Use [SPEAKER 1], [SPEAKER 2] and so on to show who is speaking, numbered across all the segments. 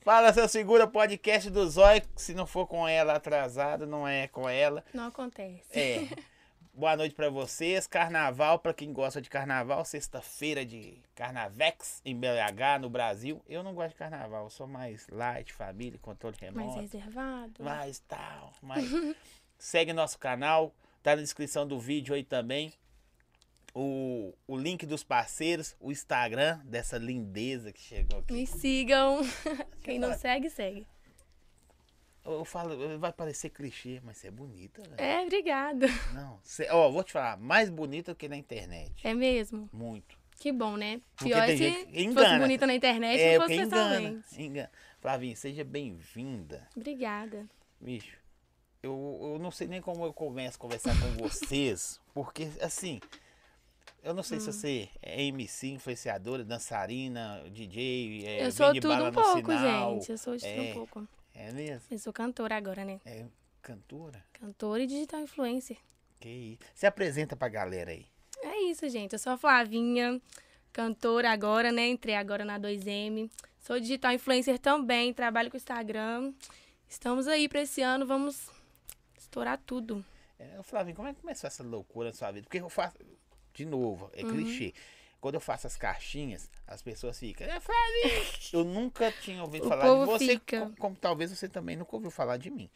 [SPEAKER 1] Fala, seu segura, podcast do Zói. Se não for com ela atrasado, não é com ela.
[SPEAKER 2] Não acontece.
[SPEAKER 1] É. Boa noite pra vocês. Carnaval, pra quem gosta de carnaval, sexta-feira de Carnavex em BH, no Brasil. Eu não gosto de carnaval, eu sou mais light, família, controle
[SPEAKER 2] Mais
[SPEAKER 1] remoto,
[SPEAKER 2] reservado.
[SPEAKER 1] mais tal. Mais... Segue nosso canal, tá na descrição do vídeo aí também. O, o link dos parceiros, o Instagram dessa lindeza que chegou aqui.
[SPEAKER 2] Me sigam. Quem não segue, segue.
[SPEAKER 1] Eu, eu falo, eh, vai parecer clichê, mas você é bonita, velho.
[SPEAKER 2] É, obrigado.
[SPEAKER 1] Não, cê- ó, vou te falar, mais bonita que na internet.
[SPEAKER 2] É mesmo.
[SPEAKER 1] Muito.
[SPEAKER 2] Que bom, né?
[SPEAKER 1] Porque
[SPEAKER 2] Pior
[SPEAKER 1] tem
[SPEAKER 2] é
[SPEAKER 1] gente que
[SPEAKER 2] se
[SPEAKER 1] engana.
[SPEAKER 2] fosse bonita na internet,
[SPEAKER 1] É,
[SPEAKER 2] não
[SPEAKER 1] porque
[SPEAKER 2] fosse
[SPEAKER 1] engana,
[SPEAKER 2] pessoalmente.
[SPEAKER 1] engana. Flavinha, seja bem-vinda.
[SPEAKER 2] Obrigada.
[SPEAKER 1] Bicho, eu, eu não sei nem como eu começo a conversar com vocês, porque, assim, eu não
[SPEAKER 2] Hum.
[SPEAKER 1] sei se você é MC, influenciadora, dançarina, DJ, é,
[SPEAKER 2] eu sou
[SPEAKER 1] vende
[SPEAKER 2] tudo
[SPEAKER 1] bala no
[SPEAKER 2] um pouco,
[SPEAKER 1] sinal.
[SPEAKER 2] gente. Eu sou de tudo
[SPEAKER 1] É.
[SPEAKER 2] um pouco.
[SPEAKER 1] É mesmo?
[SPEAKER 2] Eu sou cantora agora, né?
[SPEAKER 1] É cantora?
[SPEAKER 2] Cantora e digital influencer.
[SPEAKER 1] Que isso. Se apresenta pra galera aí.
[SPEAKER 2] É isso, gente. Eu sou a Flavinha, cantora agora, né? Entrei agora na 2M. Sou digital influencer também, trabalho com Instagram. Estamos aí pra esse ano, vamos estourar tudo.
[SPEAKER 1] É, Flavinho, como é que começou essa loucura na sua vida? Porque eu faço. De novo,
[SPEAKER 2] Uhum.
[SPEAKER 1] é clichê. Quando eu faço as caixinhas, as pessoas ficam. É Flavinho! eu nunca tinha ouvido
[SPEAKER 2] O
[SPEAKER 1] falar de
[SPEAKER 2] povo
[SPEAKER 1] você,
[SPEAKER 2] fica.
[SPEAKER 1] como, como talvez você também nunca ouviu falar de mim.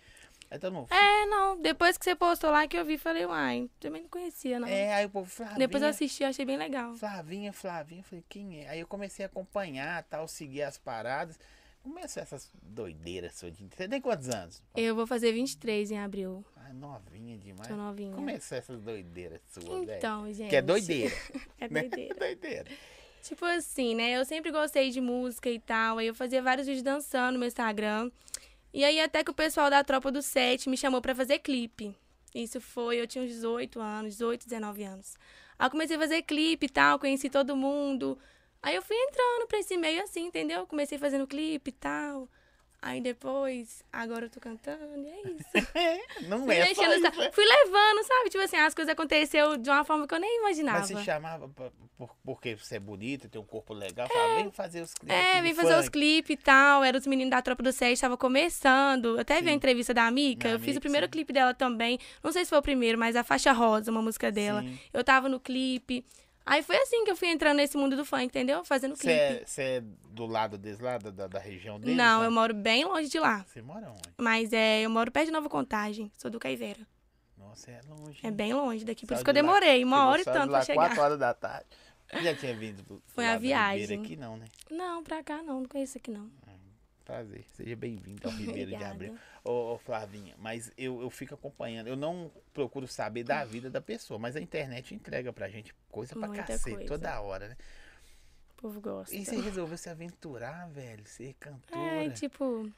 [SPEAKER 1] Então, não.
[SPEAKER 2] É, não, depois que você postou lá que eu vi, falei, uai, também não conhecia, não.
[SPEAKER 1] É, aí o povo, Flavinha.
[SPEAKER 2] Depois eu assim, assisti, eu achei bem legal.
[SPEAKER 1] Flavinha, Flavinha, eu falei, quem é? Aí eu comecei a acompanhar, tal, seguir as paradas. Começou essas doideiras sua de. Você tem quantos anos?
[SPEAKER 2] Eu vou fazer 23 em abril,
[SPEAKER 1] Ah, novinha demais.
[SPEAKER 2] tô novinha.
[SPEAKER 1] Começou essas doideiras suas, velho.
[SPEAKER 2] Então, gente.
[SPEAKER 1] é Que é doideira.
[SPEAKER 2] É
[SPEAKER 1] né?
[SPEAKER 2] doideira.
[SPEAKER 1] doideira.
[SPEAKER 2] Tipo assim, né? Eu sempre gostei de música e tal. Aí eu fazia vários vídeos dançando no meu Instagram. E aí até que o pessoal da Tropa do Sete me chamou pra fazer clipe. Isso foi, eu tinha uns 18 anos, 18, 19 anos. Aí eu comecei a fazer clipe e tal, conheci todo mundo. Aí eu fui entrando pra esse meio assim, entendeu? Comecei fazendo clipe e tal. Aí depois, agora eu tô cantando, e é isso.
[SPEAKER 1] Não
[SPEAKER 2] Fui,
[SPEAKER 1] é só
[SPEAKER 2] mexendo,
[SPEAKER 1] isso.
[SPEAKER 2] sabe? Fui levando, sabe? Tipo assim, as coisas aconteceram de uma forma que eu nem imaginava.
[SPEAKER 1] Mas se chamava pra- por- porque você é bonita, tem um corpo legal, fala, vem fazer os clipes.
[SPEAKER 2] É,
[SPEAKER 1] de
[SPEAKER 2] vem fazer os
[SPEAKER 1] Né, funk."
[SPEAKER 2] clipes e tal. Eram os meninos da Tropa do Sete, estavam começando. Eu até vi
[SPEAKER 1] Sim.
[SPEAKER 2] a entrevista da Mika.
[SPEAKER 1] Da
[SPEAKER 2] eu fiz
[SPEAKER 1] Mika,
[SPEAKER 2] o primeiro
[SPEAKER 1] sim.
[SPEAKER 2] clipe dela também. Não sei se foi o primeiro, mas a Faixa Rosa, uma música dela.
[SPEAKER 1] Sim.
[SPEAKER 2] Eu tava no clipe. Aí foi assim que eu fui entrando nesse mundo do funk, entendeu? Fazendo
[SPEAKER 1] Você é,
[SPEAKER 2] clipe.
[SPEAKER 1] você é do lado deles lá, da, da- da região deles?
[SPEAKER 2] Não,
[SPEAKER 1] né?
[SPEAKER 2] eu moro bem longe de lá.
[SPEAKER 1] Você mora onde?
[SPEAKER 2] Mas é, eu moro perto de Nova Contagem. Sou do Caivera.
[SPEAKER 1] Nossa, é longe.
[SPEAKER 2] É
[SPEAKER 1] hein?
[SPEAKER 2] bem longe daqui. Por
[SPEAKER 1] Saiu
[SPEAKER 2] isso que eu
[SPEAKER 1] de lá-
[SPEAKER 2] demorei uma
[SPEAKER 1] Chegou-
[SPEAKER 2] hora e
[SPEAKER 1] saiu de
[SPEAKER 2] tanto
[SPEAKER 1] lá
[SPEAKER 2] pra chegar.
[SPEAKER 1] 4 horas da tarde. Você Já tinha vindo pro
[SPEAKER 2] Foi
[SPEAKER 1] lado
[SPEAKER 2] a
[SPEAKER 1] da Ribeira
[SPEAKER 2] viagem.
[SPEAKER 1] aqui não, né?
[SPEAKER 2] Não, pra cá não. Não conheço aqui não.
[SPEAKER 1] Prazer. Seja bem-vindo ao Ribeiro de
[SPEAKER 2] Obrigada.
[SPEAKER 1] Abril. Ô, ô, Flavinha, mas eu, eu fico acompanhando. Eu não procuro saber da vida da pessoa, mas a internet entrega pra gente coisa pra
[SPEAKER 2] Muita
[SPEAKER 1] cacete
[SPEAKER 2] coisa.
[SPEAKER 1] toda hora, né?
[SPEAKER 2] O povo gosta.
[SPEAKER 1] E você resolveu se aventurar, velho? Ser cantora.
[SPEAKER 2] É, tipo,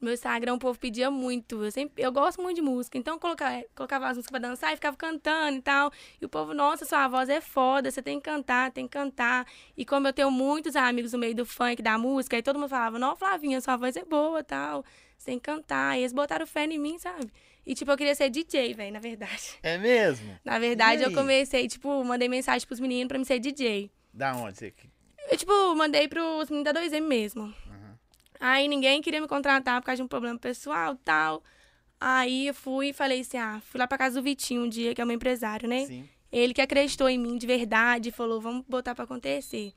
[SPEAKER 2] meu Instagram o povo pedia muito. Eu, sempre, eu gosto muito de música, então eu colocava, colocava as músicas pra dançar e ficava cantando e tal. E o povo, nossa, sua voz é foda, você tem que cantar, tem que cantar. E como eu tenho muitos amigos no meio do funk, da música, aí todo mundo falava, não, Flavinha, sua voz é boa e tal, você tem que cantar. E eles botaram fé em mim, sabe? E tipo, eu queria ser DJ, velho, na verdade.
[SPEAKER 1] É mesmo?
[SPEAKER 2] Na verdade, eu
[SPEAKER 1] aí?
[SPEAKER 2] comecei, tipo, mandei mensagem pros meninos pra me ser DJ.
[SPEAKER 1] Da onde você que-
[SPEAKER 2] Eu, tipo, mandei pros meninos da 2M mesmo. Aí ninguém queria me contratar por causa de um problema pessoal e tal. Aí eu fui e falei assim, ah, fui lá pra casa do Vitinho um dia, que é o meu empresário, né?
[SPEAKER 1] Sim.
[SPEAKER 2] Ele que acreditou em mim de verdade, falou, vamos botar pra acontecer.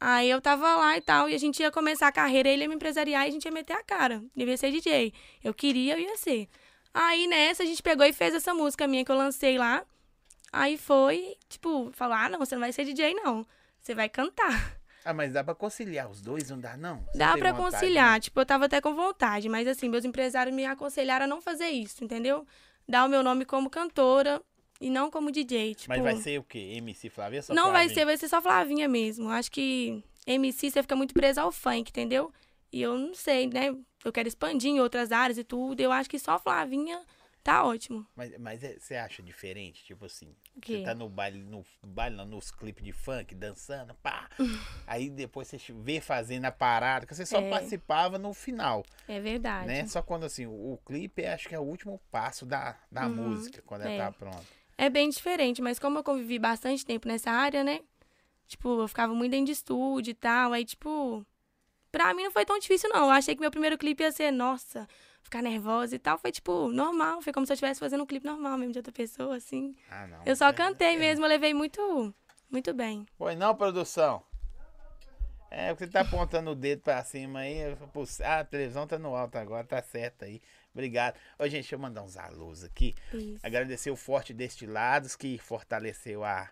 [SPEAKER 2] Aí eu tava lá e tal, e a gente ia começar a carreira, ele ia me empresariar e a gente ia meter a cara. Devia ser DJ. Eu queria, eu ia ser. Aí nessa, a gente pegou e fez essa música minha que eu lancei lá. Aí foi, tipo, falou, ah, não, você não vai ser DJ, não. Você vai cantar.
[SPEAKER 1] Ah, mas dá pra conciliar os dois, não dá não? Você
[SPEAKER 2] Dá
[SPEAKER 1] tem
[SPEAKER 2] pra
[SPEAKER 1] vontade, né?
[SPEAKER 2] conciliar, tipo, eu tava até com vontade, mas assim, meus empresários me aconselharam a não fazer isso, entendeu? Dar o meu nome como cantora e não como DJ,
[SPEAKER 1] né?
[SPEAKER 2] tipo.
[SPEAKER 1] Mas vai ser o quê? MC Flavinha ou é só
[SPEAKER 2] não vai ser,
[SPEAKER 1] Flavinha?
[SPEAKER 2] vai ser só Flavinha mesmo. Acho que MC você fica muito preso ao funk, entendeu? E eu não sei, né? Eu quero expandir em outras áreas e tudo. Eu acho que só Flavinha tá ótimo.
[SPEAKER 1] Mas, mas é- você acha diferente? Tipo assim,
[SPEAKER 2] O
[SPEAKER 1] você
[SPEAKER 2] quê?
[SPEAKER 1] tá no baile, no baile não, nos clipes de funk, dançando, pá. Aí depois você te vê fazendo a parada, que você só
[SPEAKER 2] É.
[SPEAKER 1] participava no final,
[SPEAKER 2] É verdade.
[SPEAKER 1] né? Só quando assim, o, o clipe é, acho que é o último passo da, da
[SPEAKER 2] Uhum,
[SPEAKER 1] música, quando
[SPEAKER 2] é.
[SPEAKER 1] ela tá pronta.
[SPEAKER 2] É bem diferente, mas como eu convivi bastante tempo nessa área, né? Tipo, eu ficava muito dentro de estúdio e tal, aí, tipo, Pra mim não foi tão difícil, não. Eu achei que meu primeiro clipe ia ser, nossa, ficar nervosa e tal. Foi, tipo, normal. Foi como se eu estivesse fazendo um clipe normal mesmo de outra pessoa, assim.
[SPEAKER 1] Ah, não.
[SPEAKER 2] Eu só
[SPEAKER 1] É-
[SPEAKER 2] cantei
[SPEAKER 1] é-
[SPEAKER 2] mesmo, eu levei muito, muito bem.
[SPEAKER 1] Foi não, produção? É, porque você tá apontando o dedo pra cima aí. eu falo, "Pô, Ah, a televisão tá no alto agora, tá certo aí. Obrigado. Ô, gente, deixa eu mandar uns alôs aqui.
[SPEAKER 2] Isso.
[SPEAKER 1] Agradecer o Forte Destilados, que fortaleceu a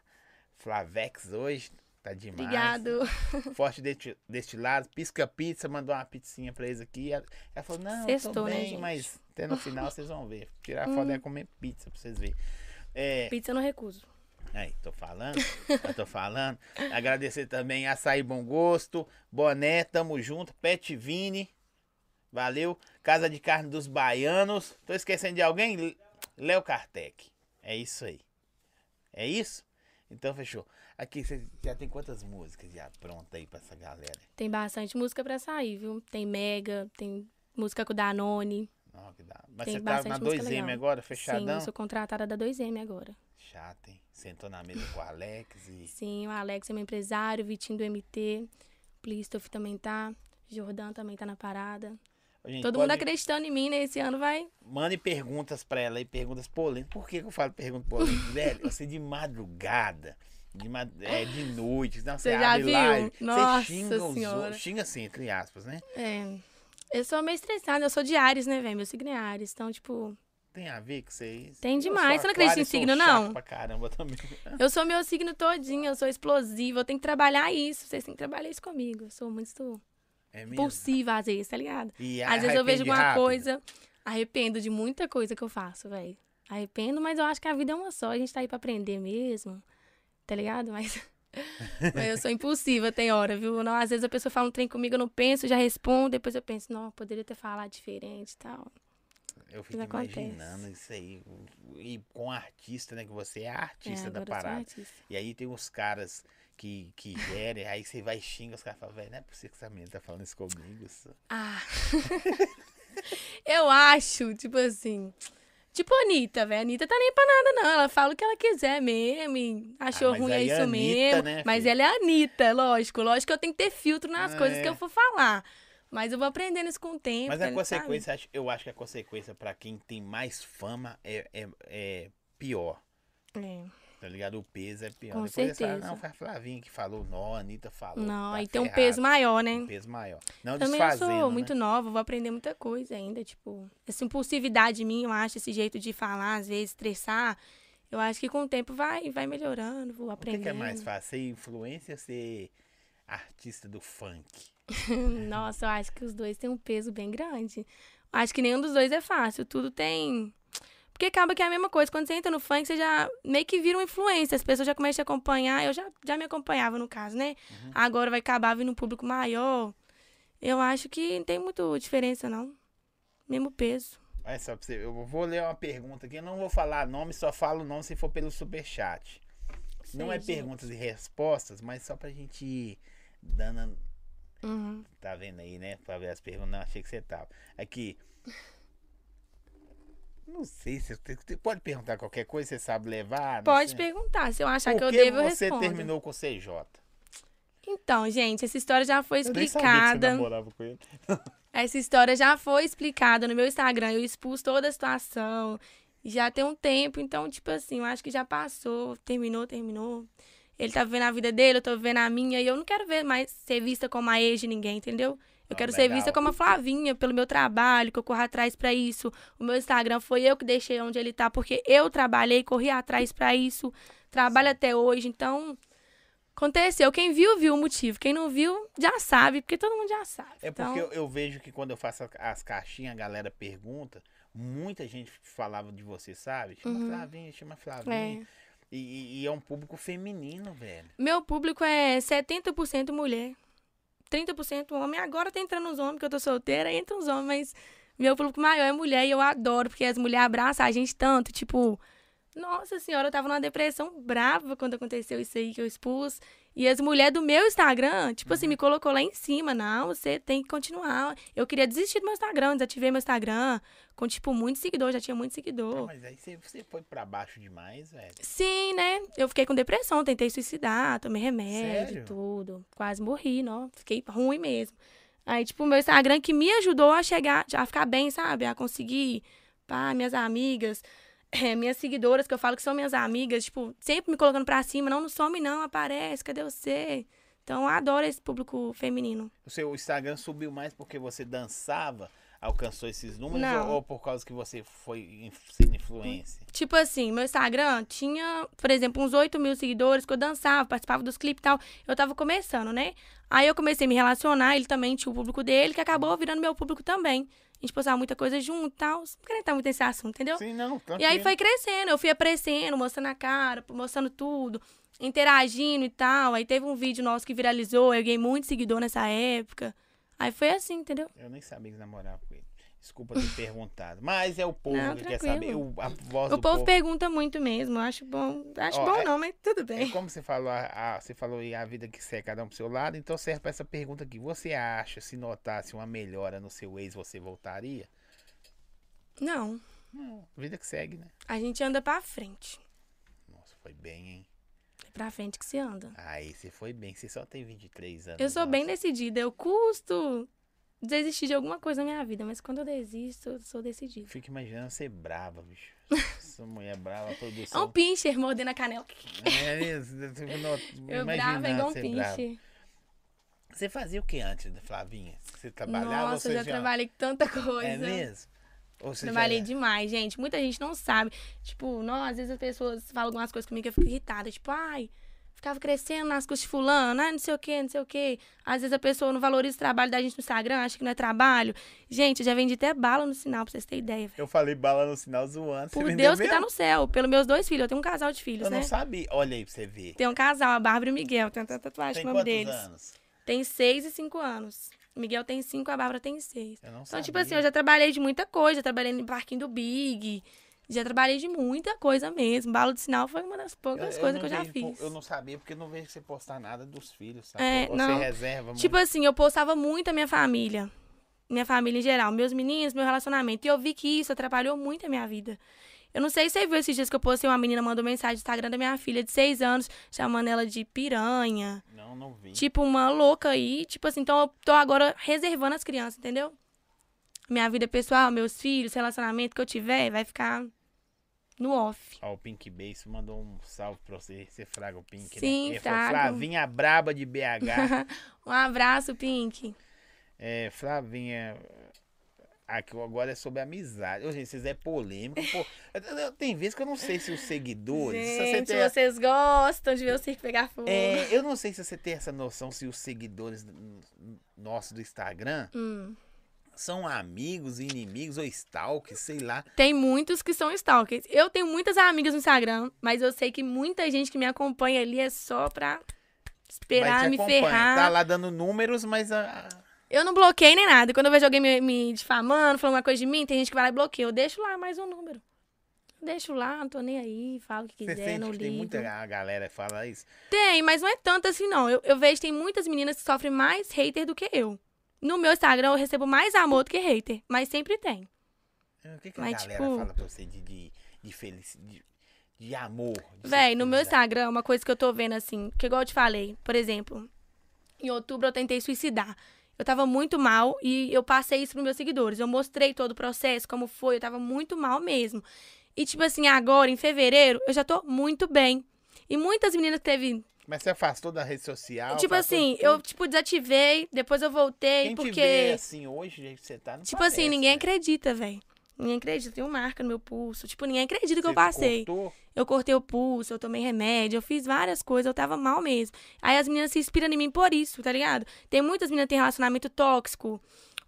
[SPEAKER 1] Flavex hoje. Tá demais.
[SPEAKER 2] Obrigado.
[SPEAKER 1] Forte Desti- Destilados, Pisca Pizza, mandou uma pizzinha pra eles aqui. Ela ela falou, não, eu tô
[SPEAKER 2] Sextou, né,
[SPEAKER 1] bem,
[SPEAKER 2] gente? Uhum.
[SPEAKER 1] mas até no final vocês vão ver. Tirar foto é comer pizza pra vocês verem. É,
[SPEAKER 2] Pizza eu não recuso.
[SPEAKER 1] Aí, tô falando, eu tô falando. Agradecer também Açaí Bom Gosto, Boné, tamo junto, Pet Vini, valeu. Casa de Carne dos Baianos. Tô esquecendo de alguém? Léo Kartek. É isso aí. É isso? Então fechou. Aqui você já tem quantas músicas já pronta aí pra essa galera?
[SPEAKER 2] Tem bastante música pra sair, viu? Tem Mega, tem música com o Danone.
[SPEAKER 1] Não, que dá. Mas
[SPEAKER 2] Tem
[SPEAKER 1] você tá na
[SPEAKER 2] bastante música
[SPEAKER 1] 2M
[SPEAKER 2] legal.
[SPEAKER 1] agora,
[SPEAKER 2] Sim,
[SPEAKER 1] fechadão?
[SPEAKER 2] eu sou contratada da 2M agora.
[SPEAKER 1] Chato, hein? Sentou na mesa com o Alex e.
[SPEAKER 2] Sim, o Alex é meu empresário, o Vitinho do MT, Plistoff também tá, Jordan também tá na parada.
[SPEAKER 1] Ô, gente,
[SPEAKER 2] Todo mundo
[SPEAKER 1] pode-
[SPEAKER 2] acreditando em mim, né? Esse ano vai.
[SPEAKER 1] Mande perguntas pra ela aí, perguntas polêmicas. Por que, que eu falo perguntas polêmicas? Velho, você de madrugada, de, mad... é, de noite, não, você,
[SPEAKER 2] Você já
[SPEAKER 1] abre
[SPEAKER 2] viu?
[SPEAKER 1] live,
[SPEAKER 2] Nossa
[SPEAKER 1] você xinga os
[SPEAKER 2] Senhora.
[SPEAKER 1] outros, xinga assim, entre aspas, né?
[SPEAKER 2] É. Eu sou meio estressada, eu sou de Ares, né, velho? Meu signo é Ares. Então, tipo,
[SPEAKER 1] Tem a ver com vocês?
[SPEAKER 2] Tem demais, você não acredita em signo, não?
[SPEAKER 1] Pra caramba também.
[SPEAKER 2] eu sou meu signo todinho, eu sou explosiva, eu tenho que trabalhar isso. Vocês têm que trabalhar isso comigo. Eu sou muito
[SPEAKER 1] É mesmo?
[SPEAKER 2] impulsiva às vezes, tá ligado?
[SPEAKER 1] E
[SPEAKER 2] Às vezes eu vejo
[SPEAKER 1] É, arrepende
[SPEAKER 2] alguma
[SPEAKER 1] rápido?
[SPEAKER 2] coisa, arrependo de muita coisa que eu faço, velho. Arrependo, mas eu acho que a vida é uma só, a gente tá aí pra aprender mesmo, tá ligado? Mas, mas eu sou impulsiva, tem hora, viu? Não, às vezes a pessoa fala um trem comigo, eu não penso, já respondo, depois eu penso, não, eu poderia ter falado diferente e tal.
[SPEAKER 1] Eu fico
[SPEAKER 2] Mas acontece.
[SPEAKER 1] imaginando isso aí. E com artista, né? Que você é artista
[SPEAKER 2] é,
[SPEAKER 1] da
[SPEAKER 2] agora eu sou
[SPEAKER 1] parada.
[SPEAKER 2] artista.
[SPEAKER 1] E aí tem uns caras que, que gerem, aí você vai e xinga, os caras falam, velho, não é possível que essa menina tá falando isso comigo. Isso.
[SPEAKER 2] Ah. eu acho, tipo assim. Tipo a Anitta, velho. A Anitta tá nem pra nada, não. Ela fala o que ela quiser mesmo. e Achou
[SPEAKER 1] mas
[SPEAKER 2] ruim, é
[SPEAKER 1] aí é
[SPEAKER 2] isso
[SPEAKER 1] a Anitta,
[SPEAKER 2] mesmo.
[SPEAKER 1] né,
[SPEAKER 2] mas
[SPEAKER 1] filho?
[SPEAKER 2] ela é a Anitta, lógico. Lógico que eu tenho que ter filtro nas
[SPEAKER 1] Ah,
[SPEAKER 2] coisas
[SPEAKER 1] é.
[SPEAKER 2] que eu for falar. Mas eu vou aprendendo isso com o tempo.
[SPEAKER 1] Mas
[SPEAKER 2] né,
[SPEAKER 1] a
[SPEAKER 2] sabe?
[SPEAKER 1] consequência, acho- eu acho que a consequência pra quem tem mais fama é, é, é pior.
[SPEAKER 2] É.
[SPEAKER 1] Tá ligado? O peso é pior.
[SPEAKER 2] Com
[SPEAKER 1] Depois eles falam,
[SPEAKER 2] certeza.
[SPEAKER 1] não, foi a Flavinha que falou, não, a Anitta falou.
[SPEAKER 2] Não,
[SPEAKER 1] tá
[SPEAKER 2] aí tem um
[SPEAKER 1] ferrado,
[SPEAKER 2] peso maior, né?
[SPEAKER 1] Um peso maior. Não
[SPEAKER 2] Também eu
[SPEAKER 1] desfazendo,
[SPEAKER 2] sou
[SPEAKER 1] né?
[SPEAKER 2] muito nova, vou aprender muita coisa ainda, tipo, essa impulsividade minha, eu acho, esse jeito de falar, às vezes, estressar, eu acho que com o tempo vai, vai melhorando, vou
[SPEAKER 1] O que,
[SPEAKER 2] aprendendo.
[SPEAKER 1] que é mais fácil? Ser influencer ou ser artista do funk?
[SPEAKER 2] Nossa, eu acho que os dois têm um peso bem grande. Acho que nenhum dos dois é fácil, tudo tem... Porque acaba que é a mesma coisa, quando você entra no funk, você já meio que vira um influencer, as pessoas já começam a te acompanhar, eu já, já me acompanhava no caso, né?
[SPEAKER 1] Uhum.
[SPEAKER 2] Agora vai acabar vindo um público maior, eu acho que não tem muito diferença não, mesmo peso.
[SPEAKER 1] Olha só pra você, eu vou ler uma pergunta aqui. Eu não vou falar nome, só falo nome se for pelo superchat. Não é
[SPEAKER 2] Sei, gente.
[SPEAKER 1] perguntas e respostas, mas só pra gente ir dando.
[SPEAKER 2] Uhum.
[SPEAKER 1] Tá vendo aí, né? Pra ver as perguntas. Não, achei que você tava. Aqui. Não sei se você você pode perguntar qualquer coisa, você sabe levar. não
[SPEAKER 2] Pode
[SPEAKER 1] sei.
[SPEAKER 2] perguntar, se eu achar
[SPEAKER 1] Por
[SPEAKER 2] que eu
[SPEAKER 1] que
[SPEAKER 2] devo, eu
[SPEAKER 1] você
[SPEAKER 2] respondo.
[SPEAKER 1] terminou com o CJ?
[SPEAKER 2] Então, gente, essa história já foi
[SPEAKER 1] Eu nem sabia que você
[SPEAKER 2] explicada.
[SPEAKER 1] namorava com ele.
[SPEAKER 2] Essa história já foi explicada no meu Instagram. Eu expus toda a situação. Já tem um tempo, então, tipo assim, eu acho que já passou. Terminou, terminou. Ele tá vivendo a vida dele, eu tô vivendo a minha. E eu não quero ver mais ser vista como a ex de ninguém, entendeu? Eu
[SPEAKER 1] Ah,
[SPEAKER 2] quero ser
[SPEAKER 1] legal.
[SPEAKER 2] vista como a Flavinha, pelo meu trabalho, que eu corro atrás pra isso. O meu Instagram foi eu que deixei onde ele tá, porque eu trabalhei, corri atrás pra isso. Trabalho até hoje, então. Aconteceu. Quem viu, viu o motivo. Quem não viu, já sabe, porque todo mundo já sabe.
[SPEAKER 1] É
[SPEAKER 2] Então-
[SPEAKER 1] porque eu, eu vejo que quando eu faço a- as caixinhas, a galera pergunta. Muita gente falava de você, sabe? Chama
[SPEAKER 2] Uhum.
[SPEAKER 1] Flavinha, chama
[SPEAKER 2] É.
[SPEAKER 1] Flavinha. E- E, e é um público feminino, velho.
[SPEAKER 2] Meu público é 70% mulher, 30% homem. Agora tá entrando uns homens, que eu tô solteira, entra uns homens, mas meu público maior é mulher e eu adoro, porque as mulheres abraçam a gente tanto, tipo. Nossa senhora, eu tava numa depressão brava quando aconteceu isso aí que eu expus. E as mulheres do meu Instagram, tipo assim, me colocou lá em cima. Não, você tem que continuar. Eu queria desistir do meu Instagram, desativei meu Instagram. Com, tipo, muito seguidor, já tinha muito
[SPEAKER 1] Ah,
[SPEAKER 2] seguidor.
[SPEAKER 1] mas aí você, você foi pra baixo demais, velho.
[SPEAKER 2] Sim, né? Eu fiquei com depressão, tentei suicidar, tomei remédio,
[SPEAKER 1] Sério?
[SPEAKER 2] tudo. Quase morri, não. Fiquei ruim mesmo. Aí, tipo, o meu Instagram que me ajudou a chegar, a ficar bem, sabe? A conseguir, pá, minhas amigas, eh, minhas seguidoras, que eu falo que são minhas amigas, tipo, sempre me colocando pra cima, não, não some não, aparece, cadê você? Então, eu adoro esse público feminino.
[SPEAKER 1] O seu Instagram subiu mais porque você dançava, alcançou esses números
[SPEAKER 2] Não.
[SPEAKER 1] ou, ou por causa que você foi inf- sendo influência?
[SPEAKER 2] Tipo assim, meu Instagram tinha, por exemplo, uns 8 mil seguidores, que eu dançava, participava dos clipes e tal. Eu tava começando, né? Aí eu comecei a me relacionar, ele também tinha o público dele, que acabou virando meu público também. A gente postava muita coisa junto e tal. Não quero entrar muito nesse assunto, entendeu?
[SPEAKER 1] Sim, não,
[SPEAKER 2] E aí
[SPEAKER 1] tranquilo.
[SPEAKER 2] foi crescendo, eu fui aparecendo, mostrando a cara, mostrando tudo, interagindo e tal. Aí teve um vídeo nosso que viralizou, eu ganhei muito seguidor nessa época. Aí foi assim, entendeu?
[SPEAKER 1] Eu nem sabia que namorava com ele. Desculpa ter perguntado. Mas é o povo
[SPEAKER 2] Não,
[SPEAKER 1] que quer saber.
[SPEAKER 2] tranquilo.
[SPEAKER 1] O, a voz
[SPEAKER 2] O
[SPEAKER 1] do
[SPEAKER 2] povo, pergunta muito mesmo, eu acho bom. Acho
[SPEAKER 1] Ó,
[SPEAKER 2] bom
[SPEAKER 1] é-
[SPEAKER 2] não, mas tudo
[SPEAKER 1] É
[SPEAKER 2] bem.
[SPEAKER 1] como você falou, a, a- você falou aí a vida que segue cada um pro seu lado, então serve pra essa pergunta aqui. Você acha, se notasse uma melhora no seu ex, você voltaria?
[SPEAKER 2] Não,
[SPEAKER 1] Não, vida que segue, né?
[SPEAKER 2] a gente anda pra frente.
[SPEAKER 1] Nossa, foi bem, hein?
[SPEAKER 2] É pra frente que se anda.
[SPEAKER 1] Aí você foi bem, você só tem 23 anos.
[SPEAKER 2] Eu sou bem
[SPEAKER 1] nossa.
[SPEAKER 2] decidida, eu custo desistir de alguma coisa na minha vida, mas quando eu desisto, eu sou decidida.
[SPEAKER 1] Fico imaginando ser brava, bicho. Essa mulher brava,
[SPEAKER 2] É um
[SPEAKER 1] produção.
[SPEAKER 2] pincher mordendo a canela.
[SPEAKER 1] É isso, eu fico no-
[SPEAKER 2] Eu
[SPEAKER 1] imaginando
[SPEAKER 2] brava é igual um
[SPEAKER 1] ser brava.
[SPEAKER 2] pincher.
[SPEAKER 1] Você fazia o que antes, da Flavinha? Você trabalhava
[SPEAKER 2] Nossa,
[SPEAKER 1] ou
[SPEAKER 2] eu
[SPEAKER 1] você
[SPEAKER 2] já trabalhei com tanta coisa.
[SPEAKER 1] É mesmo? Ou você já-
[SPEAKER 2] Trabalhei demais, gente. Muita gente não sabe. Tipo, não, às vezes as pessoas falam algumas coisas comigo que eu fico irritada. Tipo, ai, ficava crescendo nas costas de fulano, ai, não sei o quê, não sei o quê. Às vezes a pessoa não valoriza o trabalho da gente no Instagram, acha que não é trabalho. Gente, eu já vendi até bala no sinal, pra vocês terem ideia, velho.
[SPEAKER 1] Eu falei bala no sinal zoando. você
[SPEAKER 2] Por
[SPEAKER 1] vendeu
[SPEAKER 2] Deus que tá
[SPEAKER 1] mesmo?
[SPEAKER 2] no céu, pelos meus dois filhos. Eu tenho um casal de filhos,
[SPEAKER 1] Eu
[SPEAKER 2] né?
[SPEAKER 1] não sabia. Olha aí pra você ver.
[SPEAKER 2] Tem um casal, a Bárbara e o Miguel. Tem até tatuagem
[SPEAKER 1] Tem
[SPEAKER 2] com é o nome
[SPEAKER 1] quantos
[SPEAKER 2] deles.
[SPEAKER 1] anos?
[SPEAKER 2] Tem seis e cinco anos. O Miguel tem cinco, a Bárbara tem seis.
[SPEAKER 1] Eu não
[SPEAKER 2] Então,
[SPEAKER 1] sabia.
[SPEAKER 2] tipo assim, eu já trabalhei de muita coisa. Já trabalhei no parquinho do Big. Já trabalhei de muita coisa mesmo. Balo de sinal foi uma das poucas coisas
[SPEAKER 1] não
[SPEAKER 2] que eu já
[SPEAKER 1] vejo,
[SPEAKER 2] fiz.
[SPEAKER 1] Eu não sabia porque eu não vejo você postar nada dos filhos, sabe?
[SPEAKER 2] É,
[SPEAKER 1] Ou
[SPEAKER 2] não.
[SPEAKER 1] Você reserva
[SPEAKER 2] Tipo assim, eu postava muito a minha família. Minha família em geral. Meus meninos, meu relacionamento. E eu vi que isso atrapalhou muito a minha vida. Eu não sei se você viu esses dias que eu postei uma menina mandou mensagem no Instagram da minha filha de seis anos, chamando ela de piranha.
[SPEAKER 1] muito. Não, não vi.
[SPEAKER 2] Tipo, uma louca aí. Tipo assim, então eu tô agora reservando as crianças, entendeu? Minha vida pessoal, meus filhos, relacionamento que eu tiver, vai ficar no off.
[SPEAKER 1] Ó, o Pink Base mandou um salve pra você. Você fraga o Pink,
[SPEAKER 2] Sim,
[SPEAKER 1] né? Ele falou,
[SPEAKER 2] frago.
[SPEAKER 1] Flavinha Braba de BH.
[SPEAKER 2] um abraço, Pink.
[SPEAKER 1] é, Flavinha. Aqui agora é sobre amizade. Ô, gente, vocês é polêmico. Pô, Eu- eu- tem vezes que eu não sei se os seguidores. se você
[SPEAKER 2] Gente,
[SPEAKER 1] tem-
[SPEAKER 2] vocês gostam de ver o circo pegar fogo.
[SPEAKER 1] É, eu não sei se você tem essa noção se os seguidores n- n- nossos do Instagram
[SPEAKER 2] Hum.
[SPEAKER 1] são amigos, inimigos ou stalk, sei lá.
[SPEAKER 2] Tem muitos que são stalkers. Eu tenho muitas amigas no Instagram, mas eu sei que muita gente que me acompanha ali é só pra
[SPEAKER 1] Mas
[SPEAKER 2] esperar
[SPEAKER 1] te
[SPEAKER 2] me
[SPEAKER 1] acompanha.
[SPEAKER 2] ferrar.
[SPEAKER 1] Tá lá dando números, mas ah, a- a-
[SPEAKER 2] Eu não bloqueei nem nada. Quando eu vejo alguém me, me difamando, falando uma coisa de mim, tem gente que vai lá e bloqueia. Eu deixo lá mais um número. Eu deixo lá, não tô nem aí, falo o que
[SPEAKER 1] você
[SPEAKER 2] quiser,
[SPEAKER 1] sente
[SPEAKER 2] não
[SPEAKER 1] que tem
[SPEAKER 2] ligo.
[SPEAKER 1] muita a galera que fala isso.
[SPEAKER 2] Tem, mas não é tanto assim, não. Eu, eu vejo que tem muitas meninas que sofrem mais hater do que eu. No meu Instagram eu recebo mais amor do que hater, mas sempre tem.
[SPEAKER 1] O que, que a
[SPEAKER 2] Mas,
[SPEAKER 1] galera
[SPEAKER 2] tipo-
[SPEAKER 1] fala pra você de, de, de felicidade, de, de amor? de
[SPEAKER 2] Véi, no meu
[SPEAKER 1] felicidade?
[SPEAKER 2] Instagram, uma coisa que eu tô vendo assim, que igual eu te falei, por exemplo, em outubro eu tentei suicidar. Eu tava muito mal e eu passei isso pros meus seguidores. Eu mostrei todo o processo, como foi, eu tava muito mal mesmo. E tipo assim, agora, em fevereiro, eu já tô muito bem. E muitas meninas que teve.
[SPEAKER 1] Mas você afastou da rede social?
[SPEAKER 2] tipo
[SPEAKER 1] afastou
[SPEAKER 2] assim,
[SPEAKER 1] de
[SPEAKER 2] eu
[SPEAKER 1] tudo?
[SPEAKER 2] tipo desativei, depois eu voltei,
[SPEAKER 1] Quem
[SPEAKER 2] porque.
[SPEAKER 1] te vê assim hoje, do jeito que você tá, não
[SPEAKER 2] Tipo
[SPEAKER 1] parece,
[SPEAKER 2] assim, ninguém
[SPEAKER 1] né?
[SPEAKER 2] acredita, velho. Ninguém acredita. Tem uma marca no meu pulso. Tipo, ninguém acredita que eu
[SPEAKER 1] Você
[SPEAKER 2] passei.
[SPEAKER 1] cortou?
[SPEAKER 2] Eu cortei o pulso, eu tomei remédio, eu fiz várias coisas, eu tava mal mesmo. Aí as meninas se inspiram em mim por isso, tá ligado? Tem muitas meninas que têm relacionamento tóxico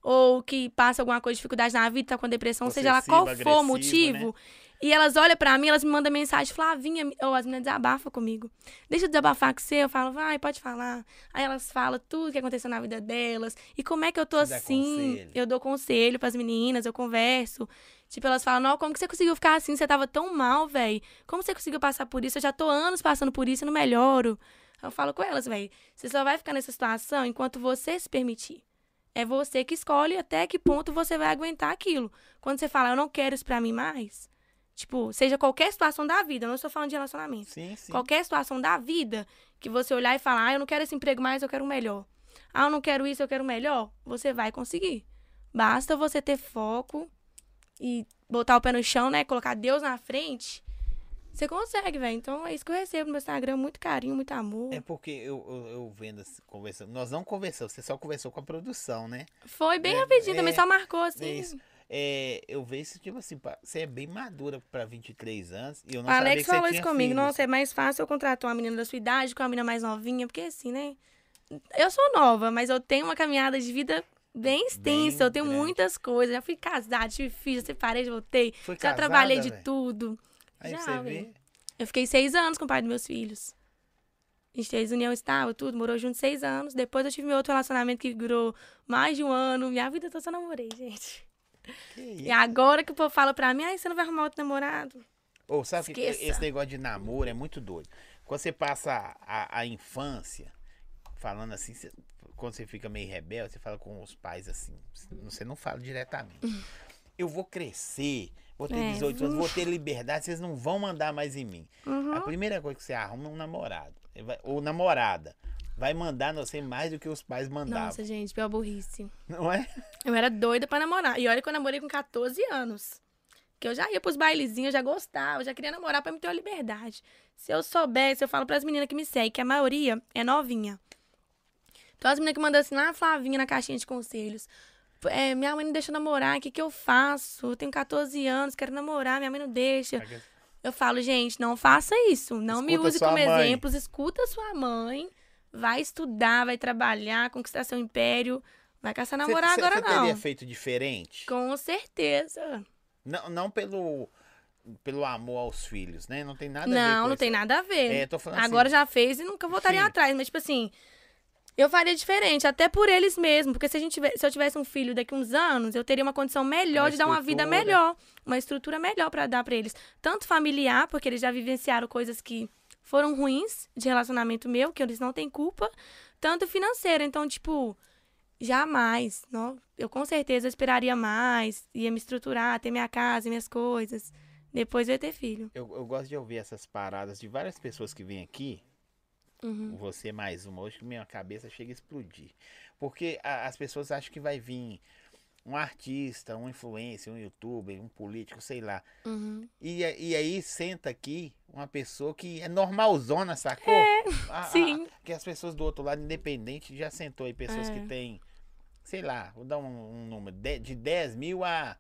[SPEAKER 2] ou que passa alguma coisa de dificuldade na vida, tá com depressão, seja lá qual
[SPEAKER 1] Possessiva,
[SPEAKER 2] for o
[SPEAKER 1] agressiva,
[SPEAKER 2] motivo. E elas olham pra mim, elas me mandam mensagem, Flavinha, me- ou as meninas desabafam comigo. Deixa eu desabafar com você, eu falo, vai, pode falar. Aí elas falam tudo o que aconteceu na vida delas. E como é que eu tô
[SPEAKER 1] Você dá
[SPEAKER 2] assim?
[SPEAKER 1] conselho.
[SPEAKER 2] Eu dou conselho pras meninas, eu converso. Tipo, elas falam, não, como que você conseguiu ficar assim? Você tava tão mal, velho. Como você conseguiu passar por isso? Eu já tô anos passando por isso e não melhoro. Eu falo com elas, velho. Você só vai ficar nessa situação enquanto você se permitir. É você que escolhe até que ponto você vai aguentar aquilo. Quando você fala, eu não quero isso pra mim mais, tipo, seja qualquer situação da vida, eu não estou falando de relacionamento.
[SPEAKER 1] Sim, sim.
[SPEAKER 2] Qualquer situação da vida que você olhar e falar, ah, eu não quero esse emprego mais, eu quero um melhor. Ah, eu não quero isso, eu quero melhor. Você vai conseguir. Basta você ter foco e botar o pé no chão, né? Colocar Deus na frente. Você consegue, velho. Então é isso que eu recebo no meu Instagram. Muito carinho, muito amor.
[SPEAKER 1] É porque eu, eu, eu vendo, assim, conversando. Nós não conversamos, você só conversou com a produção, né?
[SPEAKER 2] Foi bem
[SPEAKER 1] É,
[SPEAKER 2] rapidinho também,
[SPEAKER 1] é,
[SPEAKER 2] só marcou assim.
[SPEAKER 1] É isso. É, eu vejo isso, tipo assim, pa- você é bem madura pra 23 anos. E eu não
[SPEAKER 2] O
[SPEAKER 1] sabia
[SPEAKER 2] Alex
[SPEAKER 1] que você
[SPEAKER 2] falou
[SPEAKER 1] tinha
[SPEAKER 2] isso comigo.
[SPEAKER 1] filhos.
[SPEAKER 2] Nossa, é mais fácil eu contratar uma menina da sua idade com uma menina mais novinha, porque assim, né? Eu sou nova, mas eu tenho uma caminhada de vida bem extensa. eu tenho
[SPEAKER 1] grande.
[SPEAKER 2] muitas coisas. Já fui casada, tive filhos, separei, voltei.
[SPEAKER 1] Foi
[SPEAKER 2] já
[SPEAKER 1] casada,
[SPEAKER 2] trabalhei de
[SPEAKER 1] velho?
[SPEAKER 2] tudo.
[SPEAKER 1] Aí
[SPEAKER 2] Já,
[SPEAKER 1] você
[SPEAKER 2] velho.
[SPEAKER 1] vê.
[SPEAKER 2] Eu fiquei seis anos com o pai dos meus filhos. A gente fez união estável, tudo, morou junto seis anos. Depois eu tive meu outro relacionamento que durou mais de um ano. Minha vida toda eu só namorei, gente.
[SPEAKER 1] Que
[SPEAKER 2] E
[SPEAKER 1] isso?
[SPEAKER 2] agora que o povo fala pra mim, ai, você não vai arrumar outro namorado?
[SPEAKER 1] Ou sabe que é
[SPEAKER 2] Esqueça.
[SPEAKER 1] esse negócio de namoro é muito doido. Quando você passa a, a infância falando assim, você- quando você fica meio rebelde, você fala com os pais assim. Você não fala diretamente. Eu vou crescer, vou ter
[SPEAKER 2] É,
[SPEAKER 1] 18 anos, vou ter liberdade, vocês não vão mandar mais em mim.
[SPEAKER 2] Uhum.
[SPEAKER 1] A primeira coisa que você arruma é um namorado. Ele vai- Ou namorada. Vai mandar, não sei, mais do que os pais mandavam.
[SPEAKER 2] Nossa, gente, pior burrice.
[SPEAKER 1] Não é?
[SPEAKER 2] Eu era doida pra namorar. E olha que eu namorei com 14 anos. Que eu já ia pros bailezinhos, eu já gostava, eu já queria namorar pra me ter uma liberdade. Se eu soubesse, eu falo pras meninas que me seguem, que a maioria é novinha. Então as meninas que mandam assim, lá a Flavinha na caixinha de conselhos. Pô, é, minha mãe não deixa eu namorar, o que, que eu faço? Eu tenho 14 anos, quero namorar, minha mãe não deixa. Eu falo, gente, não faça isso. Não me
[SPEAKER 1] Escuta
[SPEAKER 2] use
[SPEAKER 1] sua
[SPEAKER 2] como
[SPEAKER 1] mãe.
[SPEAKER 2] exemplos. Escuta sua mãe. Vai estudar, vai trabalhar, conquistar seu império. Vai caçar namorar
[SPEAKER 1] Você- você-
[SPEAKER 2] agora,
[SPEAKER 1] Você
[SPEAKER 2] não.
[SPEAKER 1] teria feito diferente?
[SPEAKER 2] Com certeza.
[SPEAKER 1] Não, não pelo, pelo amor aos filhos, né? Não tem nada a ver
[SPEAKER 2] não,
[SPEAKER 1] com
[SPEAKER 2] não tem
[SPEAKER 1] isso.
[SPEAKER 2] nada a ver.
[SPEAKER 1] É, tô falando
[SPEAKER 2] Agora
[SPEAKER 1] assim,
[SPEAKER 2] já fez e nunca voltaria
[SPEAKER 1] Sim.
[SPEAKER 2] atrás. Mas, tipo assim, eu faria diferente, até por eles mesmo. Porque se, a gente tivesse, se eu tivesse um filho daqui uns anos, eu teria uma condição melhor
[SPEAKER 1] Uma
[SPEAKER 2] de dar uma vida
[SPEAKER 1] estrutura.
[SPEAKER 2] melhor. Uma estrutura melhor pra dar pra eles. Tanto familiar, porque eles já vivenciaram coisas que foram ruins de relacionamento meu, que eles não têm culpa. Tanto financeira. Então, tipo, jamais. Não, eu com certeza eu esperaria mais, ia me estruturar, ter minha casa, minhas coisas. Depois eu ia ter filho.
[SPEAKER 1] eu, eu gosto de ouvir essas paradas de várias pessoas que vêm aqui.
[SPEAKER 2] Uhum.
[SPEAKER 1] Você mais uma. Hoje que minha cabeça chega a explodir. Porque a- as pessoas acham que vai vir um artista, um influencer, um youtuber, um político, sei lá.
[SPEAKER 2] Uhum.
[SPEAKER 1] E, a- e aí senta aqui uma pessoa que é normalzona, sacou? A- a-
[SPEAKER 2] É, sim.
[SPEAKER 1] que as pessoas do outro lado, independente, já sentou aí pessoas que
[SPEAKER 2] É.
[SPEAKER 1] têm, sei lá, vou dar um, um número, de, de 10 mil a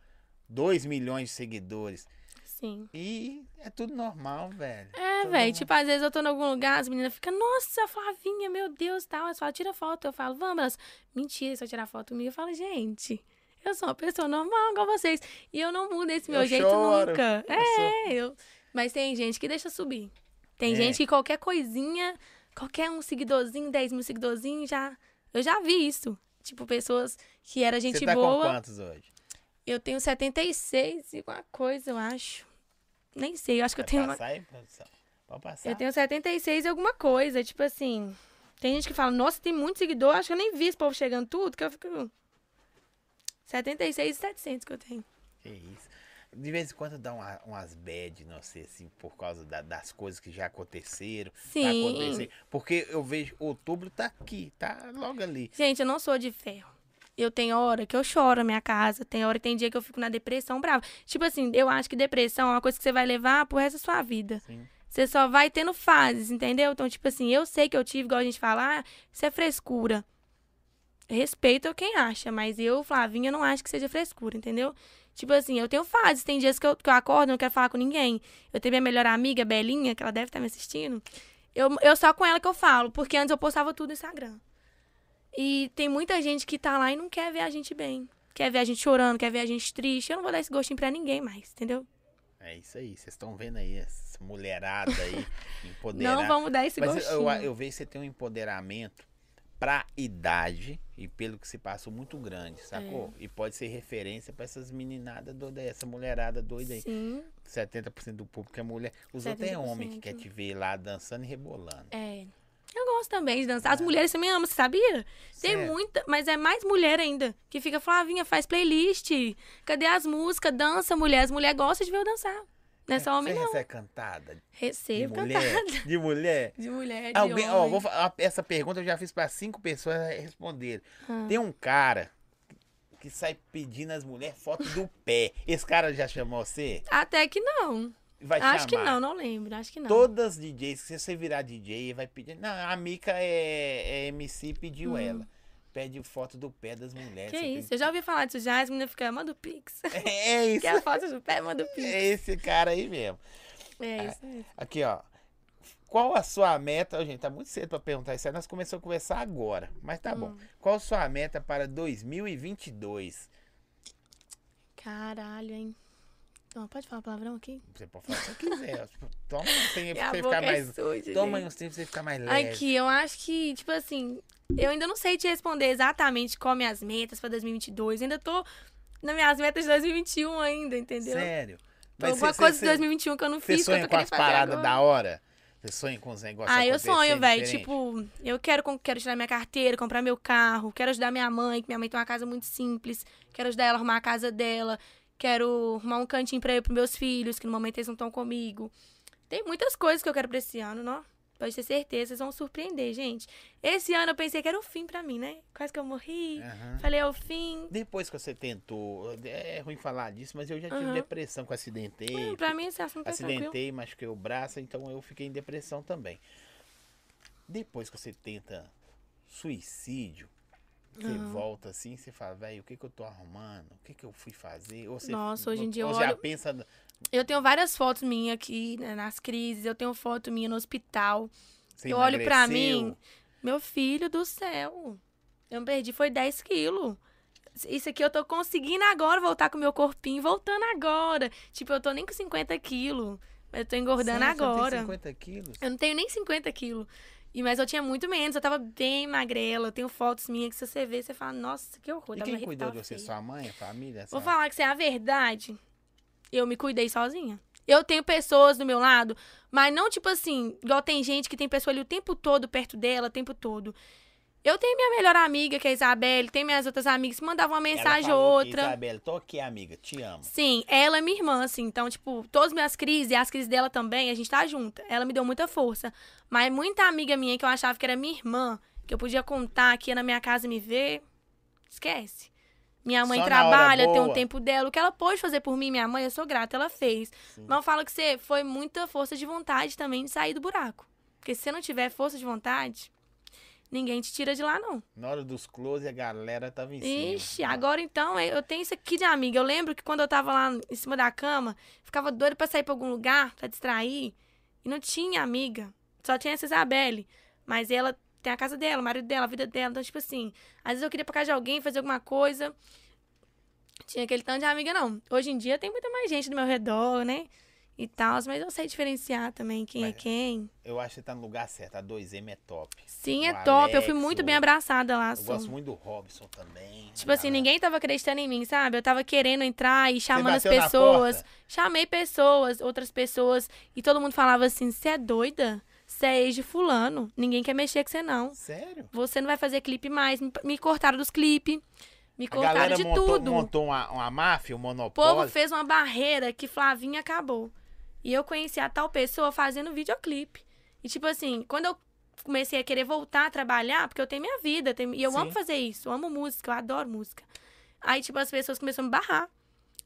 [SPEAKER 1] 2 milhões de seguidores.
[SPEAKER 2] Sim.
[SPEAKER 1] E é tudo normal, velho.
[SPEAKER 2] É, velho. Tipo, às vezes eu tô em algum lugar, as meninas ficam, nossa, Flavinha, meu Deus, tal. Elas falam, tira foto. Eu falo, vamos. Elas, mentira, se eu tirar foto minha, eu falo, gente, eu sou uma pessoa normal igual vocês. E eu não mudo esse meu
[SPEAKER 1] Eu
[SPEAKER 2] jeito
[SPEAKER 1] choro.
[SPEAKER 2] nunca.
[SPEAKER 1] Eu sou-
[SPEAKER 2] É, eu. Mas tem gente que deixa subir. Tem
[SPEAKER 1] É.
[SPEAKER 2] gente que qualquer coisinha, qualquer um seguidorzinho, 10 mil seguidorzinhos, já. Eu já vi isso. Tipo, pessoas que era gente
[SPEAKER 1] Você tá com
[SPEAKER 2] boa.
[SPEAKER 1] quantos hoje?
[SPEAKER 2] Eu tenho 76 e alguma coisa, eu acho. Nem sei, eu acho que eu
[SPEAKER 1] Vai
[SPEAKER 2] tenho uma.
[SPEAKER 1] passar aí, produção? Pode passar.
[SPEAKER 2] Eu tenho 76 e alguma coisa, tipo assim. Tem gente que fala, nossa, tem muito seguidor, acho que eu nem vi esse povo chegando tudo, que eu fico. 76 e 700 que eu tenho.
[SPEAKER 1] Que isso. De vez em quando dá uma- umas bad, não sei, assim, por causa da- das coisas que já aconteceram. vai
[SPEAKER 2] Sim.
[SPEAKER 1] acontecer. Porque eu vejo, outubro tá aqui, tá logo ali.
[SPEAKER 2] Gente, eu não sou de ferro. Eu tenho hora que eu choro na minha casa, tem hora tem dia que eu fico na depressão brava. Tipo assim, eu acho que depressão é uma coisa que você vai levar pro resto da sua vida.
[SPEAKER 1] Sim.
[SPEAKER 2] Você só vai tendo fases, entendeu? Então, tipo assim, eu sei que eu tive, igual a gente fala, ah, isso é frescura. Respeito quem acha, mas eu, Flavinha, não acho que seja frescura, entendeu? Tipo assim, eu tenho fases. Tem dias que eu, que eu acordo e não quero falar com ninguém. Eu tenho minha melhor amiga, Belinha, que ela deve estar me assistindo. Eu, eu só com ela que eu falo, porque antes eu postava tudo no Instagram. E tem muita gente que tá lá e não quer ver a gente bem. Quer ver a gente chorando, quer ver a gente triste. Eu não vou dar esse gostinho pra ninguém mais, entendeu?
[SPEAKER 1] É isso aí, vocês estão vendo aí essa mulherada aí, empoderada.
[SPEAKER 2] Não vamos dar esse
[SPEAKER 1] né? Mas eu,
[SPEAKER 2] gostinho.
[SPEAKER 1] eu, eu vejo que você tem um empoderamento pra idade e pelo que se passou muito grande, sacou?
[SPEAKER 2] É.
[SPEAKER 1] E pode ser referência pra essas meninadas doidas aí, essa mulherada doida aí.
[SPEAKER 2] Sim,
[SPEAKER 1] 70% do público é mulher. Os outros é homem que
[SPEAKER 2] 70%.
[SPEAKER 1] quer te ver lá dançando e rebolando.
[SPEAKER 2] é. Eu gosto também de dançar. As
[SPEAKER 1] É.
[SPEAKER 2] mulheres também amam, você sabia? Tem
[SPEAKER 1] Sério?
[SPEAKER 2] muita, mas é mais mulher ainda. Que fica, Flavinha, faz playlist. Cadê as músicas? Dança, mulher. As mulheres gostam de ver eu dançar. Não é só homem,
[SPEAKER 1] Você
[SPEAKER 2] não.
[SPEAKER 1] recebe cantada? De
[SPEAKER 2] Recebo
[SPEAKER 1] mulher?
[SPEAKER 2] cantada.
[SPEAKER 1] De mulher?
[SPEAKER 2] De mulher, de
[SPEAKER 1] Alguém, ó,
[SPEAKER 2] homem.
[SPEAKER 1] vou fa- essa pergunta eu já fiz pra cinco pessoas responderem.
[SPEAKER 2] Ah.
[SPEAKER 1] Tem um cara que sai pedindo às mulheres foto do pé. Esse cara já chamou você?
[SPEAKER 2] Até que não.
[SPEAKER 1] Vai chamar.
[SPEAKER 2] acho que não, não lembro. Acho que não.
[SPEAKER 1] Todas DJs, se você virar DJ, vai pedir. Não, a Mica é, é MC, pediu ela. Pede foto do pé das mulheres.
[SPEAKER 2] Hum. Que
[SPEAKER 1] você tem-
[SPEAKER 2] isso? Eu já ouvi falar disso já, as meninas ficam, manda o pix.
[SPEAKER 1] É isso.
[SPEAKER 2] Quer a foto do pé, manda o pix.
[SPEAKER 1] É esse cara aí mesmo.
[SPEAKER 2] É isso mesmo.
[SPEAKER 1] Aqui, ó. Qual a sua meta? Ô, Gente, tá muito cedo pra perguntar isso. aí, Nós começamos a conversar agora, mas tá
[SPEAKER 2] Hum.
[SPEAKER 1] bom. Qual a sua meta para 2022?
[SPEAKER 2] Caralho, hein? Não, pode falar palavrão aqui?
[SPEAKER 1] Você pode falar o que você quiser. Toma um tempo pra
[SPEAKER 2] Minha
[SPEAKER 1] você
[SPEAKER 2] boca
[SPEAKER 1] ficar mais.
[SPEAKER 2] é suja,
[SPEAKER 1] Toma
[SPEAKER 2] gente.
[SPEAKER 1] uns tempos pra você ficar mais leve.
[SPEAKER 2] Aqui, eu acho que, tipo assim, eu ainda não sei te responder exatamente qual minhas metas pra 2022. Ainda tô nas minhas metas de 2021 ainda, entendeu?
[SPEAKER 1] Sério.
[SPEAKER 2] Tô
[SPEAKER 1] Mas
[SPEAKER 2] Então, alguma
[SPEAKER 1] você-
[SPEAKER 2] coisa
[SPEAKER 1] você-
[SPEAKER 2] de 2021 que eu não
[SPEAKER 1] Você
[SPEAKER 2] fiz, que eu
[SPEAKER 1] sonha
[SPEAKER 2] tô
[SPEAKER 1] com
[SPEAKER 2] querendo
[SPEAKER 1] as
[SPEAKER 2] fazer
[SPEAKER 1] paradas
[SPEAKER 2] agora.
[SPEAKER 1] da hora? Você sonha com os negócios
[SPEAKER 2] Ah, eu
[SPEAKER 1] acontecerem
[SPEAKER 2] sonho, velho.
[SPEAKER 1] diferente?
[SPEAKER 2] Tipo, eu quero, con- quero tirar minha carteira, comprar meu carro, quero ajudar minha mãe, que minha mãe tem uma casa muito simples, quero ajudar ela a arrumar a casa dela, quero arrumar um cantinho pra eu pros meus filhos, que no momento eles não estão comigo. Tem muitas coisas que eu quero pra esse ano, não? Pode ter certeza, vocês vão surpreender, gente. Esse ano eu pensei que era o fim pra mim, né? Quase que eu morri.
[SPEAKER 1] Aham.
[SPEAKER 2] Falei, é o fim.
[SPEAKER 1] Depois que você tentou. É ruim falar disso, mas eu já tive
[SPEAKER 2] Aham.
[SPEAKER 1] depressão que eu acidentei.
[SPEAKER 2] Hum, pra mim esse assunto é tranquilo.
[SPEAKER 1] Acidentei, machuquei o braço, então eu fiquei em depressão também. Depois que você tenta suicídio, você
[SPEAKER 2] Aham.
[SPEAKER 1] volta assim, você fala, velho, o que que eu tô arrumando? O que que eu fui fazer? Ou você,
[SPEAKER 2] Nossa, hoje em dia
[SPEAKER 1] ou
[SPEAKER 2] eu
[SPEAKER 1] já
[SPEAKER 2] olho-
[SPEAKER 1] pensa no-
[SPEAKER 2] Eu tenho várias fotos minhas aqui né, nas crises, eu tenho foto minha no hospital.
[SPEAKER 1] você
[SPEAKER 2] eu olho pra
[SPEAKER 1] emagreceu.
[SPEAKER 2] mim, meu filho do céu. Eu me perdi, foi 10 quilos. Isso aqui eu tô conseguindo agora voltar com o meu corpinho, voltando agora. Tipo, eu tô nem com 50 quilos, mas eu tô engordando
[SPEAKER 1] Sério, você não tem
[SPEAKER 2] agora.
[SPEAKER 1] 50 quilos?
[SPEAKER 2] Eu não tenho nem 50 quilos. E, mas eu tinha muito menos, eu tava bem magrela. Eu tenho fotos minhas que se você ver, você fala, nossa, que horror.
[SPEAKER 1] E
[SPEAKER 2] tava
[SPEAKER 1] quem
[SPEAKER 2] re-
[SPEAKER 1] cuidou
[SPEAKER 2] tava
[SPEAKER 1] de você?
[SPEAKER 2] feia.
[SPEAKER 1] Sua mãe, a família? Sua-
[SPEAKER 2] Vou falar que você é a verdade. Eu me cuidei sozinha. Eu tenho pessoas do meu lado, mas não tipo assim, igual tem gente que tem pessoa ali o tempo todo perto dela, o tempo todo. Eu tenho minha melhor amiga, que é a Isabelle, tem minhas outras amigas, que mandavam uma
[SPEAKER 1] Ela
[SPEAKER 2] mensagem ou
[SPEAKER 1] falou que,
[SPEAKER 2] outra.
[SPEAKER 1] Isabela, tô aqui, amiga, te amo.
[SPEAKER 2] Sim, ela é minha irmã, assim. Então, tipo, todas as minhas crises, e as crises dela também, a gente tá junta. Ela me deu muita força. Mas muita amiga minha que eu achava que era minha irmã, que eu podia contar, que ia na minha casa me ver, esquece. Minha mãe
[SPEAKER 1] Só na hora
[SPEAKER 2] trabalha, tem
[SPEAKER 1] boa.
[SPEAKER 2] o tempo dela. O que ela pôde fazer por mim, minha mãe, eu sou grata, ela fez.
[SPEAKER 1] Sim.
[SPEAKER 2] Mas eu falo que você foi muita força de vontade também de sair do buraco. Porque se você não tiver força de vontade, ninguém te tira de lá, não.
[SPEAKER 1] Na hora dos close, a galera tava em cima.
[SPEAKER 2] Ixi, agora então, eu eu tenho isso aqui de amiga. Eu lembro que quando eu tava lá em cima da cama, ficava doido pra sair pra algum lugar, pra distrair. E não tinha amiga. Só tinha essa Isabelle. Mas ela tem a casa dela, o marido dela, a vida dela. Então, tipo assim, às vezes eu queria ir pra casa de alguém, fazer alguma coisa. Tinha aquele tanto de amiga, não. Hoje em dia tem muita mais gente do meu redor, né? E tal, mas eu sei diferenciar também quem é
[SPEAKER 1] Mas-
[SPEAKER 2] quem.
[SPEAKER 1] Eu acho que você tá no lugar certo. A 2M é top.
[SPEAKER 2] Sim,
[SPEAKER 1] o
[SPEAKER 2] é top. Eu
[SPEAKER 1] Alex,
[SPEAKER 2] fui muito
[SPEAKER 1] o-
[SPEAKER 2] bem abraçada lá,
[SPEAKER 1] Eu
[SPEAKER 2] sou.
[SPEAKER 1] gosto muito do Robson também.
[SPEAKER 2] um- Tipo assim,
[SPEAKER 1] Galera.
[SPEAKER 2] ninguém tava acreditando em mim, sabe? Eu tava querendo entrar e chamando as
[SPEAKER 1] bateu na
[SPEAKER 2] pessoas.
[SPEAKER 1] porta?
[SPEAKER 2] Chamei pessoas, outras pessoas. E todo mundo falava assim: você é doida? Você é ex de fulano. Ninguém quer mexer com você, não.
[SPEAKER 1] Sério?
[SPEAKER 2] Você não vai fazer clipe mais. Me, me cortaram dos clipes. Me
[SPEAKER 1] A
[SPEAKER 2] cortaram
[SPEAKER 1] galera
[SPEAKER 2] de
[SPEAKER 1] montou,
[SPEAKER 2] tudo.
[SPEAKER 1] montou uma, uma máfia, um
[SPEAKER 2] O povo
[SPEAKER 1] monopólio.
[SPEAKER 2] fez uma barreira que Flavinha acabou. E eu conheci a tal pessoa fazendo videoclipe. E tipo assim, quando eu comecei a querer voltar a trabalhar, porque eu tenho minha vida, tenho- e eu
[SPEAKER 1] Sim.
[SPEAKER 2] amo fazer isso, eu amo música, eu adoro música. Aí tipo as pessoas começaram a me barrar.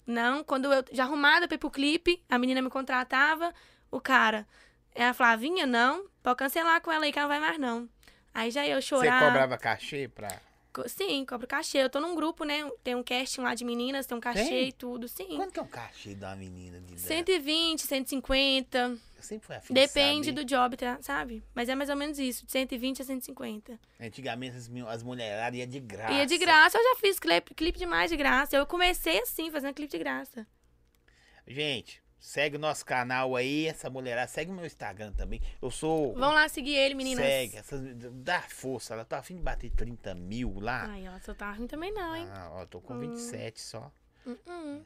[SPEAKER 2] Não, quando eu já arrumada pra ir pro clipe, a menina me contratava, o cara, é a Flavinha? Não, pode cancelar com ela aí que ela não vai mais não. Aí já eu
[SPEAKER 1] Você
[SPEAKER 2] chorar.
[SPEAKER 1] cobrava cachê pra.
[SPEAKER 2] Co- Sim, cobro cachê. Eu tô num grupo, né? Tem um casting lá de meninas, tem um cachê
[SPEAKER 1] Tem?
[SPEAKER 2] e tudo, sim.
[SPEAKER 1] Quanto que é um cachê de uma menina de dança?
[SPEAKER 2] 120, 150.
[SPEAKER 1] Eu sempre fui afim de
[SPEAKER 2] Depende
[SPEAKER 1] saber.
[SPEAKER 2] do job, tá? sabe? Mas é mais ou menos isso, de 120 a 150.
[SPEAKER 1] Antigamente as, mil- as mulheradas iam de graça.
[SPEAKER 2] E é de graça, eu já fiz clipe, clipe demais de graça. Eu comecei assim, fazendo clipe de graça.
[SPEAKER 1] Gente, segue o nosso canal aí, essa mulherada. Segue o meu Instagram também. Eu sou.
[SPEAKER 2] Vão lá seguir ele, meninas.
[SPEAKER 1] Segue. Essas, dá força. Ela tá afim de bater 30 mil lá.
[SPEAKER 2] Ai, ó, só tá ruim também não, hein?
[SPEAKER 1] Ah, ó, eu tô com 27 só.
[SPEAKER 2] Hum,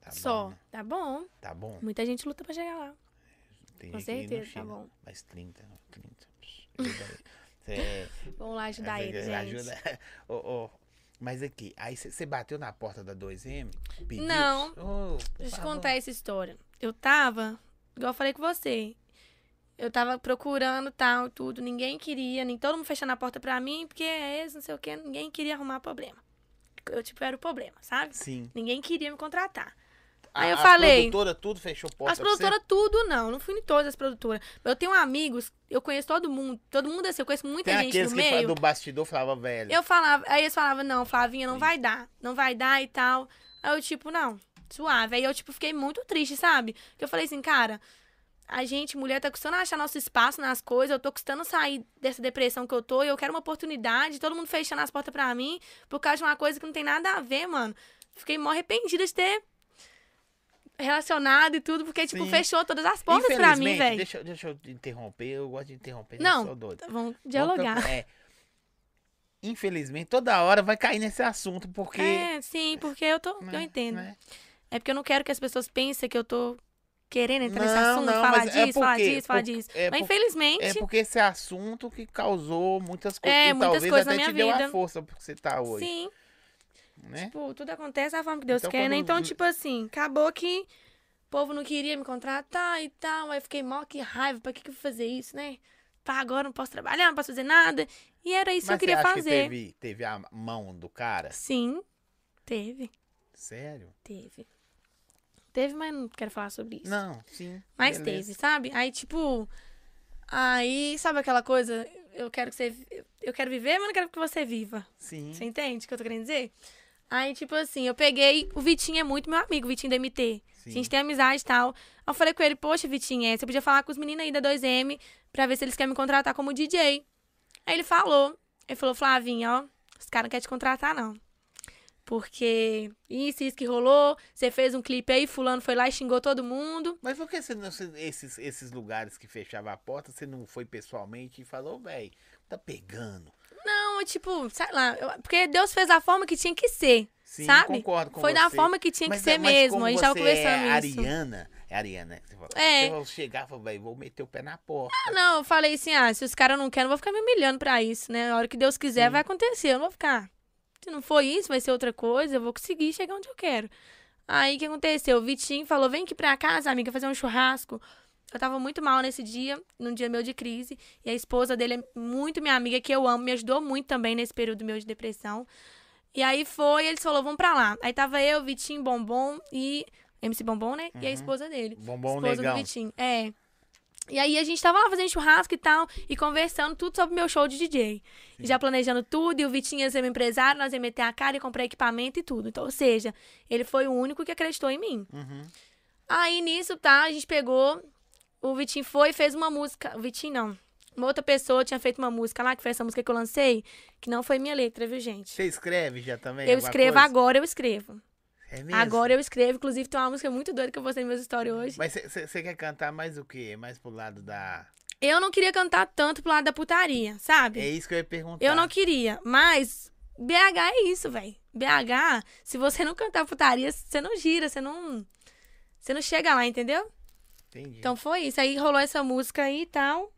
[SPEAKER 1] Tá
[SPEAKER 2] só,
[SPEAKER 1] Bom, né?
[SPEAKER 2] tá bom.
[SPEAKER 1] Tá bom.
[SPEAKER 2] Muita gente luta pra chegar lá.
[SPEAKER 1] Tem
[SPEAKER 2] Com
[SPEAKER 1] gente que não
[SPEAKER 2] certeza, tá
[SPEAKER 1] chega.
[SPEAKER 2] bom.
[SPEAKER 1] Mais 30, 30. pss, ajuda aí. Cê-
[SPEAKER 2] Vão lá ajudar
[SPEAKER 1] Mas
[SPEAKER 2] ele,
[SPEAKER 1] aí,
[SPEAKER 2] gente.
[SPEAKER 1] ajuda. Ô, ô, mas aqui, aí você bateu na porta da 2M? Pediu?
[SPEAKER 2] Não.
[SPEAKER 1] Ô, por
[SPEAKER 2] Deixa eu te
[SPEAKER 1] favor.
[SPEAKER 2] contar essa história. eu tava, igual eu falei com você, eu tava procurando tal, tudo, ninguém queria, nem todo mundo fechando a porta pra mim, porque é isso, não sei o quê, ninguém queria arrumar problema. Eu, tipo, era o problema, sabe?
[SPEAKER 1] Sim.
[SPEAKER 2] Ninguém queria me contratar. Aí eu
[SPEAKER 1] as
[SPEAKER 2] falei-
[SPEAKER 1] produtora tudo fechou porta.
[SPEAKER 2] as
[SPEAKER 1] pra você?
[SPEAKER 2] produtoras, tudo não, não fui em todas as produtoras. Eu tenho amigos, eu conheço todo mundo, todo mundo assim, eu conheço muita
[SPEAKER 1] Tem
[SPEAKER 2] gente
[SPEAKER 1] aqueles
[SPEAKER 2] no
[SPEAKER 1] que fa-
[SPEAKER 2] meio.
[SPEAKER 1] do bastidor falava, velho.
[SPEAKER 2] Eu falava, aí eles falavam, não, Flavinha, não vai dar, não vai dar e tal. Aí eu, tipo, não, suave. Aí eu, tipo, fiquei muito triste, sabe? Porque eu falei assim, cara, a gente, mulher, tá custando achar nosso espaço nas coisas, eu tô custando sair dessa depressão que eu tô, e eu quero uma oportunidade, todo mundo fechando as portas pra mim, por causa de uma coisa que não tem nada a ver, mano. Fiquei mó arrependida de ter relacionado e tudo, porque, tipo,
[SPEAKER 1] Sim.
[SPEAKER 2] fechou todas as portas pra mim,
[SPEAKER 1] Infelizmente,
[SPEAKER 2] velho.
[SPEAKER 1] Deixa, eu- deixa eu te interromper, eu gosto de interromper.
[SPEAKER 2] Não,
[SPEAKER 1] eu sou doido.
[SPEAKER 2] Vamos dialogar.
[SPEAKER 1] Vamos tra- é. Infelizmente, toda hora vai cair nesse assunto, porque.
[SPEAKER 2] É, sim, porque eu tô. eu
[SPEAKER 1] né,
[SPEAKER 2] entendo.
[SPEAKER 1] né?
[SPEAKER 2] É porque eu não quero que as pessoas pensem que eu tô querendo entrar nesse
[SPEAKER 1] Não,
[SPEAKER 2] assunto,
[SPEAKER 1] não,
[SPEAKER 2] falar
[SPEAKER 1] mas
[SPEAKER 2] disso,
[SPEAKER 1] é
[SPEAKER 2] falar
[SPEAKER 1] porque-
[SPEAKER 2] disso, falar
[SPEAKER 1] por-
[SPEAKER 2] disso.
[SPEAKER 1] é
[SPEAKER 2] mas
[SPEAKER 1] por-
[SPEAKER 2] infelizmente,
[SPEAKER 1] É porque esse assunto que causou muitas coisas.
[SPEAKER 2] É,
[SPEAKER 1] e
[SPEAKER 2] muitas
[SPEAKER 1] talvez
[SPEAKER 2] coisas na
[SPEAKER 1] até
[SPEAKER 2] minha
[SPEAKER 1] te deu a
[SPEAKER 2] vida.
[SPEAKER 1] força porque você tá hoje.
[SPEAKER 2] sim,
[SPEAKER 1] Né?
[SPEAKER 2] tipo, tudo acontece da forma que Deus
[SPEAKER 1] Então,
[SPEAKER 2] quer, né?
[SPEAKER 1] quando-
[SPEAKER 2] Então, tipo assim, acabou que o povo não queria me contratar e tal. Aí eu fiquei mal, que raiva, pra que, que eu vou fazer isso, né? Pá, agora não posso trabalhar, não posso fazer nada. E era isso
[SPEAKER 1] Mas
[SPEAKER 2] que eu queria
[SPEAKER 1] você acha que
[SPEAKER 2] fazer.
[SPEAKER 1] teve, teve a mão do cara?
[SPEAKER 2] Sim, teve,
[SPEAKER 1] Sério?
[SPEAKER 2] teve. Teve, mas não quero falar sobre isso.
[SPEAKER 1] Não, sim.
[SPEAKER 2] Mas
[SPEAKER 1] beleza.
[SPEAKER 2] teve, sabe? Aí, tipo. Aí, sabe aquela coisa? Eu quero que você. Eu quero viver, mas não quero que você viva.
[SPEAKER 1] Sim.
[SPEAKER 2] Você entende o que eu tô querendo dizer? Aí, tipo assim, eu peguei. O Vitinho é muito meu amigo, o Vitinho da MT.
[SPEAKER 1] Sim.
[SPEAKER 2] A gente tem amizade e tal. Aí eu falei com ele, poxa, Vitinho, é, você podia falar com os meninos aí da 2M pra ver se eles querem me contratar como DJ. Aí ele falou. Ele falou, Flavinha, ó, os caras não querem te contratar, não. Porque isso, isso que rolou. Você fez um clipe aí, fulano foi lá e xingou todo mundo.
[SPEAKER 1] Mas por que você não, você- esses, esses lugares que fechava a porta, você não foi pessoalmente e falou, velho, tá pegando?
[SPEAKER 2] Não, eu, tipo, sei lá, eu- porque Deus fez da forma que tinha que ser.
[SPEAKER 1] Sim,
[SPEAKER 2] Sabe?
[SPEAKER 1] concordo com
[SPEAKER 2] Foi
[SPEAKER 1] você.
[SPEAKER 2] da forma que tinha que ser
[SPEAKER 1] mas
[SPEAKER 2] mesmo.
[SPEAKER 1] como
[SPEAKER 2] A gente tava
[SPEAKER 1] você
[SPEAKER 2] conversando
[SPEAKER 1] é
[SPEAKER 2] isso.
[SPEAKER 1] Ariana, é Ariana que você falou.
[SPEAKER 2] É.
[SPEAKER 1] Eu chegava, velho, vou meter o pé na porta.
[SPEAKER 2] Ah, não, eu falei assim, ah, se os caras não querem, eu vou ficar me humilhando pra isso, né? A hora que Deus quiser, vai acontecer, eu não vou ficar. Se não for isso, vai ser outra coisa, eu vou conseguir chegar onde eu quero. Aí, o que aconteceu? O Vitinho falou, vem aqui pra casa, amiga, fazer um churrasco. Eu tava muito mal nesse dia, num dia meu de crise. E a esposa dele é muito minha amiga, que eu amo, me ajudou muito também nesse período meu de depressão. E aí foi, eles falaram, vamos pra lá. Aí tava eu, Vitinho, Bombom e... MC Bombom, né? E a
[SPEAKER 1] Uhum.
[SPEAKER 2] esposa dele
[SPEAKER 1] Bombom
[SPEAKER 2] esposa
[SPEAKER 1] negão.
[SPEAKER 2] do Vitinho. É. E aí a gente tava lá fazendo churrasco e tal, e conversando tudo sobre o meu show de DJ. E Já planejando tudo, e o Vitinho ia ser meu empresário, nós ia meter a cara e comprar equipamento e tudo. Então, ou seja, ele foi o único que acreditou em mim.
[SPEAKER 1] Uhum.
[SPEAKER 2] Aí nisso, tá, a gente pegou, o Vitinho foi e fez uma música. O Vitinho não. Uma outra pessoa tinha feito uma música lá, que foi essa música que eu lancei, que não foi minha letra, viu, gente?
[SPEAKER 1] Você escreve já também?
[SPEAKER 2] Eu
[SPEAKER 1] alguma
[SPEAKER 2] escrevo
[SPEAKER 1] coisa?
[SPEAKER 2] agora, eu escrevo.
[SPEAKER 1] É mesmo?
[SPEAKER 2] Agora eu escrevo, inclusive tem uma música muito doida que eu postei nos meus stories hoje.
[SPEAKER 1] Mas você quer cantar mais o quê? Mais pro lado da.
[SPEAKER 2] Eu não queria cantar tanto pro lado da putaria, sabe?
[SPEAKER 1] É isso que eu ia perguntar.
[SPEAKER 2] Eu não queria, mas BH é isso, velho. BH, se você não cantar putaria, você não gira, você não. Você não chega lá, entendeu?
[SPEAKER 1] Entendi.
[SPEAKER 2] Então foi isso. Aí rolou essa música aí e tal.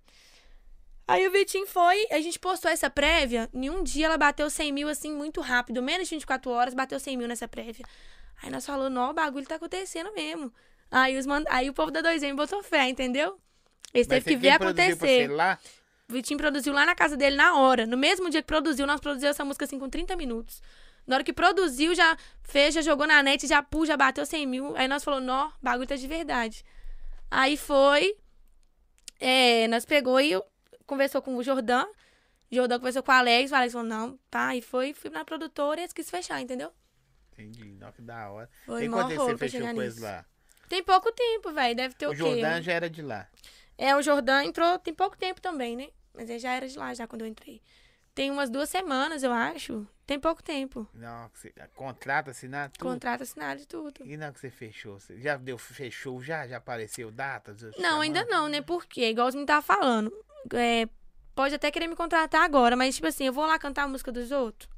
[SPEAKER 2] Aí o Vitinho foi, a gente postou essa prévia. Em um dia ela bateu 100 mil, assim, muito rápido. Menos de 24 horas, bateu 100 mil nessa prévia. Aí nós falamos, não, o bagulho tá acontecendo mesmo. Aí, os mand... aí o povo da 2M botou fé, entendeu? Eles
[SPEAKER 1] Mas
[SPEAKER 2] teve que
[SPEAKER 1] você-
[SPEAKER 2] ver
[SPEAKER 1] quem produziu pra
[SPEAKER 2] acontecer.
[SPEAKER 1] você lá?
[SPEAKER 2] O Vitinho produziu lá na casa dele na hora. No mesmo dia que produziu, nós produzimos essa música assim com 30 minutos. Na hora que produziu, já fez, já jogou na net, já pul, já bateu 100 mil. Aí nós falamos, nó, bagulho tá de verdade. Aí foi, é, nós pegou e eu- conversou com o Jordão. O Jordão conversou com o Alex, o Alex falou, não, pá, e foi, fui na produtora e eles quis fechar, entendeu?
[SPEAKER 1] Entendi. Não, que da hora.
[SPEAKER 2] Foi
[SPEAKER 1] Tem
[SPEAKER 2] mó
[SPEAKER 1] quanto tempo
[SPEAKER 2] rolo
[SPEAKER 1] você
[SPEAKER 2] pra
[SPEAKER 1] fechou
[SPEAKER 2] chegar
[SPEAKER 1] coisa
[SPEAKER 2] nisso.
[SPEAKER 1] lá?
[SPEAKER 2] Tem pouco tempo, velho, deve ter o,
[SPEAKER 1] O
[SPEAKER 2] quê?
[SPEAKER 1] Jordão já era de lá.
[SPEAKER 2] É, o Jordão entrou tem pouco tempo também, né? Mas ele já era de lá, já quando eu entrei. Tem umas duas semanas, eu acho. Tem pouco tempo.
[SPEAKER 1] Não, que você... contrato, assinado, tudo.
[SPEAKER 2] Contrato assinado e tudo.
[SPEAKER 1] E na hora que você fechou? Você já deu, fechou já? Já apareceu datas?
[SPEAKER 2] Não, ainda não, né? Porque, igual você me tava falando, é, pode até querer me contratar agora, mas, tipo assim, eu vou lá cantar a música dos outros.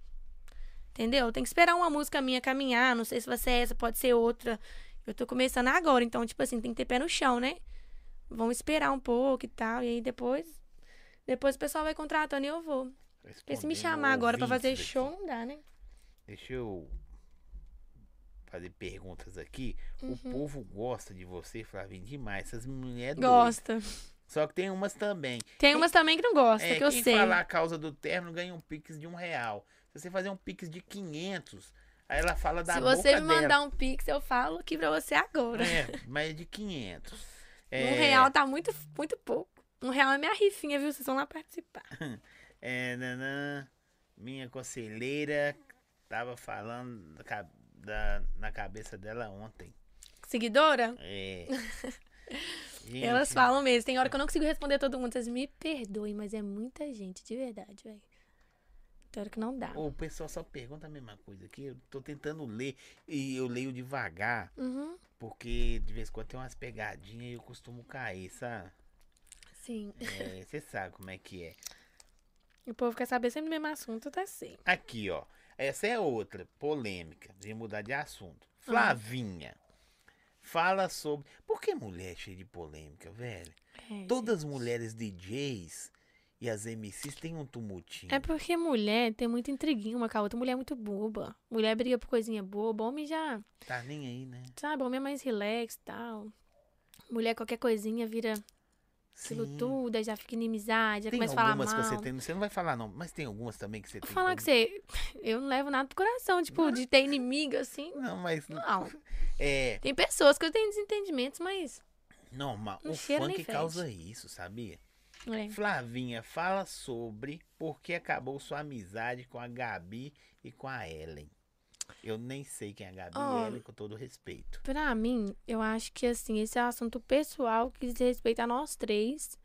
[SPEAKER 2] Entendeu? Tem que esperar uma música minha caminhar. Não sei se vai ser essa, pode ser outra. Eu tô começando agora, então, tipo assim, tem que ter pé no chão, né? Vão esperar um pouco e tal. E aí depois. Depois o pessoal vai contratando e eu vou.
[SPEAKER 1] É
[SPEAKER 2] Porque se me chamar agora pra fazer show, não dá, né?
[SPEAKER 1] Deixa eu fazer perguntas aqui. O
[SPEAKER 2] Uhum.
[SPEAKER 1] povo gosta de você, Flavinho, demais. Essas mulheres doidas.
[SPEAKER 2] Gosta.
[SPEAKER 1] Só que tem umas também.
[SPEAKER 2] Tem umas também que não gosta,
[SPEAKER 1] É,
[SPEAKER 2] que eu
[SPEAKER 1] quem
[SPEAKER 2] sei.
[SPEAKER 1] falar a causa do término ganha um pix de um real. Se você fazer um pix de 500, aí ela fala da
[SPEAKER 2] Se
[SPEAKER 1] boca
[SPEAKER 2] você me mandar
[SPEAKER 1] dela.
[SPEAKER 2] um pix, eu falo aqui pra você agora.
[SPEAKER 1] É, mas é de 500. É,
[SPEAKER 2] Um real tá muito, muito pouco. Um real é minha rifinha, viu? Vocês vão lá participar.
[SPEAKER 1] É, nanã, minha conselheira tava falando da ca- da- na cabeça dela ontem.
[SPEAKER 2] Seguidora?
[SPEAKER 1] É. Gente,
[SPEAKER 2] Elas falam mesmo. Tem hora que eu não consigo responder todo mundo. Vocês me perdoem, mas é muita gente, de verdade, velho. Tem hora que não dá.
[SPEAKER 1] O pessoal só pergunta a mesma coisa aqui. Eu tô tentando ler e eu leio devagar,
[SPEAKER 2] Uhum.
[SPEAKER 1] porque de vez em quando tem umas pegadinhas e eu costumo cair, sabe?
[SPEAKER 2] Sim.
[SPEAKER 1] Você sabe como é que é.
[SPEAKER 2] O povo quer saber sempre o mesmo assunto, tá assim.
[SPEAKER 1] Aqui, ó. Essa é outra polêmica. Vim mudar de assunto.
[SPEAKER 2] Ah.
[SPEAKER 1] Flavinha. Fala sobre. Por que mulher é cheia de polêmica, velho?
[SPEAKER 2] É,
[SPEAKER 1] Todas as mulheres DJs e as MCs têm um tumultinho.
[SPEAKER 2] É porque mulher tem muita intriguinha uma com a outra. Mulher é muito boba. Mulher briga por coisinha boba. Homem já,
[SPEAKER 1] Tá nem aí, né?
[SPEAKER 2] sabe? Homem é mais relax e tal. Mulher, qualquer coisinha vira aquilo
[SPEAKER 1] Sim.
[SPEAKER 2] tudo, aí já fica inimizade, já
[SPEAKER 1] Tem
[SPEAKER 2] começa a falar
[SPEAKER 1] algumas
[SPEAKER 2] mal.
[SPEAKER 1] que você tem. Você não vai falar, não, mas tem algumas também que você
[SPEAKER 2] Vou
[SPEAKER 1] tem.
[SPEAKER 2] falar que
[SPEAKER 1] como-
[SPEAKER 2] você. Eu não levo nada pro coração, tipo, de ter inimigo assim.
[SPEAKER 1] Não, mas.
[SPEAKER 2] Não.
[SPEAKER 1] É
[SPEAKER 2] Tem pessoas que eu tenho desentendimentos, mas.
[SPEAKER 1] normal.
[SPEAKER 2] Não
[SPEAKER 1] o
[SPEAKER 2] cheira um nem
[SPEAKER 1] funk
[SPEAKER 2] fede.
[SPEAKER 1] causa isso, sabia?
[SPEAKER 2] É.
[SPEAKER 1] Flavinha, fala sobre por que acabou sua amizade com a Gabi e com a Ellen. Eu nem sei quem é a Gabi e
[SPEAKER 2] Ó.
[SPEAKER 1] Ellen, com todo respeito.
[SPEAKER 2] Pra mim, eu acho que assim, esse é um assunto pessoal que diz respeito a nós três.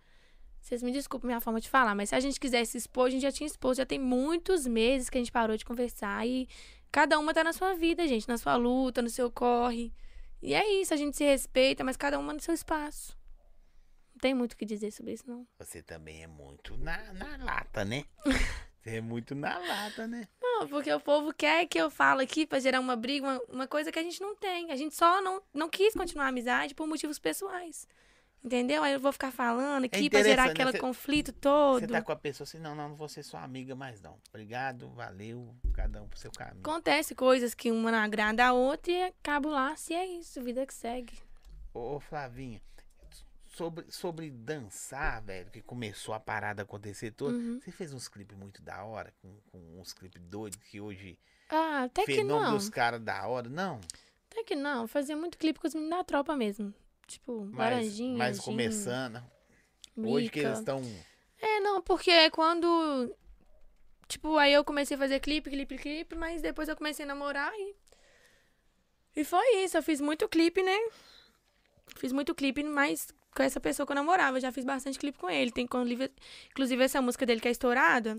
[SPEAKER 2] Vocês me desculpem minha forma de falar, mas se a gente quisesse expor, a gente já tinha exposto. Já tem muitos meses que a gente parou de conversar e cada uma tá na sua vida, gente, na sua luta, no seu corre. E é isso, a gente se respeita, mas cada uma no seu espaço. Não tem muito o que dizer sobre isso, não.
[SPEAKER 1] Você também é muito na, na lata, né? Você é muito na lata, né?
[SPEAKER 2] Não, porque o povo quer que eu fale aqui pra gerar uma briga, uma, uma coisa que a gente não tem. A gente só não, não quis continuar a amizade por motivos pessoais. Entendeu? Aí eu vou ficar falando aqui pra gerar
[SPEAKER 1] interessante, né?
[SPEAKER 2] aquele
[SPEAKER 1] Cê-
[SPEAKER 2] conflito todo.
[SPEAKER 1] Você tá com a pessoa assim, não, não, não vou ser sua amiga mais não. Obrigado, valeu, cada um pro seu caminho.
[SPEAKER 2] Acontece coisas que uma não agrada a outra e acabo lá, se é isso, vida que segue.
[SPEAKER 1] Ô, ô, Flavinha, sobre, sobre dançar, velho, que começou a parada acontecer toda,
[SPEAKER 2] Uhum.
[SPEAKER 1] você fez uns clipes muito da hora, com, com uns clipes doidos que hoje
[SPEAKER 2] Ah, até que
[SPEAKER 1] fenômeno
[SPEAKER 2] não.
[SPEAKER 1] dos caras da hora, não.
[SPEAKER 2] Até que não. Fazia muito clipe com os meninos da tropa mesmo. Tipo,
[SPEAKER 1] Mas,
[SPEAKER 2] laranjinha.
[SPEAKER 1] mas
[SPEAKER 2] Gin,
[SPEAKER 1] começando. né? Hoje que
[SPEAKER 2] Mica.
[SPEAKER 1] eles estão.
[SPEAKER 2] É, não, porque quando. Tipo, aí eu comecei a fazer clipe, clipe, clipe, mas depois eu comecei a namorar e. E foi isso, eu fiz muito clipe, né? Fiz muito clipe, mas com essa pessoa que eu namorava, eu já fiz bastante clipe com ele. Tem, inclusive, inclusive essa música dele que é estourada.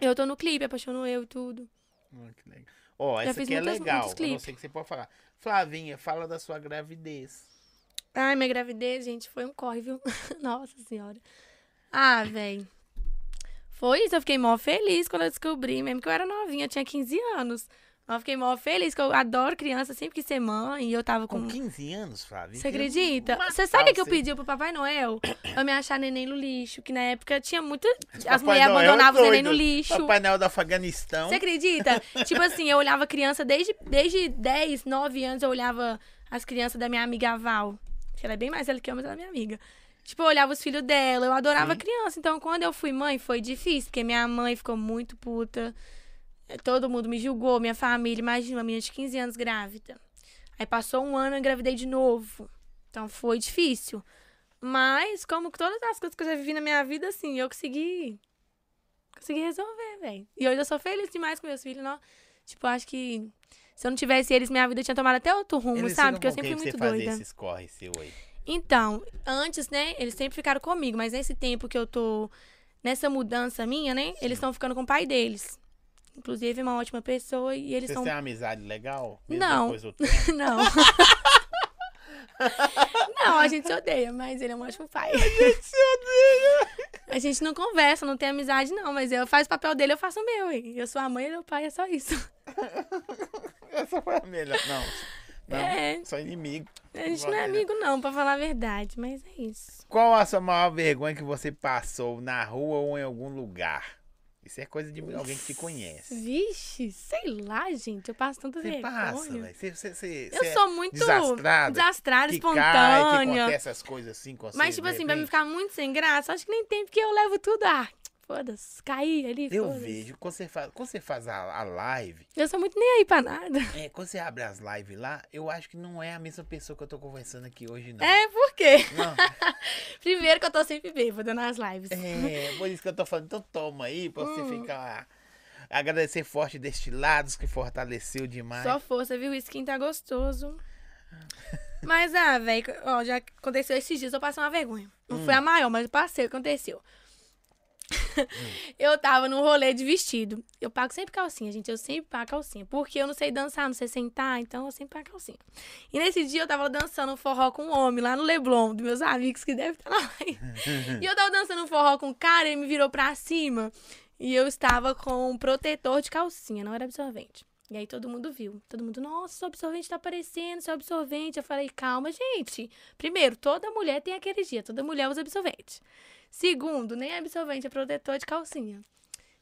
[SPEAKER 2] Eu tô no clipe, apaixonou eu e tudo.
[SPEAKER 1] Ó, que legal. Ó,
[SPEAKER 2] Já
[SPEAKER 1] essa
[SPEAKER 2] fiz
[SPEAKER 1] aqui é
[SPEAKER 2] muitas-
[SPEAKER 1] legal.
[SPEAKER 2] muitos
[SPEAKER 1] Eu não
[SPEAKER 2] clipes.
[SPEAKER 1] sei o que você pode falar. Flavinha, fala da sua gravidez.
[SPEAKER 2] Ai, minha gravidez, gente, foi um corre, viu? Nossa senhora. Ah, velho. Foi isso, eu fiquei mó feliz quando eu descobri, mesmo que eu era novinha, eu tinha 15 anos. Mas eu fiquei mó feliz, que eu adoro criança, sempre quis ser mãe, e eu tava com...
[SPEAKER 1] Com 15 anos, Flavinha.
[SPEAKER 2] Hum. Você
[SPEAKER 1] eu queria
[SPEAKER 2] acredita?
[SPEAKER 1] matar
[SPEAKER 2] Você sabe o que eu
[SPEAKER 1] você.
[SPEAKER 2] pedi pro Papai Noel? Pra me achar neném no lixo, que na época tinha muito... As
[SPEAKER 1] Papai
[SPEAKER 2] mulheres
[SPEAKER 1] Noel é
[SPEAKER 2] abandonavam os neném
[SPEAKER 1] doido.
[SPEAKER 2] no lixo.
[SPEAKER 1] Papai Noel do Afeganistão.
[SPEAKER 2] Você acredita? tipo assim, eu olhava criança desde, desde 10, 9 anos, eu olhava as crianças da minha amiga Val. Que ela é bem mais velha que eu, mas ela é minha amiga. Tipo, eu olhava os filhos dela, eu adorava
[SPEAKER 1] Sim.
[SPEAKER 2] criança. Então, quando eu fui mãe, foi difícil, porque minha mãe ficou muito puta. Eh, Todo mundo me julgou, minha família. Imagina, uma menina de 15 anos grávida. Aí passou um ano, eu engravidei de novo. Então, foi difícil. Mas, como que todas as coisas que eu já vivi na minha vida, assim, eu consegui. Consegui resolver, velho. E hoje eu sou feliz demais com meus filhos, não? Tipo, acho que se eu não tivesse eles, minha vida tinha tomado até outro rumo,
[SPEAKER 1] Eles
[SPEAKER 2] sabe?
[SPEAKER 1] ficam
[SPEAKER 2] Porque eu
[SPEAKER 1] com
[SPEAKER 2] sempre
[SPEAKER 1] quem
[SPEAKER 2] fui
[SPEAKER 1] pra
[SPEAKER 2] muito
[SPEAKER 1] você fazer
[SPEAKER 2] doida.
[SPEAKER 1] esses corre seu aí.
[SPEAKER 2] Então, antes, né, eles sempre ficaram comigo, mas nesse tempo que eu tô nessa mudança minha, né, eles estão ficando com o pai deles. Inclusive, é uma ótima pessoa e eles
[SPEAKER 1] Vocês
[SPEAKER 2] são.
[SPEAKER 1] têm uma amizade legal?
[SPEAKER 2] Não.
[SPEAKER 1] Depois do tempo?
[SPEAKER 2] Não. não, a gente se odeia, mas ele é um ótimo pai. A gente se odeia. A gente não conversa, não tem amizade, não, mas eu faço o papel dele, eu faço o meu. hein? Eu sou a mãe, ele é o pai, é só isso.
[SPEAKER 1] Essa foi a melhor. Não. Não,
[SPEAKER 2] É.
[SPEAKER 1] só inimigo.
[SPEAKER 2] A gente não é amigo, não, pra falar a verdade, mas é isso.
[SPEAKER 1] Qual a sua maior vergonha que você passou na rua ou em algum lugar? Isso é coisa de alguém que te conhece.
[SPEAKER 2] Vixe, sei lá, gente. Eu passo tanta
[SPEAKER 1] Você
[SPEAKER 2] vergonha.
[SPEAKER 1] passa, velho. Você, você, você,
[SPEAKER 2] Eu
[SPEAKER 1] você é
[SPEAKER 2] sou muito
[SPEAKER 1] desastrada,
[SPEAKER 2] desastrada,
[SPEAKER 1] que cai, que
[SPEAKER 2] espontânea.
[SPEAKER 1] acontece essas coisas assim com você.
[SPEAKER 2] Mas, tipo
[SPEAKER 1] de
[SPEAKER 2] assim, pra mim
[SPEAKER 1] repente.
[SPEAKER 2] ficar muito sem graça, acho que nem tem, porque eu levo tudo. Ah, foda-se, caí ali.
[SPEAKER 1] Eu
[SPEAKER 2] foda-se.
[SPEAKER 1] vejo, quando você faz, quando você faz a, a live,
[SPEAKER 2] Eu sou muito nem aí pra nada.
[SPEAKER 1] é, quando você abre as lives lá, eu acho que não é a mesma pessoa que eu tô conversando aqui hoje, não.
[SPEAKER 2] É, por quê?
[SPEAKER 1] Não,
[SPEAKER 2] Primeiro que eu tô sempre bêbada nas lives.
[SPEAKER 1] É, por isso que eu tô falando. Então toma aí, pra você
[SPEAKER 2] Hum.
[SPEAKER 1] ficar. Agradecer forte destilados que fortaleceu demais.
[SPEAKER 2] Só força, viu? Isso quem tá gostoso. Mas, ah, velho, ó, já aconteceu esses dias, eu passei uma vergonha. Não foi a maior, mas eu passei, aconteceu. eu tava num rolê de vestido. Eu pago sempre calcinha, gente. Eu sempre pago calcinha. Porque eu não sei dançar, não sei sentar, então eu sempre pago calcinha. E nesse dia eu tava dançando um forró com um homem lá no Leblon, dos meus amigos que devem estar lá. e eu tava dançando um forró com um cara, ele me virou pra cima. E eu estava com um protetor de calcinha, não era absorvente. E aí todo mundo viu. Todo mundo, nossa, seu absorvente tá aparecendo, seu absorvente. Eu falei, calma, gente. Primeiro, toda mulher tem aquele dia, toda mulher usa absorvente. Segundo, nem é absorvente, é protetor de calcinha.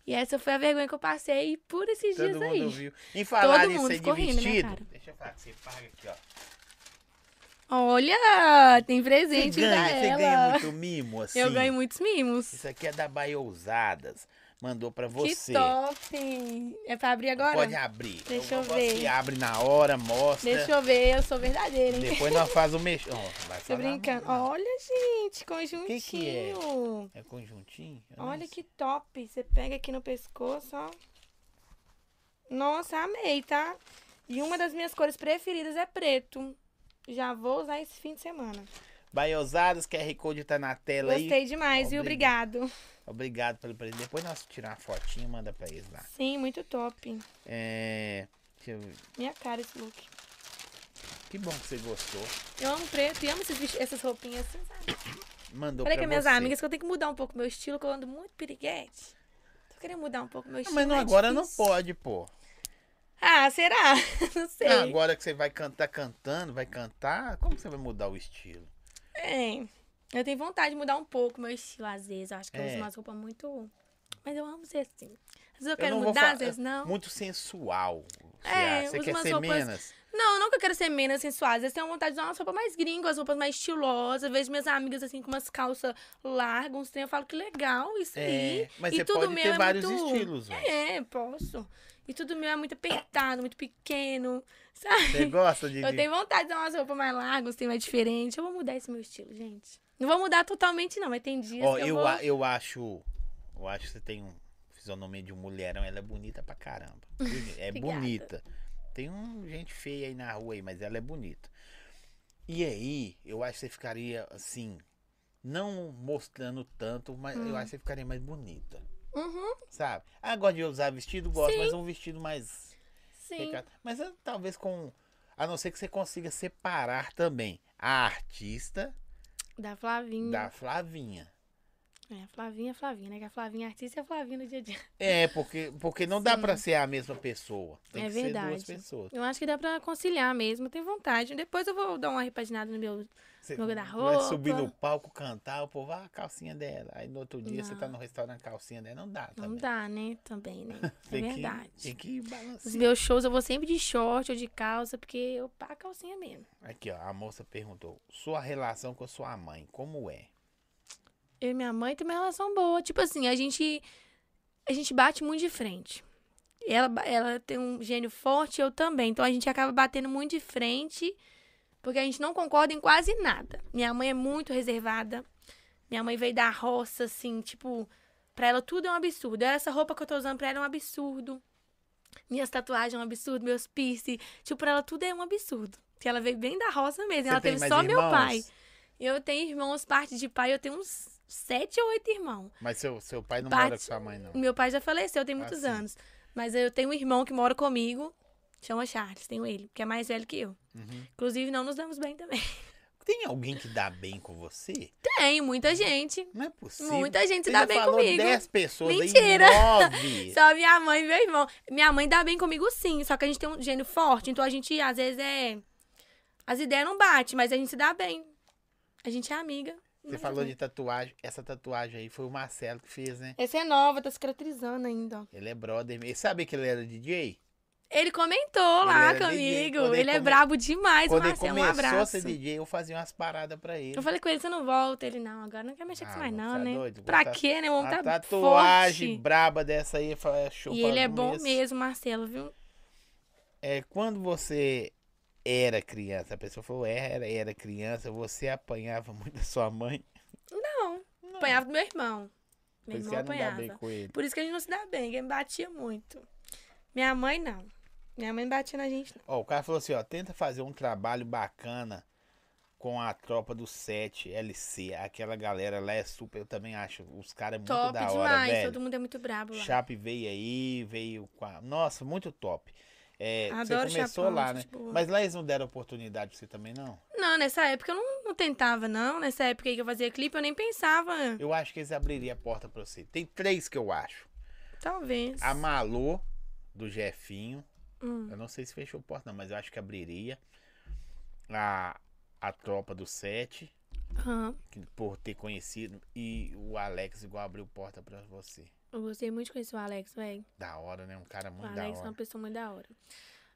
[SPEAKER 2] E essa foi a vergonha que eu passei por esses
[SPEAKER 1] Todo
[SPEAKER 2] dias
[SPEAKER 1] mundo
[SPEAKER 2] aí.
[SPEAKER 1] viu. E falar
[SPEAKER 2] Todo
[SPEAKER 1] nisso
[SPEAKER 2] mundo
[SPEAKER 1] aí de
[SPEAKER 2] ficou rindo, né,
[SPEAKER 1] vestido.
[SPEAKER 2] cara?
[SPEAKER 1] Deixa eu falar que você paga aqui, ó.
[SPEAKER 2] Olha, tem
[SPEAKER 1] Você
[SPEAKER 2] presente pra
[SPEAKER 1] ganha, você
[SPEAKER 2] ela.
[SPEAKER 1] ganha muito mimo, assim.
[SPEAKER 2] Eu ganho muitos mimos.
[SPEAKER 1] Isso aqui é da Bahia Ousadas. Mandou pra você.
[SPEAKER 2] Que top! É pra abrir agora?
[SPEAKER 1] Pode abrir.
[SPEAKER 2] Deixa eu
[SPEAKER 1] gosto
[SPEAKER 2] ver.
[SPEAKER 1] que abre na hora, mostra.
[SPEAKER 2] Deixa eu ver, eu sou verdadeira, hein?
[SPEAKER 1] Depois nós faz o mexer. Oh, vai
[SPEAKER 2] Tô
[SPEAKER 1] falar,
[SPEAKER 2] brincando.
[SPEAKER 1] não.
[SPEAKER 2] Olha, gente, conjuntinho.
[SPEAKER 1] Que que é? É conjuntinho? Eu não
[SPEAKER 2] Olha
[SPEAKER 1] sei.
[SPEAKER 2] que top. Você pega aqui no pescoço, ó. Nossa, amei, tá? E uma das minhas cores preferidas é preto. Já vou usar esse fim de semana.
[SPEAKER 1] Bahia Ousadas, QR Code tá na tela aí.
[SPEAKER 2] Gostei demais, viu? Obrigado.
[SPEAKER 1] Obrigado pelo presente. Depois nós tirar uma fotinha e manda pra eles lá.
[SPEAKER 2] Sim, muito top.
[SPEAKER 1] É. Deixa eu ver.
[SPEAKER 2] Minha cara esse look.
[SPEAKER 1] Que bom que você gostou.
[SPEAKER 2] Eu amo preto e amo esses vesti- essas roupinhas. Assim, sabe?
[SPEAKER 1] Mandou
[SPEAKER 2] Falei
[SPEAKER 1] pra
[SPEAKER 2] com minhas
[SPEAKER 1] você.
[SPEAKER 2] amigas que eu tenho que mudar um pouco meu estilo, que eu ando muito piriguete. Tô querendo mudar um pouco meu
[SPEAKER 1] Ah,
[SPEAKER 2] estilo.
[SPEAKER 1] mas não,
[SPEAKER 2] é
[SPEAKER 1] agora não
[SPEAKER 2] difícil.
[SPEAKER 1] pode, pô.
[SPEAKER 2] Ah, será? Não sei.
[SPEAKER 1] Ah, agora que você vai cantar cantando, vai cantar, como você vai mudar o estilo?
[SPEAKER 2] É. Eu tenho vontade de mudar um pouco meu estilo, às vezes. Eu acho que eu uso
[SPEAKER 1] É.
[SPEAKER 2] umas roupas muito. Mas eu amo ser assim. Às vezes eu
[SPEAKER 1] Eu
[SPEAKER 2] quero
[SPEAKER 1] não vou
[SPEAKER 2] mudar,
[SPEAKER 1] falar-
[SPEAKER 2] às vezes não.
[SPEAKER 1] Muito sensual. Você,
[SPEAKER 2] É,
[SPEAKER 1] acha? Você
[SPEAKER 2] usa
[SPEAKER 1] quer
[SPEAKER 2] umas
[SPEAKER 1] ser
[SPEAKER 2] roupas-
[SPEAKER 1] menos?
[SPEAKER 2] Não, eu nunca quero ser menos sensual. Às vezes eu tenho vontade de usar umas roupas mais gringas, roupas mais estilosas. Eu Vejo minhas amigas assim com umas calças largas, uns trem. Eu falo que legal isso aí.
[SPEAKER 1] É, mas
[SPEAKER 2] e
[SPEAKER 1] você
[SPEAKER 2] tudo
[SPEAKER 1] pode
[SPEAKER 2] meu
[SPEAKER 1] ter
[SPEAKER 2] é
[SPEAKER 1] vários
[SPEAKER 2] muito-
[SPEAKER 1] estilos, velho.
[SPEAKER 2] É, posso. E tudo meu é muito apertado, muito pequeno, sabe?
[SPEAKER 1] Você gosta de.
[SPEAKER 2] Eu
[SPEAKER 1] de-
[SPEAKER 2] tenho vontade de usar umas roupas mais largas, uns trem mais diferente. Eu vou mudar esse meu estilo, gente. Não vou mudar totalmente, não, mas tem dias
[SPEAKER 1] Ó,
[SPEAKER 2] que eu,
[SPEAKER 1] eu,
[SPEAKER 2] vou...
[SPEAKER 1] a- eu acho. Eu acho que você tem um fisionomia de um mulherão. Ela é bonita pra caramba. Viu, É
[SPEAKER 2] Obrigada.
[SPEAKER 1] bonita. Tem um gente feia aí na rua aí, mas ela é bonita. E aí, eu acho que você ficaria assim. Não mostrando tanto, mas
[SPEAKER 2] Hum.
[SPEAKER 1] eu acho que você ficaria mais bonita.
[SPEAKER 2] Uhum,
[SPEAKER 1] Sabe? Ah, gosto de usar vestido, gosto, mas um vestido mais
[SPEAKER 2] sim.
[SPEAKER 1] Recato. Mas eh, talvez com. A não ser que você consiga separar também a artista
[SPEAKER 2] Da Flavinha.
[SPEAKER 1] da Flavinha.
[SPEAKER 2] É, Flavinha, Flavinha, né? Que a Flavinha é artista e a Flavinha no dia a dia.
[SPEAKER 1] É, porque, porque não dá pra ser a mesma pessoa. Tem
[SPEAKER 2] É
[SPEAKER 1] que ser duas
[SPEAKER 2] verdade.
[SPEAKER 1] pessoas.
[SPEAKER 2] Eu acho que dá pra conciliar mesmo, tem vontade. Depois eu vou dar uma repaginada no meu.
[SPEAKER 1] Você
[SPEAKER 2] No
[SPEAKER 1] vai
[SPEAKER 2] guarda-roupa.
[SPEAKER 1] subir no palco, cantar, o povo, ah, a calcinha dela. Aí no outro dia você tá
[SPEAKER 2] Não.
[SPEAKER 1] no restaurante, a calcinha dela. Não dá
[SPEAKER 2] Não
[SPEAKER 1] também.
[SPEAKER 2] dá, né? Também, né? É
[SPEAKER 1] Tá Tem
[SPEAKER 2] verdade.
[SPEAKER 1] Que, tem que
[SPEAKER 2] Os
[SPEAKER 1] balançar.
[SPEAKER 2] meus shows eu vou sempre de short ou de calça, porque eu pá a calcinha mesmo.
[SPEAKER 1] Aqui, ó, a moça perguntou, sua relação com a sua mãe, como é?
[SPEAKER 2] Eu e minha mãe tem uma relação boa. Tipo assim, a gente. A gente bate muito de frente. Ela, ba- ela tem um gênio forte, eu também. Então a gente acaba batendo muito de frente, porque a gente não concorda em quase nada. Minha mãe é muito reservada. Minha mãe veio da roça, assim, tipo, pra ela tudo é um absurdo. Essa roupa que eu tô usando pra ela é um absurdo. Minhas tatuagens é um absurdo, meus piercing. Tipo, pra ela tudo é um absurdo. Porque ela veio bem da roça mesmo. ela
[SPEAKER 1] tem
[SPEAKER 2] teve
[SPEAKER 1] mais
[SPEAKER 2] só meu
[SPEAKER 1] irmãos?
[SPEAKER 2] pai. Eu tenho irmãos, parte de pai, eu tenho uns sete ou oito irmãos.
[SPEAKER 1] Mas seu, seu pai não mora
[SPEAKER 2] Parte-
[SPEAKER 1] com sua mãe, não.
[SPEAKER 2] Meu pai já faleceu, tem muitos
[SPEAKER 1] Ah, sim.
[SPEAKER 2] anos. Mas eu tenho um irmão que mora comigo, chama Charles, tenho ele, que é mais velho que eu.
[SPEAKER 1] Uhum.
[SPEAKER 2] Inclusive, não nos damos bem também.
[SPEAKER 1] Tem alguém que dá bem com você?
[SPEAKER 2] Tem muita gente.
[SPEAKER 1] Não é possível.
[SPEAKER 2] Muita gente
[SPEAKER 1] Você
[SPEAKER 2] dá
[SPEAKER 1] já
[SPEAKER 2] bem
[SPEAKER 1] falou
[SPEAKER 2] comigo.
[SPEAKER 1] 10 pessoas
[SPEAKER 2] Mentira.
[SPEAKER 1] aí, 9.
[SPEAKER 2] Só minha mãe e meu irmão. Minha mãe dá bem comigo sim, só que a gente tem um gênio forte, então a gente às vezes é as ideias não batem, mas a gente se dá bem. A gente é amiga.
[SPEAKER 1] Você falou de tatuagem. Essa tatuagem aí foi o Marcelo que fez, né?
[SPEAKER 2] Essa é nova, tá cicatrizando ainda, ó.
[SPEAKER 1] Ele é brother. meu. E sabe que ele era DJ?
[SPEAKER 2] Ele comentou lá
[SPEAKER 1] era DJ,
[SPEAKER 2] comigo.
[SPEAKER 1] quando ele
[SPEAKER 2] ele é
[SPEAKER 1] come-
[SPEAKER 2] brabo demais,
[SPEAKER 1] Quando ele
[SPEAKER 2] Marcelo. Um
[SPEAKER 1] começou a
[SPEAKER 2] abraço.
[SPEAKER 1] ser DJ, eu fazia umas paradas pra ele.
[SPEAKER 2] Eu falei com ele, você não volta. Ele, não, agora não quer mexer com
[SPEAKER 1] Ah,
[SPEAKER 2] isso mais,
[SPEAKER 1] mano,
[SPEAKER 2] não,
[SPEAKER 1] você é
[SPEAKER 2] né?
[SPEAKER 1] doido,
[SPEAKER 2] pra
[SPEAKER 1] botar-
[SPEAKER 2] quê, né? O homem
[SPEAKER 1] A
[SPEAKER 2] tá
[SPEAKER 1] tatuagem
[SPEAKER 2] forte.
[SPEAKER 1] braba dessa aí fa- é show
[SPEAKER 2] E
[SPEAKER 1] pra
[SPEAKER 2] ele é
[SPEAKER 1] no
[SPEAKER 2] bom
[SPEAKER 1] começo.
[SPEAKER 2] mesmo, Marcelo, viu?
[SPEAKER 1] É, quando você era criança, a pessoa falou, era, era criança, você apanhava muito da sua mãe.
[SPEAKER 2] Não. Apanhava do meu irmão. Meu
[SPEAKER 1] Por isso que
[SPEAKER 2] irmão
[SPEAKER 1] ela é, não dá bem
[SPEAKER 2] apanhava.
[SPEAKER 1] com ele.
[SPEAKER 2] Por isso que a gente não se dá bem, que me batia muito. Minha mãe, não. Minha mãe não batia na gente, não.
[SPEAKER 1] Ó, o cara falou assim, ó, tenta fazer um trabalho bacana com a tropa do 7 LC. Aquela galera lá é super, eu também acho, os caras muito
[SPEAKER 2] Top
[SPEAKER 1] da hora,
[SPEAKER 2] demais,
[SPEAKER 1] velho.
[SPEAKER 2] todo mundo é muito brabo lá.
[SPEAKER 1] Chape veio aí, veio com a... Nossa, muito top. É, você
[SPEAKER 2] Adoro
[SPEAKER 1] começou
[SPEAKER 2] Chapão,
[SPEAKER 1] lá, né?
[SPEAKER 2] gente boa.
[SPEAKER 1] Mas lá eles não deram oportunidade pra você também, não?
[SPEAKER 2] Não, nessa época eu não, não tentava, não. Nessa época aí que eu fazia clipe, eu nem pensava.
[SPEAKER 1] Eu acho que eles abririam a porta pra você. Tem três que eu acho.
[SPEAKER 2] Talvez.
[SPEAKER 1] A Malô, do Jefinho.
[SPEAKER 2] Hum.
[SPEAKER 1] Eu não sei se fechou a porta, não, mas eu acho que abriria. A, a tropa do Sete,
[SPEAKER 2] Aham.
[SPEAKER 1] que- por ter conhecido. E o Alex igual abriu porta pra você.
[SPEAKER 2] Eu gostei muito de conhecer o Alex, velho.
[SPEAKER 1] Da hora, né? Um cara
[SPEAKER 2] O
[SPEAKER 1] muito da
[SPEAKER 2] Alex é
[SPEAKER 1] hora.
[SPEAKER 2] uma pessoa muito da hora.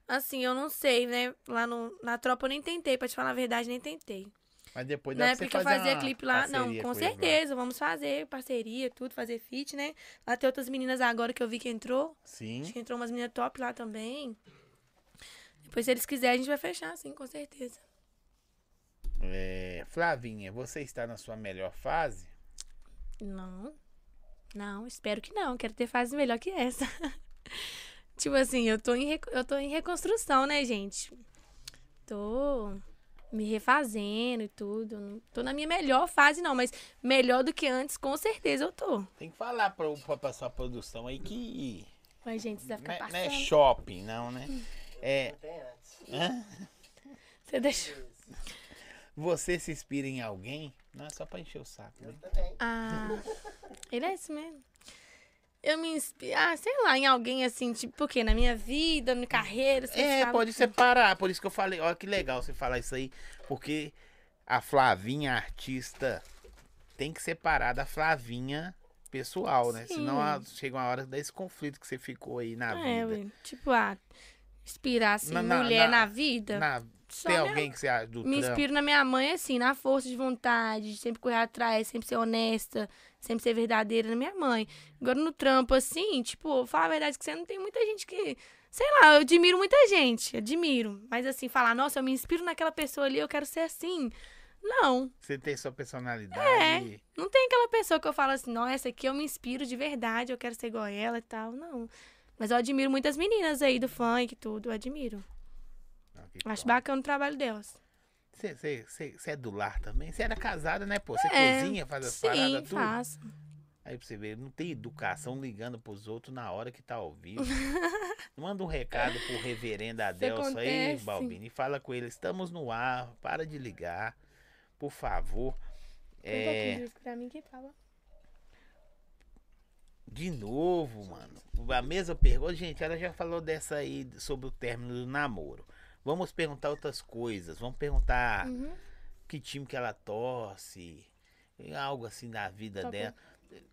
[SPEAKER 2] Assim, eu não sei, né? Lá no, na tropa eu nem tentei, pra te falar a verdade, nem tentei.
[SPEAKER 1] Mas depois dá
[SPEAKER 2] Na
[SPEAKER 1] pra
[SPEAKER 2] época
[SPEAKER 1] você
[SPEAKER 2] que eu
[SPEAKER 1] fazer
[SPEAKER 2] fazia
[SPEAKER 1] uma
[SPEAKER 2] clipe lá, não,
[SPEAKER 1] parceria
[SPEAKER 2] com
[SPEAKER 1] eles lá.
[SPEAKER 2] certeza, vamos fazer parceria, tudo, fazer fit, né? Lá tem outras meninas agora que eu vi que entrou. Acho
[SPEAKER 1] Sim.
[SPEAKER 2] que entrou umas meninas top lá também. Depois, se eles quiserem, a gente vai fechar, sim, com certeza.
[SPEAKER 1] É, Flavinha, você está na sua melhor fase?
[SPEAKER 2] Não. Não, espero que não. Quero ter fase melhor que essa. tipo assim, eu tô, em reco- eu tô em reconstrução, né, gente? Tô me refazendo e tudo. Não tô na minha melhor fase, não, mas melhor do que antes, com certeza eu tô.
[SPEAKER 1] Tem que falar pra, pra, pra sua produção aí que.
[SPEAKER 2] Mas, gente, você vai
[SPEAKER 1] Não
[SPEAKER 2] ficar
[SPEAKER 1] é, não é
[SPEAKER 2] passando.
[SPEAKER 1] shopping, não, né? É,
[SPEAKER 3] Até antes.
[SPEAKER 2] Você deixou.
[SPEAKER 1] você se inspira em alguém? Não é só pra encher o saco, né?
[SPEAKER 3] Eu também.
[SPEAKER 2] Ah, ele é esse mesmo. Eu me inspiro, ah, sei lá, em alguém assim, tipo, o quê? Na minha vida, na minha carreira, você
[SPEAKER 1] É,
[SPEAKER 2] sabe?
[SPEAKER 1] pode separar. Por isso que eu falei, olha que legal você falar isso aí. Porque a Flavinha artista tem que separar da Flavinha pessoal, né?
[SPEAKER 2] Sim.
[SPEAKER 1] Senão a- chega uma hora desse conflito que você ficou aí na
[SPEAKER 2] É,
[SPEAKER 1] vida.
[SPEAKER 2] ué, tipo, ah, inspirar assim,
[SPEAKER 1] Na- na-
[SPEAKER 2] mulher
[SPEAKER 1] na-
[SPEAKER 2] na, vida.
[SPEAKER 1] Na-
[SPEAKER 2] só
[SPEAKER 1] tem
[SPEAKER 2] minha-
[SPEAKER 1] alguém que você acha do
[SPEAKER 2] Me
[SPEAKER 1] trampo?
[SPEAKER 2] inspiro na minha mãe, assim, na força de vontade, de sempre correr atrás, sempre ser honesta, sempre ser verdadeira na minha mãe. Agora no trampo, assim, tipo, falar a verdade que você não tem muita gente que. Sei lá, eu admiro muita gente, admiro. Mas assim, falar, nossa, eu me inspiro naquela pessoa ali, eu quero ser assim. Não.
[SPEAKER 1] Você tem sua personalidade.
[SPEAKER 2] Não tem aquela pessoa que eu falo assim, não, essa aqui eu me inspiro de verdade, eu quero ser igual ela e tal. Não. Mas eu admiro muitas meninas aí do funk e tudo, eu admiro.
[SPEAKER 1] Não, que
[SPEAKER 2] Acho
[SPEAKER 1] bom.
[SPEAKER 2] bacana o trabalho delas.
[SPEAKER 1] Você- Você você- você é do lar também? Você era casada, né, pô? Você
[SPEAKER 2] É,
[SPEAKER 1] cozinha, faz as paradas,
[SPEAKER 2] Sim,
[SPEAKER 1] tudo?
[SPEAKER 2] faço.
[SPEAKER 1] Aí pra você ver, não tem educação ligando pros outros na hora que tá ao vivo. Manda um recado pro reverendo Adelso aí,
[SPEAKER 2] acontece.
[SPEAKER 1] Balbini, e fala com ele. Estamos no ar, para de ligar, por favor. É,
[SPEAKER 2] pra mim que fala.
[SPEAKER 1] de novo, mano. A mesma pergunta. Gente, ela já falou dessa aí, sobre o término do namoro. Vamos perguntar outras coisas. Vamos perguntar
[SPEAKER 2] Hum. Uhum.
[SPEAKER 1] que time que ela torce. Algo assim da vida
[SPEAKER 2] Tá bom.
[SPEAKER 1] dela.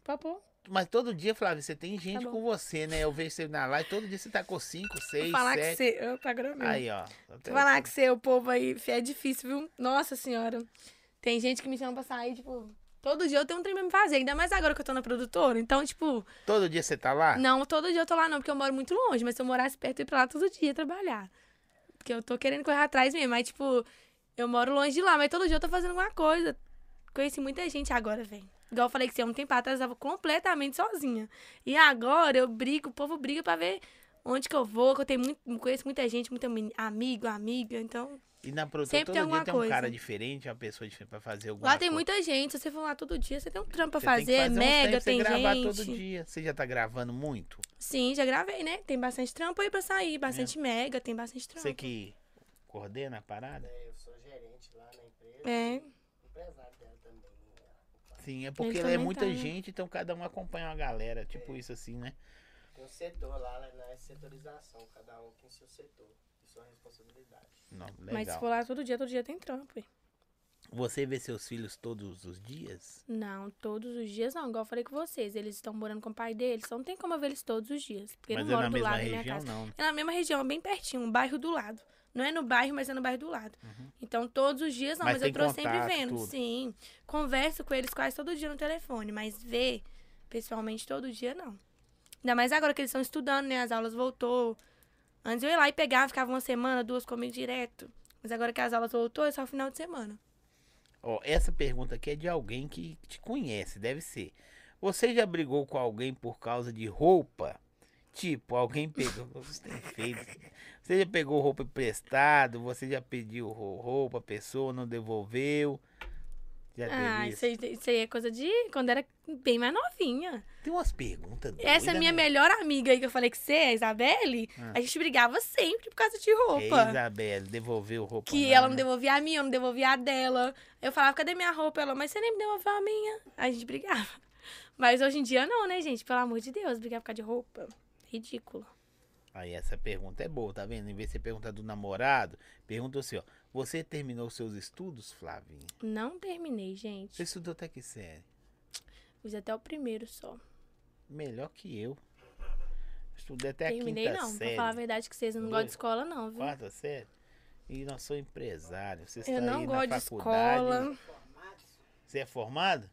[SPEAKER 2] Papo.
[SPEAKER 1] Mas todo dia, Flávio, você tem gente
[SPEAKER 2] Tá bom.
[SPEAKER 1] com você, né? Eu vejo você na live, todo dia você tá com 5, 6,
[SPEAKER 2] falar que
[SPEAKER 1] 7.
[SPEAKER 2] você. Eu tá gravando.
[SPEAKER 1] Aí, tá ó.
[SPEAKER 2] Vou falar que você, o povo aí, fi, é difícil, viu? Nossa senhora. Tem gente que me chama pra sair, tipo, todo dia eu tenho um trem pra me fazer. Ainda mais agora que eu tô na produtora. Então, tipo,
[SPEAKER 1] Todo dia você tá lá?
[SPEAKER 2] não todo dia eu tô lá, não, porque eu moro muito longe. Mas se eu morasse perto, eu ia pra lá todo dia trabalhar. Porque eu tô querendo correr atrás mesmo. Mas, tipo, eu moro longe de lá, mas todo dia eu tô fazendo alguma coisa. Conheci muita gente agora, velho. Igual eu falei que você, um tempo atrás eu tava completamente sozinha. E agora eu brigo, o povo briga pra ver onde que eu vou, que eu tenho muito, conheço muita gente, muita meni- amigo, amiga, então...
[SPEAKER 1] E na produção,
[SPEAKER 2] Sempre
[SPEAKER 1] todo dia
[SPEAKER 2] tem alguma
[SPEAKER 1] tem um cara
[SPEAKER 2] coisa.
[SPEAKER 1] diferente, uma pessoa diferente pra fazer alguma
[SPEAKER 2] Lá tem
[SPEAKER 1] coisa.
[SPEAKER 2] muita gente, se você for lá todo dia, você tem um trampo pra
[SPEAKER 1] Você tem que
[SPEAKER 2] fazer, é
[SPEAKER 1] uns
[SPEAKER 2] mega,
[SPEAKER 1] tempos pra
[SPEAKER 2] tem
[SPEAKER 1] você gravar
[SPEAKER 2] gente.
[SPEAKER 1] todo dia. Você já tá gravando muito?
[SPEAKER 2] Sim, já gravei, né? Tem bastante trampo aí pra sair, bastante mega, tem bastante trampo.
[SPEAKER 1] É. Você que coordena a parada?
[SPEAKER 3] né, Eu sou gerente lá na empresa.
[SPEAKER 2] É.
[SPEAKER 3] e Empresário dela também. né?
[SPEAKER 1] Sim, é porque
[SPEAKER 2] Ele
[SPEAKER 1] é
[SPEAKER 2] também
[SPEAKER 1] muita
[SPEAKER 2] tá, né?
[SPEAKER 1] gente, então cada um acompanha uma galera. Tipo isso assim, né?
[SPEAKER 3] Tem um setor lá, lá na setorização. Cada um tem seu setor e sua responsabilidade.
[SPEAKER 1] Não,
[SPEAKER 2] Mas se
[SPEAKER 1] legal.
[SPEAKER 2] for lá todo dia, todo dia tem trampo. aí.
[SPEAKER 1] Você vê seus filhos todos os dias?
[SPEAKER 2] Não, todos os dias não. Igual eu falei com vocês, eles estão morando com o pai deles, então não tem como eu ver eles todos os dias. Porque
[SPEAKER 1] Mas
[SPEAKER 2] não
[SPEAKER 1] é
[SPEAKER 2] moro
[SPEAKER 1] na
[SPEAKER 2] do
[SPEAKER 1] mesma
[SPEAKER 2] lado da minha
[SPEAKER 1] região,
[SPEAKER 2] casa.
[SPEAKER 1] não. né?
[SPEAKER 2] É na mesma região, bem pertinho, um bairro do lado. Não é no bairro, mas é no bairro do lado. Então, todos os dias não,
[SPEAKER 1] Uhum. Mas
[SPEAKER 2] mas,
[SPEAKER 1] tem
[SPEAKER 2] eu tô sempre
[SPEAKER 1] contato,
[SPEAKER 2] vendo.
[SPEAKER 1] tudo.
[SPEAKER 2] Sim. Converso com eles quase todo dia no telefone, mas ver pessoalmente todo dia, não. Ainda mais agora que eles estão estudando, né? As aulas voltou. Antes eu ia lá e pegava, ficava uma semana, duas comigo direto. Mas agora que as aulas voltou, é só final de semana.
[SPEAKER 1] Ó, essa pergunta aqui é de alguém que te conhece, deve ser. Você já brigou com alguém por causa de roupa? Tipo, alguém pegou. Você tem feito. Você já pegou roupa emprestado? Você já pediu ro- roupa, a pessoa não devolveu? Já teve
[SPEAKER 2] Ah,
[SPEAKER 1] isso?
[SPEAKER 2] isso aí, isso aí é coisa de quando era bem mais novinha.
[SPEAKER 1] Tem umas perguntas.
[SPEAKER 2] Essa é
[SPEAKER 1] doidas,
[SPEAKER 2] minha
[SPEAKER 1] né?
[SPEAKER 2] melhor amiga aí que eu falei que você é, a Isabelle,
[SPEAKER 1] Ah.
[SPEAKER 2] a gente brigava sempre por causa de
[SPEAKER 1] Ei,
[SPEAKER 2] roupa.
[SPEAKER 1] Isabelle, devolveu roupa.
[SPEAKER 2] Que ela
[SPEAKER 1] né?
[SPEAKER 2] não devolvia a minha, eu não devolvia a dela. Eu falava, cadê minha roupa? Ela, mas você nem me devolveu a minha. A gente brigava. Mas hoje em dia não, né, gente? Pelo amor de Deus, brigar por causa de roupa. Ridículo.
[SPEAKER 1] Aí essa pergunta é boa, tá vendo? Em vez de você perguntar do namorado, pergunta assim, ó. Você terminou seus estudos, Flavinha?
[SPEAKER 2] Não terminei, gente.
[SPEAKER 1] Você estudou até que série?
[SPEAKER 2] Fiz até o primeiro só.
[SPEAKER 1] Melhor que eu. Estudei até
[SPEAKER 2] terminei
[SPEAKER 1] É a quinta
[SPEAKER 2] não.
[SPEAKER 1] série.
[SPEAKER 2] Pra falar a verdade que vocês não
[SPEAKER 1] Dois.
[SPEAKER 2] gostam de escola, não, viu?
[SPEAKER 1] Quarta série. E nós somos empresários. Você está
[SPEAKER 2] Eu não
[SPEAKER 1] aí
[SPEAKER 2] gosto
[SPEAKER 1] na
[SPEAKER 2] de
[SPEAKER 1] faculdade.
[SPEAKER 2] escola.
[SPEAKER 1] Você é formado?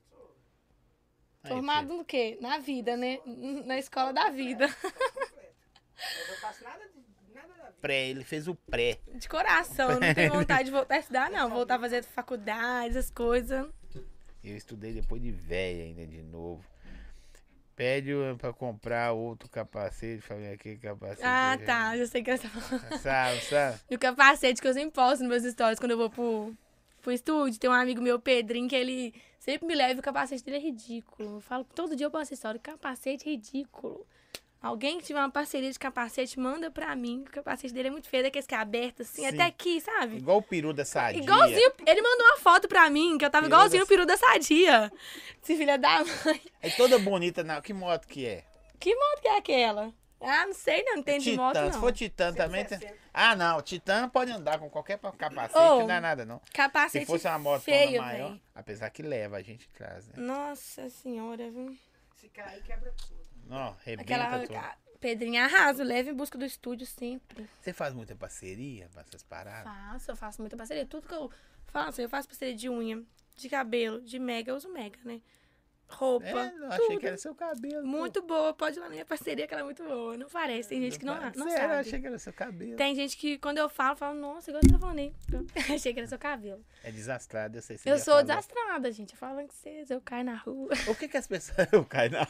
[SPEAKER 1] Aí,
[SPEAKER 2] Formado no quê? Na vida, né? Na escola da vida.
[SPEAKER 3] Eu não faço nada, de, nada da
[SPEAKER 1] filho,
[SPEAKER 3] vida.
[SPEAKER 1] Pré, ele fez o pré.
[SPEAKER 2] De coração, eu não tenho vontade de voltar a estudar, não. Voltar a fazer faculdade, essas coisas.
[SPEAKER 1] Eu estudei depois de velha ainda de novo. Pede para comprar outro capacete, Flavinha, aquele capacete.
[SPEAKER 2] Ah,
[SPEAKER 1] aí,
[SPEAKER 2] tá. Já sei o que você tá falando.
[SPEAKER 1] Sabe, sabe?
[SPEAKER 2] E o capacete que eu sempre posto nos meus stories quando eu vou pro, pro estúdio. Tem um amigo meu, Pedrinho, que ele sempre me leva e o capacete dele é ridículo. Eu falo, todo dia eu posto essa história, capacete ridículo. Alguém que tiver uma parceria de capacete, manda pra mim. que O capacete dele é muito feio, daqueles que é aberto assim,
[SPEAKER 1] Sim.
[SPEAKER 2] até aqui, sabe?
[SPEAKER 1] Igual o peru da sadia.
[SPEAKER 2] Igualzinho, ele mandou uma foto pra mim, que eu tava
[SPEAKER 1] Peru da-
[SPEAKER 2] igualzinho o peru da sadia. Esse filho é da mãe.
[SPEAKER 1] É toda bonita, não. Que moto que é?
[SPEAKER 2] Que moto que é aquela? Ah, não sei, não, não tem de moto,
[SPEAKER 1] Titã. Se
[SPEAKER 2] não.
[SPEAKER 1] for Titã também. tem- Ah, não. Titã pode andar com qualquer pa- capacete,
[SPEAKER 2] Ô,
[SPEAKER 1] não é nada, não.
[SPEAKER 2] Capacete
[SPEAKER 1] Se fosse uma moto
[SPEAKER 2] Oh, feio,
[SPEAKER 1] maior,
[SPEAKER 2] véi.
[SPEAKER 1] apesar que leva, a gente traz, né?
[SPEAKER 2] Nossa senhora, viu?
[SPEAKER 3] Se cair, quebra tudo.
[SPEAKER 1] Não, rebenta
[SPEAKER 2] Aquela
[SPEAKER 1] tudo.
[SPEAKER 2] a- Pedrinha arraso, leva em busca do estúdio sempre.
[SPEAKER 1] Você faz muita parceria pra essas paradas?
[SPEAKER 2] Faço, eu faço muita parceria. Tudo que eu faço, eu faço parceria de unha, de cabelo, de mega, eu uso mega, né? Roupa.
[SPEAKER 1] é, não, achei
[SPEAKER 2] tudo.
[SPEAKER 1] que era seu cabelo. pô.
[SPEAKER 2] Muito boa, pode ir lá na minha parceria, que ela é muito boa. Não parece, tem gente que não, não
[SPEAKER 1] Sério,
[SPEAKER 2] sabe.
[SPEAKER 1] É, achei que era seu cabelo.
[SPEAKER 2] Tem gente que, quando eu falo, fala, nossa, igual você tá falando, hein? Achei que era seu cabelo.
[SPEAKER 1] É desastrado, eu sei se
[SPEAKER 2] eu sou desastrada, gente. Eu falo com vocês, eu caio na rua.
[SPEAKER 1] O que que as pessoas... Eu caio na...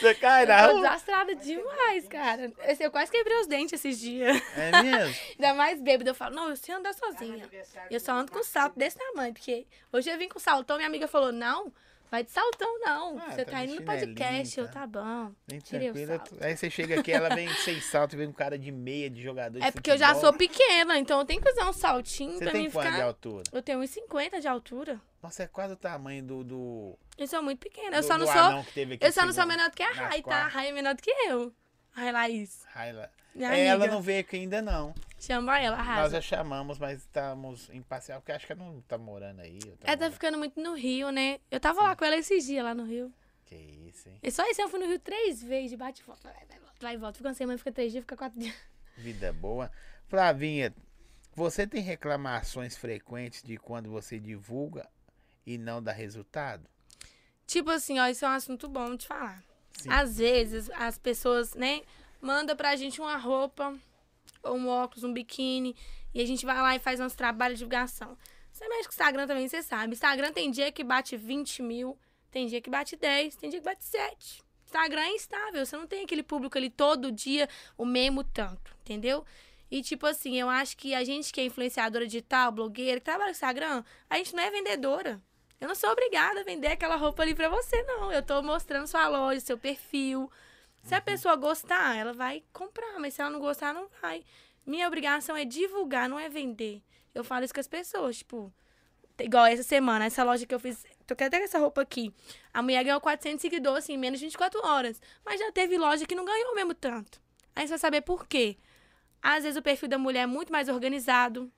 [SPEAKER 1] Você cai na
[SPEAKER 2] eu sou
[SPEAKER 1] rua?
[SPEAKER 2] desastrada demais, cara. Esse- Eu quase quebrei os dentes esses dias.
[SPEAKER 1] É mesmo?
[SPEAKER 2] Ainda mais bêbada, eu falo, não, eu sei andar
[SPEAKER 3] Tá no
[SPEAKER 2] sozinha.
[SPEAKER 3] aniversário
[SPEAKER 2] Eu só
[SPEAKER 3] do
[SPEAKER 2] ando com
[SPEAKER 3] Marcos,
[SPEAKER 2] salto desse tamanho, porque hoje eu vim com saltão, minha amiga falou, não, vai de saltão não,
[SPEAKER 1] Ah,
[SPEAKER 2] você
[SPEAKER 1] tá
[SPEAKER 2] tá,
[SPEAKER 1] de
[SPEAKER 2] indo no
[SPEAKER 1] chinelinho,
[SPEAKER 2] podcast, eu
[SPEAKER 1] tá?
[SPEAKER 2] tá bom.
[SPEAKER 1] Bem
[SPEAKER 2] Tirei o
[SPEAKER 1] tranquila.
[SPEAKER 2] salto.
[SPEAKER 1] Aí você chega aqui, ela vem sem salto, vem com cara de meia, de jogador de
[SPEAKER 2] É porque eu já
[SPEAKER 1] futebol.
[SPEAKER 2] sou pequena, então eu tenho que usar um saltinho
[SPEAKER 1] Você
[SPEAKER 2] pra
[SPEAKER 1] tem
[SPEAKER 2] mim
[SPEAKER 1] quanto de
[SPEAKER 2] ficar...
[SPEAKER 1] altura?
[SPEAKER 2] Eu tenho 1,50 de altura,
[SPEAKER 1] Nossa, é quase o tamanho do... do
[SPEAKER 2] eu sou muito pequena, eu
[SPEAKER 1] do-
[SPEAKER 2] só não
[SPEAKER 1] do
[SPEAKER 2] sou...
[SPEAKER 1] anão que teve aqui
[SPEAKER 2] Eu só não sou
[SPEAKER 1] segundo-
[SPEAKER 2] menor do que a
[SPEAKER 1] nas
[SPEAKER 2] Rai, tá? A
[SPEAKER 1] quartas.
[SPEAKER 2] Rai é menor do que eu. A Rai é Laís,
[SPEAKER 1] Raila. É,
[SPEAKER 2] minha
[SPEAKER 1] Ela
[SPEAKER 2] amiga. Ah,
[SPEAKER 1] não é veio aqui ainda, não.
[SPEAKER 2] Chama ela,
[SPEAKER 1] Nós
[SPEAKER 2] arrasa.
[SPEAKER 1] já chamamos, mas estamos imparcial, porque acho que ela não tá morando aí. ou tá
[SPEAKER 2] Ela tá
[SPEAKER 1] morando-
[SPEAKER 2] ficando muito no Rio, né? Eu tava lá com ela esses dias, lá no Rio.
[SPEAKER 1] Que isso, hein?
[SPEAKER 2] E só esse ano eu fui no Rio três vezes, de bate e volta, vai, vai, volta, vai e volta. Fica uma semana, fica três dias, fica quatro dias.
[SPEAKER 1] Vida boa. Flavinha, você tem reclamações frequentes de quando você divulga e não dá resultado?
[SPEAKER 2] Tipo assim, ó, isso é um assunto bom de falar.
[SPEAKER 1] Sim.
[SPEAKER 2] Às vezes, as pessoas, né, mandam pra gente uma roupa, ou um óculos, um biquíni, e a gente vai lá e faz nosso trabalho de divulgação. Você mexe com o Instagram também, você sabe. Instagram tem dia que bate 20 mil, tem dia que bate 10, tem dia que bate 7. Instagram é instável, você não tem aquele público ali todo dia, o mesmo tanto, entendeu? E tipo assim, eu acho que a gente que é influenciadora digital, blogueira, que trabalha com Instagram, a gente não é vendedora. Eu não sou obrigada a vender aquela roupa ali pra você, não. Eu tô mostrando sua loja, seu perfil. Se a pessoa gostar, ela vai comprar, mas se ela não gostar, não vai. Minha obrigação é divulgar, não é vender. Eu falo isso com as pessoas, tipo, igual essa semana, essa loja que eu fiz, tô até com essa roupa aqui. A mulher ganhou 400 seguidores assim, em menos de 24 horas, mas já teve loja que não ganhou mesmo tanto. Aí você vai saber por quê. Às vezes o perfil da mulher é muito mais organizado.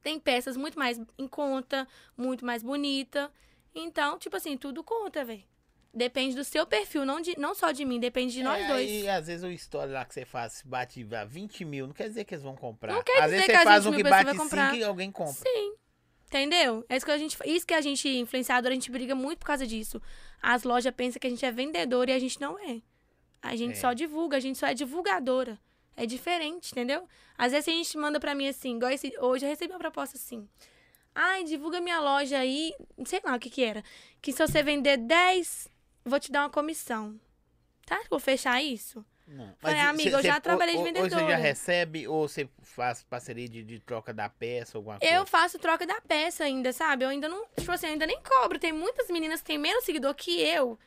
[SPEAKER 2] Tem peças muito mais em conta, muito mais bonita. Então, tipo assim, tudo conta, velho. Depende do seu perfil, não, de, não só de mim, depende de nós
[SPEAKER 1] É,
[SPEAKER 2] dois.
[SPEAKER 1] E às vezes o story lá que você faz bate a 20 mil, não quer dizer que eles vão comprar.
[SPEAKER 2] Não quer
[SPEAKER 1] às vezes
[SPEAKER 2] dizer que
[SPEAKER 1] você
[SPEAKER 2] a
[SPEAKER 1] faz
[SPEAKER 2] 20
[SPEAKER 1] um que
[SPEAKER 2] mil pessoas
[SPEAKER 1] bate
[SPEAKER 2] vai comprar.
[SPEAKER 1] 5 e alguém compra.
[SPEAKER 2] Sim. Entendeu? É isso que a gente, isso que a gente influenciador, a gente briga muito por causa disso. As lojas pensam que a gente é vendedora e a gente não é. A gente
[SPEAKER 1] É.
[SPEAKER 2] só divulga, a gente só é divulgadora. É diferente, entendeu? Às vezes a gente manda pra mim assim, igual esse- hoje eu recebi uma proposta assim. Ai, divulga minha loja aí, sei lá o que que era. Que se você vender 10, vou te dar uma comissão. Tá? Vou fechar isso?
[SPEAKER 1] Não.
[SPEAKER 2] Falei, amiga, eu já trabalhei de
[SPEAKER 1] ou- ou- Ou você já
[SPEAKER 2] vendedora.
[SPEAKER 1] recebe, ou você faz parceria de, de troca da peça, alguma coisa.
[SPEAKER 2] Eu faço troca da peça ainda, sabe? Eu ainda não. Tipo assim, eu ainda nem cobro. Tem muitas meninas que têm menos seguidor que eu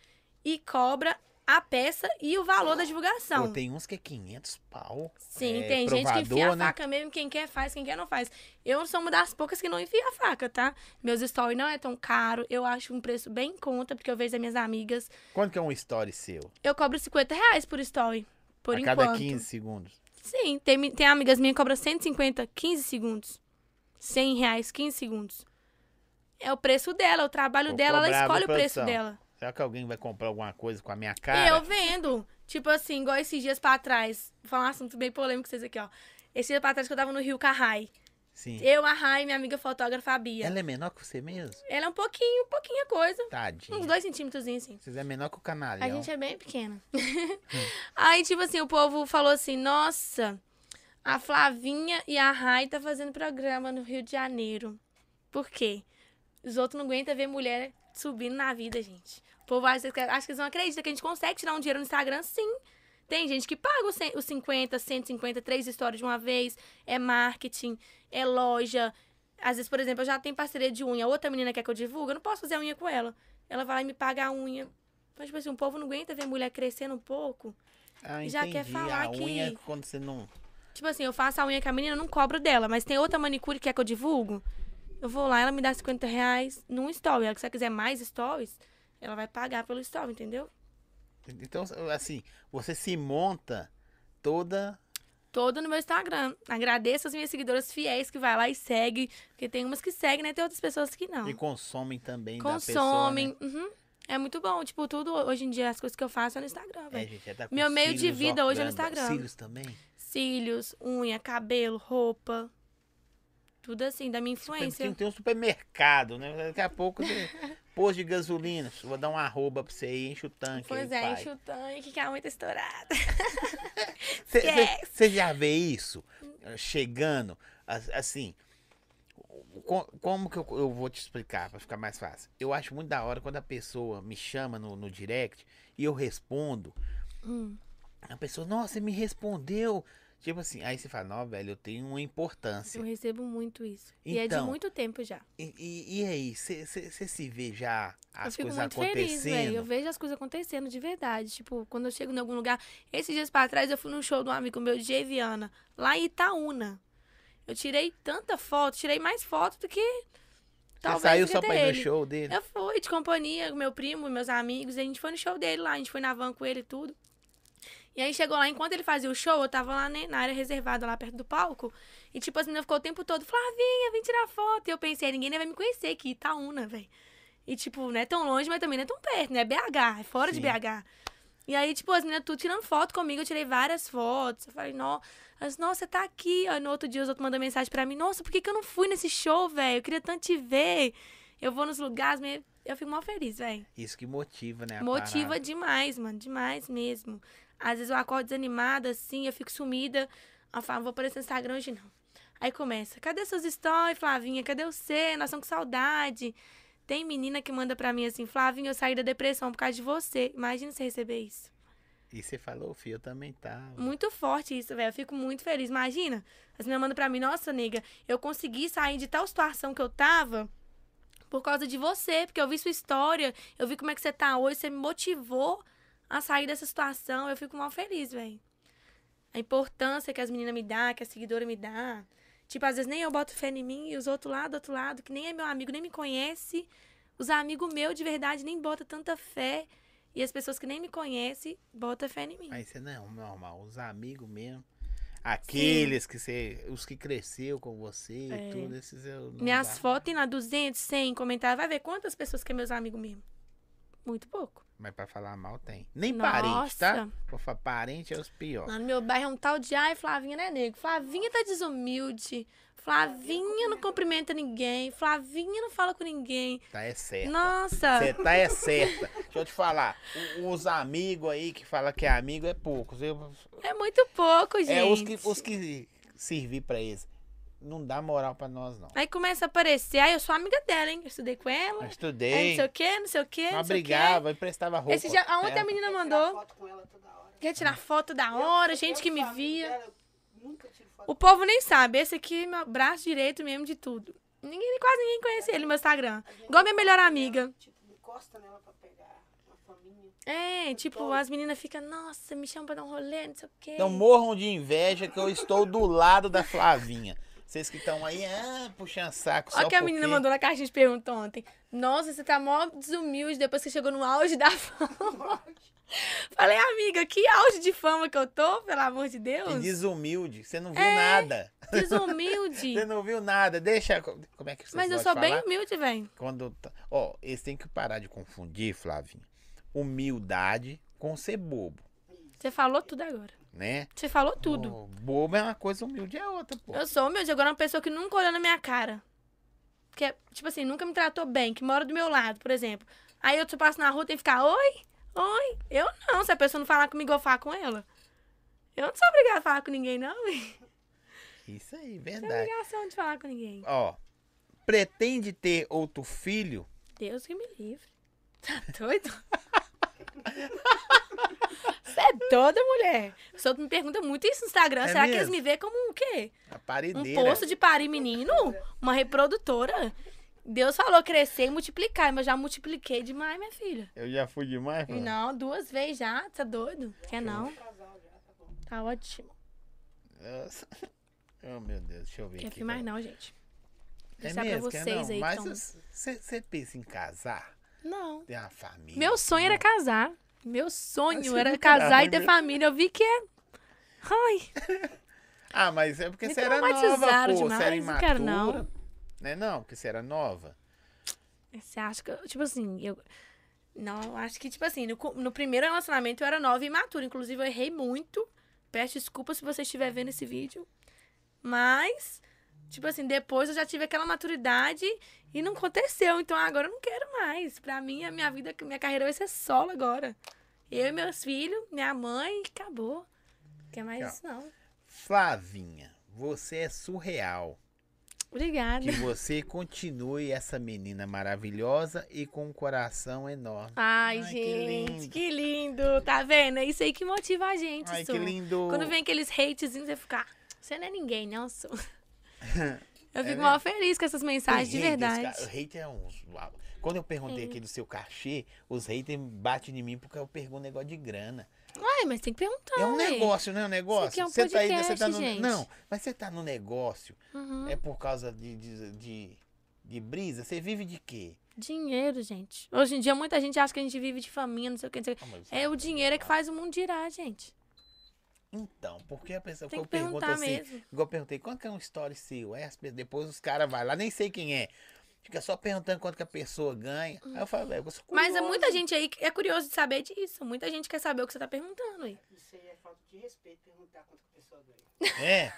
[SPEAKER 2] e cobra a peça e o valor da divulgação.
[SPEAKER 1] Pô, tem uns que é 500 pau.
[SPEAKER 2] Sim,
[SPEAKER 1] é,
[SPEAKER 2] tem gente que enfia
[SPEAKER 1] provador,
[SPEAKER 2] a
[SPEAKER 1] né?
[SPEAKER 2] faca mesmo. Quem quer faz, quem quer não faz. Eu sou uma das poucas que não enfia a faca, tá? Meus stories não é tão caro. Eu acho um preço bem em conta, porque eu vejo as minhas amigas.
[SPEAKER 1] Quanto que é um story seu?
[SPEAKER 2] Eu cobro 50 reais por story. Por
[SPEAKER 1] a
[SPEAKER 2] enquanto.
[SPEAKER 1] cada 15 segundos.
[SPEAKER 2] Sim, tem, mi- tem amigas minhas que cobram 150, 15 segundos. 100 reais, 15 segundos. É o preço dela, o trabalho
[SPEAKER 1] Vou
[SPEAKER 2] dela, ela
[SPEAKER 1] cobrar,
[SPEAKER 2] escolhe o
[SPEAKER 1] viu,
[SPEAKER 2] preço
[SPEAKER 1] produção?
[SPEAKER 2] dela.
[SPEAKER 1] Será que alguém vai comprar alguma coisa com a minha
[SPEAKER 2] E eu
[SPEAKER 1] cara?
[SPEAKER 2] vendo, tipo assim, igual esses dias pra trás, vou falar um assunto bem polêmico com vocês aqui, ó. Esses dias pra trás que eu tava no Rio com a Rai.
[SPEAKER 1] Sim.
[SPEAKER 2] Eu, a Rai, minha amiga fotógrafa, a Bia. Ela,
[SPEAKER 1] Ela é menor que você mesmo?
[SPEAKER 2] é um pouquinho, pouquinha coisa. Uns
[SPEAKER 1] Tadinho.
[SPEAKER 2] dois centímetros, assim.
[SPEAKER 1] Vocês é menor que o
[SPEAKER 2] A
[SPEAKER 1] canalhão.
[SPEAKER 2] gente é bem pequena. Aí, tipo assim, o povo falou assim: nossa, a Flavinha e a Rai tá fazendo programa no Rio de Janeiro. Por quê? Os outros não aguentam ver mulher subindo na vida, gente. O povo acha que, acha que eles não acreditam que a gente consegue tirar um dinheiro no Instagram, sim. Tem gente que paga os cem- os 50, 150, três histórias de uma vez. É marketing, é loja. Às vezes, por exemplo, eu já tenho parceria de unha. Outra menina quer que eu divulgue, eu não posso fazer a unha com ela. Ela vai lá e me paga a unha. Mas, tipo assim, o povo não aguenta ver mulher crescendo um pouco.
[SPEAKER 1] Ah,
[SPEAKER 2] já quer
[SPEAKER 1] entendi.
[SPEAKER 2] falar
[SPEAKER 1] a unha, é
[SPEAKER 2] que-
[SPEAKER 1] quando você não...
[SPEAKER 2] Tipo assim, eu faço a unha com a menina, eu não cobro dela, mas tem outra manicure que é que eu divulgo. Eu vou lá, ela me dá 50 reais num story. Ela, se ela quiser mais stories, ela vai pagar pelo story, entendeu?
[SPEAKER 1] Então, assim, você se monta toda...
[SPEAKER 2] Todo no meu Instagram. Agradeço as minhas seguidoras fiéis que vai lá e segue. Porque tem umas que seguem, né? Tem outras pessoas que não.
[SPEAKER 1] E consomem também
[SPEAKER 2] Consomem.
[SPEAKER 1] da pessoa, né?
[SPEAKER 2] Uhum. É muito bom. Tipo, tudo hoje em dia, as coisas que eu faço é no Instagram,
[SPEAKER 1] né? É,
[SPEAKER 2] velho.
[SPEAKER 1] gente, já tá com
[SPEAKER 2] Meu meio de
[SPEAKER 1] cílios,
[SPEAKER 2] vida
[SPEAKER 1] ó,
[SPEAKER 2] hoje é no
[SPEAKER 1] grandão.
[SPEAKER 2] Instagram.
[SPEAKER 1] Cílios também?
[SPEAKER 2] Cílios, unha, cabelo, roupa. Tudo assim, da minha influência.
[SPEAKER 1] Tem, tem um supermercado, né? Daqui a pouco tem posto de gasolina. Vou dar um arroba pra você aí, enche o tanque.
[SPEAKER 2] Pois
[SPEAKER 1] aí,
[SPEAKER 2] é,
[SPEAKER 1] pai.
[SPEAKER 2] enche o tanque que a unha tá estourada.
[SPEAKER 1] Você já vê isso eh, chegando, as- assim. o- co- Como que eu, eu vou te explicar pra ficar mais fácil? Eu acho muito da hora quando a pessoa me chama no, no direct e eu respondo.
[SPEAKER 2] Hum.
[SPEAKER 1] A pessoa, nossa, você me respondeu. Tipo assim, aí você fala, não, velho, eu tenho uma
[SPEAKER 2] Eu
[SPEAKER 1] importância.
[SPEAKER 2] recebo muito isso. e é de
[SPEAKER 1] Então,
[SPEAKER 2] muito tempo já.
[SPEAKER 1] E, e- e aí, você se vê já
[SPEAKER 2] Eu
[SPEAKER 1] as
[SPEAKER 2] fico
[SPEAKER 1] coisas
[SPEAKER 2] muito feliz, velho. Eu
[SPEAKER 1] acontecendo?
[SPEAKER 2] vejo as coisas acontecendo de verdade. Tipo, quando eu chego em algum lugar. Esses dias pra trás eu fui num show de um amigo meu, DJ Viana, lá em Itaúna. Eu tirei tanta foto, tirei mais foto do que.
[SPEAKER 1] Você
[SPEAKER 2] Talvez
[SPEAKER 1] saiu
[SPEAKER 2] devia
[SPEAKER 1] só
[SPEAKER 2] ter
[SPEAKER 1] pra ir no
[SPEAKER 2] ele. É
[SPEAKER 1] show dele?
[SPEAKER 2] Eu fui de companhia com meu primo e meus amigos. A gente foi no show dele lá, a gente foi na van com ele e tudo. E aí chegou lá, enquanto ele fazia o show, eu tava lá né, na área reservada, lá perto do palco. E tipo, as meninas ficou o tempo todo, "Ah, Flavinha, vem tirar foto. E eu pensei, ninguém nem vai me conhecer aqui, Itaúna, velho. E tipo, não é tão longe, mas também não é tão perto, né? É BH, é fora
[SPEAKER 1] Sim.
[SPEAKER 2] de BH. E aí, tipo, as meninas tudo tirando foto comigo, eu tirei várias fotos. Eu falei, "Nó- elas, nossa, você tá aqui. Aí no outro dia os outros mandam mensagem pra mim, nossa, por que, que eu não fui nesse show, velho? Eu queria tanto te ver. Eu vou nos lugares, me- eu fico mal feliz, velho.
[SPEAKER 1] Isso que motiva, né? a
[SPEAKER 2] um Motiva
[SPEAKER 1] parada.
[SPEAKER 2] demais, mano, demais mesmo. Às vezes eu acordo desanimada, assim, eu fico sumida. Eu falo, não vou aparecer no Instagram hoje não. Aí começa, cadê suas stories, Flavinha? Cadê você? Nós estamos com saudade. Tem menina que manda pra mim assim, Flavinha, eu saí da depressão por causa de você. Imagina você receber isso.
[SPEAKER 1] E você falou, filho, eu também tava.
[SPEAKER 2] Muito forte isso, velho. Eu fico muito feliz. Imagina, as meninas mandam pra mim, nossa, nega, eu consegui sair de tal situação que eu tava por causa de você, porque eu vi sua história, eu vi como é que você tá hoje, você me motivou a sair dessa situação. Eu fico mal feliz, velho. A importância que as meninas me dão, que a seguidora me dá. Tipo, às vezes nem eu boto fé em mim e os outros lá do outro lado, que nem é meu amigo, nem me conhece. Os amigos meus de verdade nem botam tanta fé. E as pessoas que nem me conhecem botam fé em mim.
[SPEAKER 1] Mas isso não é normal. Os amigos mesmo. Aqueles que você. Os que cresceu com você e
[SPEAKER 2] É.
[SPEAKER 1] tudo, esses eu. não
[SPEAKER 2] Minhas
[SPEAKER 1] dá.
[SPEAKER 2] fotos tem lá 200, 100 comentários. Vai ver quantas pessoas que é meus amigos mesmo. Muito pouco.
[SPEAKER 1] Mas pra falar mal tem. Nem
[SPEAKER 2] Nossa.
[SPEAKER 1] parente, tá? Por fa- Parente é os piores.
[SPEAKER 2] Lá no meu bairro é um tal de ai, Flavinha não é negro. Flavinha tá desumilde. Flavinha não cumprimenta ninguém. Flavinha não fala com ninguém.
[SPEAKER 1] Tá, é certo.
[SPEAKER 2] Nossa.
[SPEAKER 1] Você tá é certa. Deixa eu te falar. o- Os amigos aí que fala que é amigo é poucos. Eu,
[SPEAKER 2] É muito pouco, gente.
[SPEAKER 1] é os que, os que servir pra eles. Não dá moral pra nós, não.
[SPEAKER 2] Aí começa a aparecer. Ai, eu sou amiga dela, hein? Eu estudei com ela.
[SPEAKER 1] Eu
[SPEAKER 2] Aí não
[SPEAKER 1] estudei.
[SPEAKER 2] sei o quê, não sei o quê.
[SPEAKER 1] Não
[SPEAKER 2] Não sei o quê.
[SPEAKER 1] brigava, emprestava roupa.
[SPEAKER 2] Esse dia, aonde a
[SPEAKER 1] É.
[SPEAKER 2] menina
[SPEAKER 3] Tirar
[SPEAKER 2] mandou?
[SPEAKER 3] foto com ela toda hora.
[SPEAKER 2] Quer tirar foto da
[SPEAKER 3] Eu-
[SPEAKER 2] hora,
[SPEAKER 3] eu
[SPEAKER 2] gente
[SPEAKER 3] sou
[SPEAKER 2] que me
[SPEAKER 3] amigo
[SPEAKER 2] via.
[SPEAKER 3] dela, eu nunca tiro foto
[SPEAKER 2] O povo nem sabe. Esse aqui é meu braço direito mesmo de tudo. Ninguém, quase ninguém conhece ele no meu Instagram.
[SPEAKER 3] com ela.
[SPEAKER 2] Igual minha melhor amiga.
[SPEAKER 3] Tipo, encosta nela pra pegar uma faminha.
[SPEAKER 2] É, tipo, as meninas ficam, nossa, me chamam pra dar um rolê, não sei o quê.
[SPEAKER 1] Então morram de inveja que eu estou do lado da Flavinha. Vocês que estão aí, ah, puxando saco.
[SPEAKER 2] Olha
[SPEAKER 1] só
[SPEAKER 2] o que a
[SPEAKER 1] porque-
[SPEAKER 2] menina mandou na caixinha de pergunta ontem. Nossa, você tá mó desumilde depois que você chegou no auge da fama. Falei, amiga, que auge de fama que eu tô, pelo amor de
[SPEAKER 1] E
[SPEAKER 2] Deus.
[SPEAKER 1] desumilde, você não viu
[SPEAKER 2] É.
[SPEAKER 1] nada. Você
[SPEAKER 2] Desumilde.
[SPEAKER 1] não viu nada. Deixa. Como é que vocês
[SPEAKER 2] Mas eu
[SPEAKER 1] gostam
[SPEAKER 2] sou
[SPEAKER 1] de
[SPEAKER 2] bem
[SPEAKER 1] falar?
[SPEAKER 2] humilde, velho.
[SPEAKER 1] Quando. tá- Ó, eles têm que parar de confundir, Flavinha. Humildade com ser bobo,
[SPEAKER 2] Você falou tudo agora.
[SPEAKER 1] né?
[SPEAKER 2] Você falou tudo.
[SPEAKER 1] Ô, bobo é uma coisa, humilde é outra, pô.
[SPEAKER 2] Eu sou humilde, agora é uma pessoa que nunca olhou na minha cara. Que, é, tipo assim, nunca me tratou bem, que mora do meu lado, por exemplo. Aí eu passo na rua tem que ficar, oi, oi. Eu não, se a pessoa não falar comigo, eu falo com ela. Eu não sou obrigada a falar com ninguém, não. Não
[SPEAKER 1] Isso aí,
[SPEAKER 2] tenho
[SPEAKER 1] verdade.
[SPEAKER 2] obrigação de falar com ninguém.
[SPEAKER 1] Ó, pretende ter outro filho?
[SPEAKER 2] Deus que me livre. Tá doido? Você é doida, mulher. O pessoal me pergunta muito isso no Instagram.
[SPEAKER 1] É
[SPEAKER 2] Será que eles
[SPEAKER 1] mesmo?
[SPEAKER 2] me veem como o quê?
[SPEAKER 1] A
[SPEAKER 2] Um
[SPEAKER 1] paredeira.
[SPEAKER 2] poço de parir menino? Uma reprodutora? Deus falou crescer e multiplicar, mas eu já multipliquei demais, minha filha.
[SPEAKER 1] Eu já fui demais,
[SPEAKER 2] E
[SPEAKER 1] mano.
[SPEAKER 2] não, duas vezes já, tá doido? Quer não? Tá ótimo.
[SPEAKER 1] Nossa. Oh, meu Deus, deixa eu ver
[SPEAKER 2] Quer
[SPEAKER 1] aqui.
[SPEAKER 2] filmar
[SPEAKER 1] peraí.
[SPEAKER 2] não, gente.
[SPEAKER 1] É
[SPEAKER 2] Deixar pra
[SPEAKER 1] mesmo, quer
[SPEAKER 2] vocês
[SPEAKER 1] não?
[SPEAKER 2] aí então. que tão...
[SPEAKER 1] Mas é você pensa em casar?
[SPEAKER 2] Não.
[SPEAKER 1] Ter uma família?
[SPEAKER 2] Meu sonho era casar. Meu sonho
[SPEAKER 1] Assim,
[SPEAKER 2] era casar e
[SPEAKER 1] caralho.
[SPEAKER 2] ter família. Eu vi que é... Ai,
[SPEAKER 1] Ah, mas é porque
[SPEAKER 2] Me
[SPEAKER 1] você era nova,
[SPEAKER 2] traumatizaram
[SPEAKER 1] pô. você era
[SPEAKER 2] demais, não
[SPEAKER 1] imatura.
[SPEAKER 2] quero não.
[SPEAKER 1] Né não? Porque você era nova.
[SPEAKER 2] Você acha que, eu- tipo assim, eu. Não, acho que, tipo assim, no, cu- no primeiro relacionamento eu era nova e imatura. Inclusive, eu errei muito. Peço desculpa se você estiver vendo esse vídeo. Mas, tipo assim, depois eu já tive aquela maturidade e não aconteceu. Então agora eu não quero mais. Pra mim, a minha vida, minha carreira vai ser solo agora. Eu e meus filhos, minha mãe, acabou. Não quer mais
[SPEAKER 1] Tchau.
[SPEAKER 2] isso, não.
[SPEAKER 1] Flavinha, você é surreal.
[SPEAKER 2] Obrigada.
[SPEAKER 1] Que você continue essa menina maravilhosa e com um coração enorme.
[SPEAKER 2] Ai,
[SPEAKER 1] Ai, que
[SPEAKER 2] gente,
[SPEAKER 1] lindo.
[SPEAKER 2] que lindo. Tá vendo? É isso aí que motiva a gente,
[SPEAKER 1] Ai,
[SPEAKER 2] Su.
[SPEAKER 1] que lindo.
[SPEAKER 2] Quando vem aqueles hatezinhos, você fica, "Ah, você não é ninguém, não, Su. Eu fico
[SPEAKER 1] mesmo?
[SPEAKER 2] mal feliz com essas
[SPEAKER 1] É, né? Tem
[SPEAKER 2] mensagens, de
[SPEAKER 1] haters, cara.
[SPEAKER 2] verdade.
[SPEAKER 1] O hater é uns. uau. Quando eu perguntei aqui do seu cachê, os haters batem em mim porque eu pergunto um negócio de grana.
[SPEAKER 2] Ai, mas tem que perguntar,
[SPEAKER 1] É um
[SPEAKER 2] ué.
[SPEAKER 1] negócio, não é um negócio?
[SPEAKER 2] aqui é um
[SPEAKER 1] tá aí,
[SPEAKER 2] podcast,
[SPEAKER 1] você tá no,
[SPEAKER 2] gente.
[SPEAKER 1] Não, mas você tá no negócio.
[SPEAKER 2] Uhum.
[SPEAKER 1] É por causa de, de, de, de brisa? Você vive de quê?
[SPEAKER 2] Dinheiro, gente. Hoje em dia, muita gente acha que a gente vive de faminha, não sei o que, não sei o que.
[SPEAKER 1] Ah, mas-
[SPEAKER 2] É o dinheiro é que faz o mundo girar, gente.
[SPEAKER 1] Então, porque a pessoa que
[SPEAKER 2] Tem
[SPEAKER 1] eu
[SPEAKER 2] que
[SPEAKER 1] pergunto
[SPEAKER 2] perguntar
[SPEAKER 1] assim,
[SPEAKER 2] mesmo.
[SPEAKER 1] igual eu perguntei, quanto que é um story seu? É, as pe- depois os caras vão lá, nem sei quem é. Fica só perguntando quanto que a pessoa ganha. Aí eu falo, velho, eu sou
[SPEAKER 2] Mas é
[SPEAKER 1] curioso.
[SPEAKER 2] muita gente aí que é curioso de saber disso. Muita gente quer saber o que você tá perguntando aí.
[SPEAKER 3] Isso aí é falta de respeito perguntar quanto que a pessoa ganha.
[SPEAKER 1] É?
[SPEAKER 3] Eu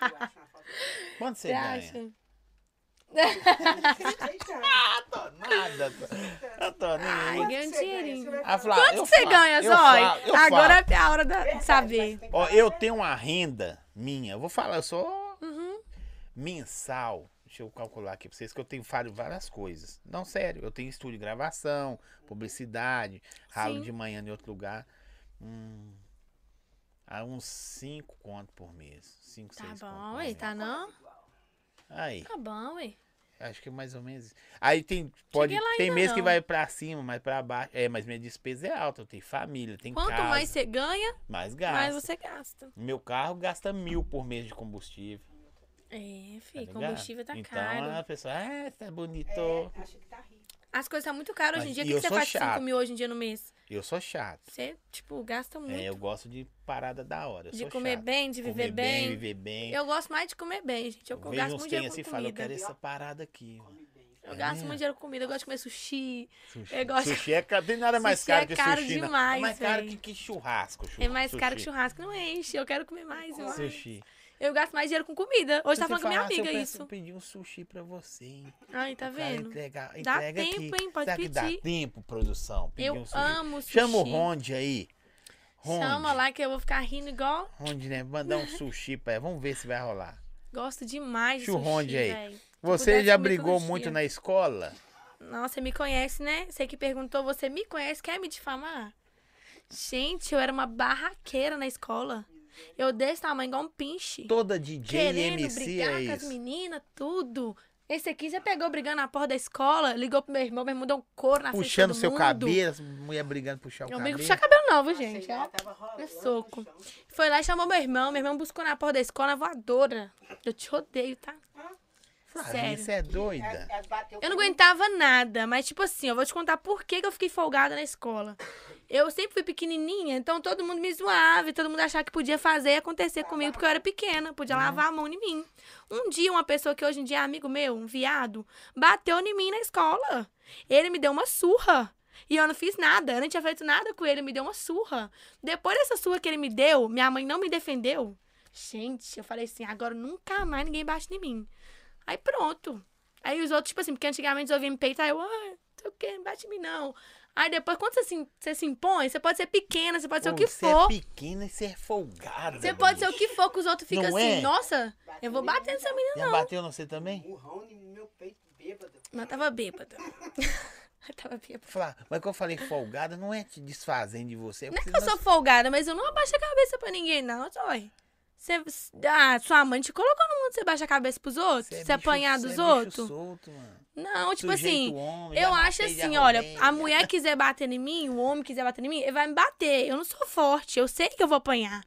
[SPEAKER 3] acho uma falta de respeito.
[SPEAKER 1] Quanto você
[SPEAKER 2] Você
[SPEAKER 1] ganha?
[SPEAKER 2] acha?
[SPEAKER 1] Tô nada. tô- Eu tô nem aí.
[SPEAKER 2] Ai,
[SPEAKER 3] Quanto
[SPEAKER 2] ganha um
[SPEAKER 3] que você ganha?
[SPEAKER 2] dinheirinho.
[SPEAKER 3] Você vai
[SPEAKER 1] Ah,
[SPEAKER 3] falar,
[SPEAKER 1] Flá, eu
[SPEAKER 2] Quanto que você
[SPEAKER 1] falo,
[SPEAKER 2] ganha,
[SPEAKER 1] eu falo,
[SPEAKER 2] Zói?
[SPEAKER 1] eu
[SPEAKER 2] Agora
[SPEAKER 1] falo.
[SPEAKER 2] é a hora da
[SPEAKER 3] "Verdade,
[SPEAKER 2] de
[SPEAKER 3] mas
[SPEAKER 2] saber.
[SPEAKER 3] tem que
[SPEAKER 1] Ó,
[SPEAKER 3] falar
[SPEAKER 1] eu
[SPEAKER 3] a
[SPEAKER 1] tenho uma renda minha, eu vou falar, eu sou mensal. Deixa eu calcular aqui pra vocês que eu tenho falo várias coisas. Não, sério, eu tenho estúdio de gravação, publicidade, ralo
[SPEAKER 2] Sim.
[SPEAKER 1] de manhã em outro lugar. Hum, há uns 5 conto por mês. 5, 6
[SPEAKER 2] Tá
[SPEAKER 1] conto.
[SPEAKER 2] bom,
[SPEAKER 1] por
[SPEAKER 2] ué,
[SPEAKER 1] mês.
[SPEAKER 2] tá não?
[SPEAKER 1] Aí,
[SPEAKER 2] Tá bom, ué.
[SPEAKER 1] acho que é mais ou menos. isso. Aí tem pode
[SPEAKER 2] lá
[SPEAKER 1] tem
[SPEAKER 2] ainda
[SPEAKER 1] mês que
[SPEAKER 2] não.
[SPEAKER 1] vai pra cima, mas pra baixo. É, mas minha despesa é alta, eu tenho família, tem
[SPEAKER 2] Quanto
[SPEAKER 1] casa,
[SPEAKER 2] mais você ganha,
[SPEAKER 1] mais gasto.
[SPEAKER 2] mais você gasta.
[SPEAKER 1] Meu carro gasta mil por mês de combustível.
[SPEAKER 2] É, fi,
[SPEAKER 1] ligado?
[SPEAKER 2] combustível tá
[SPEAKER 1] então,
[SPEAKER 2] caro.
[SPEAKER 1] a pessoa, ah, tá bonito.
[SPEAKER 3] É, acha que tá rico.
[SPEAKER 2] As coisas estão muito caras hoje
[SPEAKER 1] Mas
[SPEAKER 2] em dia. O
[SPEAKER 1] e
[SPEAKER 2] que,
[SPEAKER 1] eu
[SPEAKER 2] que você
[SPEAKER 1] sou
[SPEAKER 2] faz com 5
[SPEAKER 1] chato.
[SPEAKER 2] mil hoje em dia no mês?
[SPEAKER 1] Eu sou chato.
[SPEAKER 2] Você, tipo, gasta muito.
[SPEAKER 1] É, eu gosto de parada da hora. Eu
[SPEAKER 2] de
[SPEAKER 1] sou
[SPEAKER 2] comer
[SPEAKER 1] chato.
[SPEAKER 2] bem, de viver
[SPEAKER 1] Comer
[SPEAKER 2] bem.
[SPEAKER 1] Viver bem.
[SPEAKER 2] Eu gosto mais de comer bem, gente. Eu,
[SPEAKER 1] Eu
[SPEAKER 2] gasto
[SPEAKER 1] vejo uns
[SPEAKER 2] muito
[SPEAKER 1] trem
[SPEAKER 2] dinheiro
[SPEAKER 1] assim e
[SPEAKER 2] com
[SPEAKER 1] falo, eu
[SPEAKER 2] comida.
[SPEAKER 1] quero essa parada aqui. mano.
[SPEAKER 2] Eu gasto
[SPEAKER 1] É.
[SPEAKER 2] muito dinheiro com comida. Eu gosto de comer sushi.
[SPEAKER 1] Sushi.
[SPEAKER 2] Eu gosto-
[SPEAKER 1] Sushi é caro, tem nada mais
[SPEAKER 2] Sushi
[SPEAKER 1] caro
[SPEAKER 2] é
[SPEAKER 1] que
[SPEAKER 2] caro
[SPEAKER 1] sushi. não.
[SPEAKER 2] demais,
[SPEAKER 1] é mais caro
[SPEAKER 2] véi.
[SPEAKER 1] que, que churrasco, churrasco.
[SPEAKER 2] É mais caro que churrasco. Não enche. Eu quero comer mais. e mais.
[SPEAKER 1] Sushi.
[SPEAKER 2] Eu gasto mais dinheiro com comida. Hoje
[SPEAKER 1] Se
[SPEAKER 2] tá
[SPEAKER 1] você
[SPEAKER 2] falando com minha
[SPEAKER 1] falasse, eu
[SPEAKER 2] amiga
[SPEAKER 1] peço-
[SPEAKER 2] isso.
[SPEAKER 1] Eu pedi um sushi pra você, hein?
[SPEAKER 2] Ai, tá
[SPEAKER 1] O cara
[SPEAKER 2] vendo?
[SPEAKER 1] Entrega,
[SPEAKER 2] Dá
[SPEAKER 1] entrega aqui.
[SPEAKER 2] tempo, hein? Pode
[SPEAKER 1] Será que
[SPEAKER 2] pedir.
[SPEAKER 1] dá tempo, produção? Pedir
[SPEAKER 2] Eu
[SPEAKER 1] um sushi.
[SPEAKER 2] amo sushi.
[SPEAKER 1] Chama o Ronde aí. Ronde.
[SPEAKER 2] Chama lá que eu vou ficar rindo igual.
[SPEAKER 1] Ronde, né? Mandar um sushi pra ela. Vamos ver se vai rolar.
[SPEAKER 2] Gosto demais de
[SPEAKER 1] Deixa o
[SPEAKER 2] sushi,
[SPEAKER 1] Ronde aí.
[SPEAKER 2] véi. Se
[SPEAKER 1] Você
[SPEAKER 2] pudesse
[SPEAKER 1] já
[SPEAKER 2] comer
[SPEAKER 1] brigou
[SPEAKER 2] todo
[SPEAKER 1] muito
[SPEAKER 2] dia.
[SPEAKER 1] na escola?
[SPEAKER 2] Nossa, você me conhece, né? Você que perguntou, você me conhece, quer me difamar? Gente, eu era uma barraqueira na escola. Eu desse tamanho, igual um pinche.
[SPEAKER 1] Toda DJ e
[SPEAKER 2] querendo
[SPEAKER 1] MC
[SPEAKER 2] brigar
[SPEAKER 1] é
[SPEAKER 2] com as
[SPEAKER 1] isso.
[SPEAKER 2] meninas, tudo. Esse aqui você pegou brigando na porta da escola, ligou pro meu irmão, meu irmão deu um couro na frente de
[SPEAKER 1] Puxando
[SPEAKER 2] todo
[SPEAKER 1] seu
[SPEAKER 2] mundo.
[SPEAKER 1] cabelo, as mulher brigando por puxar o
[SPEAKER 2] Meu
[SPEAKER 1] cabelo.
[SPEAKER 2] amigo puxar cabelo não, viu, gente?
[SPEAKER 3] Sei lá,
[SPEAKER 2] Ó.
[SPEAKER 3] tava
[SPEAKER 2] é
[SPEAKER 3] rolando no
[SPEAKER 2] soco.
[SPEAKER 3] chão.
[SPEAKER 2] Foi lá e chamou meu irmão. Meu irmão buscou na porta da escola na voadora. Eu te odeio, tá?
[SPEAKER 1] Flavinha,
[SPEAKER 2] Sério.
[SPEAKER 1] você é
[SPEAKER 3] Ela-
[SPEAKER 1] doida.
[SPEAKER 3] ela bateu um
[SPEAKER 2] Eu não
[SPEAKER 3] comigo.
[SPEAKER 2] aguentava nada, mas tipo assim, eu vou te contar por que que eu fiquei folgada na escola. Eu sempre fui pequenininha, então todo mundo me zoava e todo mundo achava que podia fazer e acontecer comigo porque eu era pequena, podia lavar a mão em mim. Um dia, uma pessoa que hoje em dia é amigo meu, um viado, bateu em mim na escola. Ele me deu uma surra. E eu não fiz nada, eu não tinha feito nada com ele, ele me deu uma surra. Depois dessa surra que ele me deu, minha mãe não me defendeu. Gente, eu falei assim, agora nunca mais ninguém bate em mim. Aí pronto. Aí os outros, tipo assim, porque antigamente eu ouvia me peitar, eu, ah, não sei o quê, não bate em mim não. Aí depois, quando você se, você se impõe, você pode ser pequena, você pode ser o
[SPEAKER 1] Pô,
[SPEAKER 2] que
[SPEAKER 1] você
[SPEAKER 2] for.
[SPEAKER 1] é pequena e você é folgada.
[SPEAKER 2] Você pode ser o
[SPEAKER 1] bicho.
[SPEAKER 2] que for, que os outros ficam
[SPEAKER 1] Não
[SPEAKER 2] assim,
[SPEAKER 1] é?
[SPEAKER 2] nossa, eu vou bater nessa menina.
[SPEAKER 1] Já bateu no você também?
[SPEAKER 3] Murrão no meu peito, bêbado.
[SPEAKER 2] Mas tava bêbada. Eu tava bêbada.
[SPEAKER 1] Flá, mas quando eu falei folgada, não é te desfazendo de você.
[SPEAKER 2] Não é que
[SPEAKER 1] porque
[SPEAKER 2] eu sou folgada, mas eu não abaixo a cabeça pra ninguém, não, Joy. Você, ah, sua mãe te colocou no mundo, você baixa a cabeça pros outros? Você,
[SPEAKER 1] é bicho-
[SPEAKER 2] apanhar
[SPEAKER 1] você
[SPEAKER 2] dos
[SPEAKER 1] é bicho
[SPEAKER 2] outros?
[SPEAKER 1] solto, mano.
[SPEAKER 2] Não, tipo
[SPEAKER 1] Sujeito
[SPEAKER 2] assim,
[SPEAKER 1] homem, já
[SPEAKER 2] eu acho
[SPEAKER 1] matei, já
[SPEAKER 2] assim, olha,
[SPEAKER 1] roubei,
[SPEAKER 2] a
[SPEAKER 1] já-
[SPEAKER 2] mulher quiser bater em mim, o homem quiser bater em mim, ele vai me bater. Eu não sou forte, eu sei que eu vou apanhar.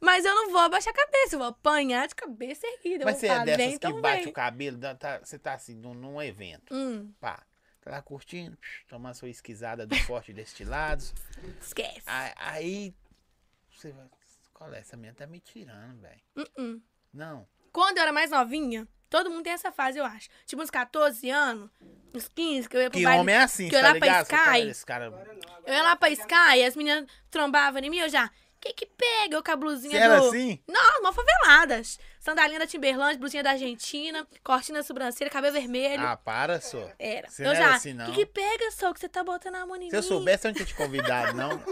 [SPEAKER 2] Mas eu não vou abaixar a cabeça, eu vou apanhar de cabeça erguida.
[SPEAKER 1] Mas
[SPEAKER 2] eu
[SPEAKER 1] você
[SPEAKER 2] vou
[SPEAKER 1] é
[SPEAKER 2] falar,
[SPEAKER 1] dessas
[SPEAKER 2] vem,
[SPEAKER 1] que
[SPEAKER 2] então
[SPEAKER 1] bate
[SPEAKER 2] vem.
[SPEAKER 1] o cabelo, dá- tá- você tá assim, num, num evento.
[SPEAKER 2] Hum,
[SPEAKER 1] Pá, tá lá curtindo, psh, tomando sua esquisada do forte destilados.
[SPEAKER 2] esquece.
[SPEAKER 1] Aí, aí você vai, qual é? Essa menina tá me tirando, velho.
[SPEAKER 2] Uh-uh.
[SPEAKER 1] Não,
[SPEAKER 2] Quando eu era mais novinha, todo mundo tem essa fase, eu acho. Tipo, uns 14 anos, uns 15, que eu ia pro
[SPEAKER 1] que
[SPEAKER 2] baile.
[SPEAKER 1] homem é assim,
[SPEAKER 2] que eu
[SPEAKER 1] tá
[SPEAKER 2] lá pra
[SPEAKER 1] ligado? Você fala,
[SPEAKER 2] Sky.
[SPEAKER 1] Esse cara...
[SPEAKER 3] Agora não, agora
[SPEAKER 2] Eu ia lá pra
[SPEAKER 3] já-
[SPEAKER 2] Sky, as meninas trombavam em mim, eu já. Que que pega? Eu com a blusinha
[SPEAKER 1] Você era
[SPEAKER 2] do-
[SPEAKER 1] assim?
[SPEAKER 2] Não, mó faveladas. Sandalinha da Timberland, blusinha da Argentina, cortina na sobrancelha, cabelo vermelho.
[SPEAKER 1] Ah, para, só.
[SPEAKER 2] Era.
[SPEAKER 1] Você
[SPEAKER 2] eu
[SPEAKER 1] não
[SPEAKER 2] já.
[SPEAKER 1] era assim, não.
[SPEAKER 2] Que que pega, só que você tá botando a mão em mim?
[SPEAKER 1] Se eu soubesse, eu não tinha te convidado, não.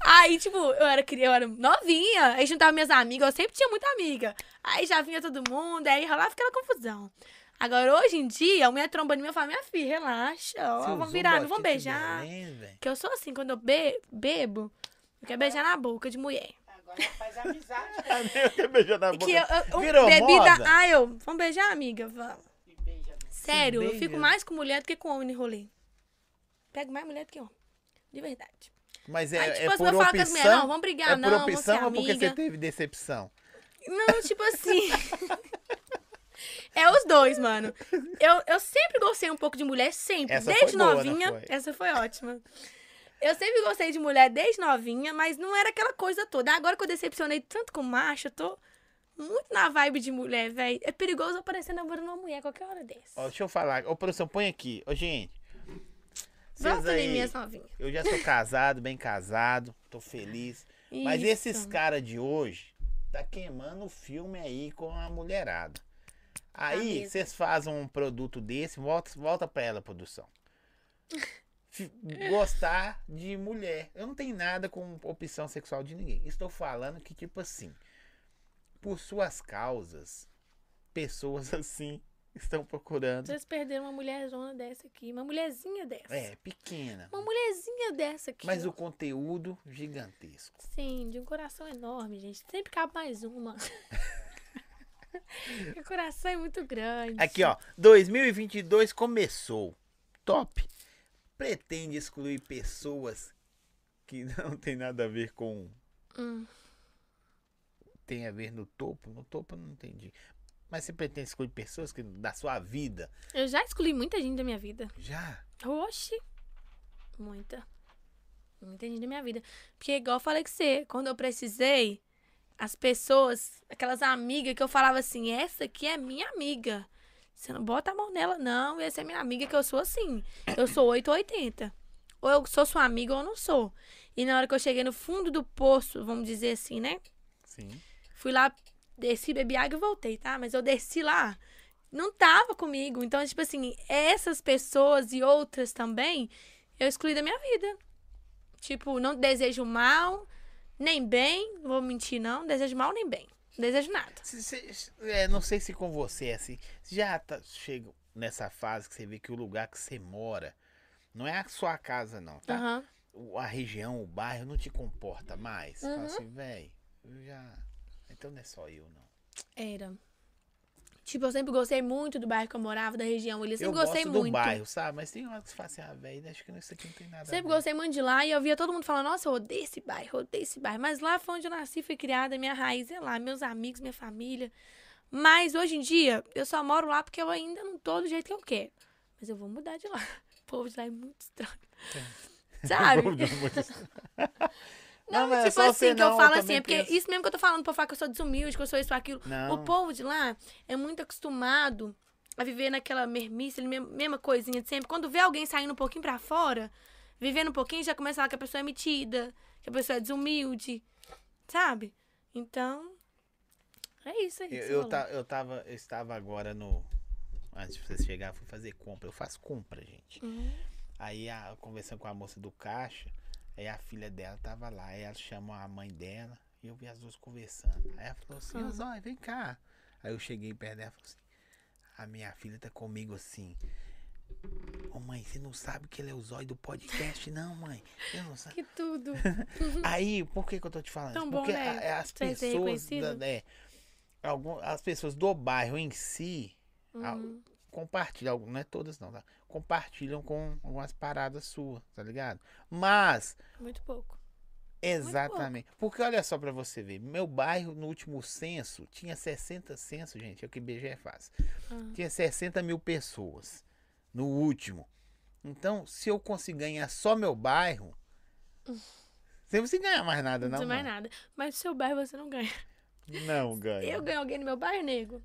[SPEAKER 2] Aí, tipo, eu era, cri- eu era novinha, aí juntava minhas amigas, eu sempre tinha muita amiga. Aí já vinha todo mundo, aí rolava aquela confusão. Agora, hoje em dia, a mulher trombando em mim, eu falo, minha filha, relaxa, ó,
[SPEAKER 1] Você
[SPEAKER 2] vamos
[SPEAKER 1] usou
[SPEAKER 2] virar,
[SPEAKER 1] boquete
[SPEAKER 2] não vamos beijar.
[SPEAKER 1] Belém, velho.
[SPEAKER 2] Porque eu sou assim, quando eu be- bebo, eu quero beijar na boca de mulher.
[SPEAKER 3] Agora já faz amizade.
[SPEAKER 1] Ah, meu, que beijou na boca.
[SPEAKER 2] Que eu, eu- um-
[SPEAKER 1] Virou
[SPEAKER 2] bebida.
[SPEAKER 1] moda?
[SPEAKER 2] Ah, eu. Vamos beijar, amiga? Vamos.
[SPEAKER 3] E beija.
[SPEAKER 4] né?
[SPEAKER 2] Sério, eu
[SPEAKER 1] beija.
[SPEAKER 2] fico mais com mulher do que com homem em rolê. Pego mais mulher do que homem. De verdade.
[SPEAKER 1] Mas é,
[SPEAKER 2] Aí,
[SPEAKER 1] é
[SPEAKER 2] tipo, as
[SPEAKER 1] por
[SPEAKER 2] pessoas falam com as mulheres,
[SPEAKER 1] opção?
[SPEAKER 2] não, vamos brigar,
[SPEAKER 1] é
[SPEAKER 2] não,
[SPEAKER 1] por
[SPEAKER 2] vamos
[SPEAKER 1] opção
[SPEAKER 2] ser
[SPEAKER 1] ou porque
[SPEAKER 2] amiga.
[SPEAKER 1] você teve decepção?
[SPEAKER 2] Não, tipo assim. é os dois, mano. Eu, eu sempre gostei um pouco de mulher, sempre.
[SPEAKER 1] Essa foi
[SPEAKER 2] desde
[SPEAKER 1] boa, não
[SPEAKER 2] novinha.
[SPEAKER 1] foi?
[SPEAKER 2] Essa foi ótima. Eu sempre gostei de mulher desde novinha, mas não era aquela coisa toda. Agora que eu decepcionei tanto com macho, eu tô muito na vibe de mulher, velho. É perigoso aparecer namorando uma mulher qualquer hora dessa.
[SPEAKER 1] Ó, deixa eu falar. Ô, produção, põe aqui. Ô, gente. vocês
[SPEAKER 2] Volta aí,
[SPEAKER 1] aí,
[SPEAKER 2] minhas novinhas.
[SPEAKER 1] Eu já sou casado, bem casado. Tô feliz. Mas
[SPEAKER 2] Isso.
[SPEAKER 1] esses caras de hoje tá queimando o filme aí com a mulherada. Aí
[SPEAKER 2] mesmo.
[SPEAKER 1] vocês fazem um produto desse, volta, volta pra ela, produção. Fi- Gostar de mulher. Eu não tenho nada com opção sexual de ninguém. Estou falando que, tipo assim, por suas causas, pessoas assim estão procurando.
[SPEAKER 2] Vocês perderam uma mulherzona dessa aqui, uma mulherzinha dessa.
[SPEAKER 1] É, pequena.
[SPEAKER 2] Uma mulherzinha dessa aqui.
[SPEAKER 1] Mas
[SPEAKER 2] ó.
[SPEAKER 1] o conteúdo gigantesco.
[SPEAKER 2] Sim, de um coração enorme, gente. Sempre cabe mais uma. Meu coração é muito grande.
[SPEAKER 1] Aqui, ó. 2022 começou. Top. Pretende excluir pessoas que não tem nada a ver com.
[SPEAKER 2] Hum.
[SPEAKER 1] Tem a ver no topo? No topo eu não entendi. Mas você pretende escolher pessoas que, da sua vida?
[SPEAKER 2] Eu já excluí muita gente da minha vida.
[SPEAKER 1] Já?
[SPEAKER 2] Oxi! Muita. Muita gente da minha vida. Porque, igual eu falei que você, quando eu precisei, as pessoas, aquelas amigas que eu falava assim, essa aqui é minha amiga. Você não bota a mão nela, não. Essa é minha amiga, que eu sou assim. Eu sou 8 ou 80. Ou eu sou sua amiga ou eu não sou. E na hora que eu cheguei no fundo do poço, vamos dizer assim, né?
[SPEAKER 1] Sim.
[SPEAKER 2] Fui lá, desci, bebi água e voltei, tá? Mas eu desci lá, não tava comigo. Então, tipo assim, essas pessoas e outras também, eu excluí da minha vida. Tipo, não desejo mal, nem bem, não vou mentir não, não desejo mal nem bem. Não desejo nada.
[SPEAKER 1] Se- se- é, não sei se com você é assim. Já tá, chega nessa fase que você vê que o lugar que você mora não é a sua casa, não, tá?
[SPEAKER 2] Aham.
[SPEAKER 1] o- a região, o bairro não te comporta mais. Fala
[SPEAKER 2] Uhum.
[SPEAKER 1] assim, velho, eu já. Então não é só eu, não.
[SPEAKER 2] Era. Tipo, eu sempre gostei muito do bairro que eu morava, da região. ali, Eu
[SPEAKER 1] eu
[SPEAKER 2] sempre gostei
[SPEAKER 1] gosto
[SPEAKER 2] muito.
[SPEAKER 1] do bairro, sabe? Mas tem hora que você fala assim, ah, velho, acho que isso aqui não tem nada. a
[SPEAKER 2] Sempre
[SPEAKER 1] ver.
[SPEAKER 2] gostei muito de lá e eu via todo mundo falando, nossa, eu odeio esse bairro, eu odeio esse bairro. Mas lá foi onde eu nasci, fui criada, minha raiz é lá, meus amigos, minha família. Mas hoje em dia, eu só moro lá porque eu ainda não tô do jeito que eu quero. Mas eu vou mudar de lá. O povo de lá é muito estranho.
[SPEAKER 1] É.
[SPEAKER 2] Sabe? Não,
[SPEAKER 1] mas é
[SPEAKER 2] tipo
[SPEAKER 1] só
[SPEAKER 2] assim,
[SPEAKER 1] você
[SPEAKER 2] que eu
[SPEAKER 1] não,
[SPEAKER 2] falo assim,
[SPEAKER 1] também
[SPEAKER 2] é porque
[SPEAKER 1] penso.
[SPEAKER 2] isso mesmo que eu tô falando pra falar que eu sou desumilde, que eu sou isso, aquilo.
[SPEAKER 1] Não.
[SPEAKER 2] O povo de lá é muito acostumado a viver naquela mermice, ele mesmo- mesma coisinha de sempre. Quando vê alguém saindo um pouquinho pra fora, vivendo um pouquinho, já começa a falar que a pessoa é metida, que a pessoa é desumilde, sabe? Então, é isso aí. que
[SPEAKER 1] Eu,
[SPEAKER 2] você
[SPEAKER 1] eu, tá-
[SPEAKER 2] falou.
[SPEAKER 1] ta- eu tava, eu estava agora no. Antes de você chegar, fui fazer compra. Eu faço compra, gente.
[SPEAKER 2] Hum.
[SPEAKER 1] Aí a, eu conversando com a moça do caixa, aí a filha dela tava lá. Aí ela chamou a mãe dela e eu vi as duas conversando. Aí ela falou assim, ô Zóia, vem cá. Aí eu cheguei perto dela e falei assim, a minha filha tá comigo assim. Ô mãe, você não sabe que ele é o zóio do podcast, não, mãe. Eu não sabe.
[SPEAKER 2] Que tudo.
[SPEAKER 1] Aí, por que, que eu tô te falando?
[SPEAKER 2] Tão
[SPEAKER 1] isso?
[SPEAKER 2] bom,
[SPEAKER 1] Porque
[SPEAKER 2] né?
[SPEAKER 1] a- é, as
[SPEAKER 2] Você ser
[SPEAKER 1] pessoas. da-
[SPEAKER 2] reconhecido.
[SPEAKER 1] é, algum- as pessoas do bairro em si
[SPEAKER 2] Hum,
[SPEAKER 1] a- compartilham, algum- não é todas não, tá? Compartilham com algumas paradas suas, tá ligado? Mas,
[SPEAKER 2] Muito pouco.
[SPEAKER 1] exatamente. Porque olha só pra você ver, meu bairro no último censo tinha 60 censos, gente, é o que BGE faz.
[SPEAKER 2] Ah.
[SPEAKER 1] Tinha 60 mil pessoas no último. Então, se eu conseguir ganhar só meu bairro, você não se ganha mais nada,
[SPEAKER 2] Hum. Não,
[SPEAKER 1] não.
[SPEAKER 2] precisa mais
[SPEAKER 1] mano.
[SPEAKER 2] nada. Mas no seu bairro você não ganha.
[SPEAKER 1] Não ganha.
[SPEAKER 2] Eu ganho alguém no meu bairro, nego?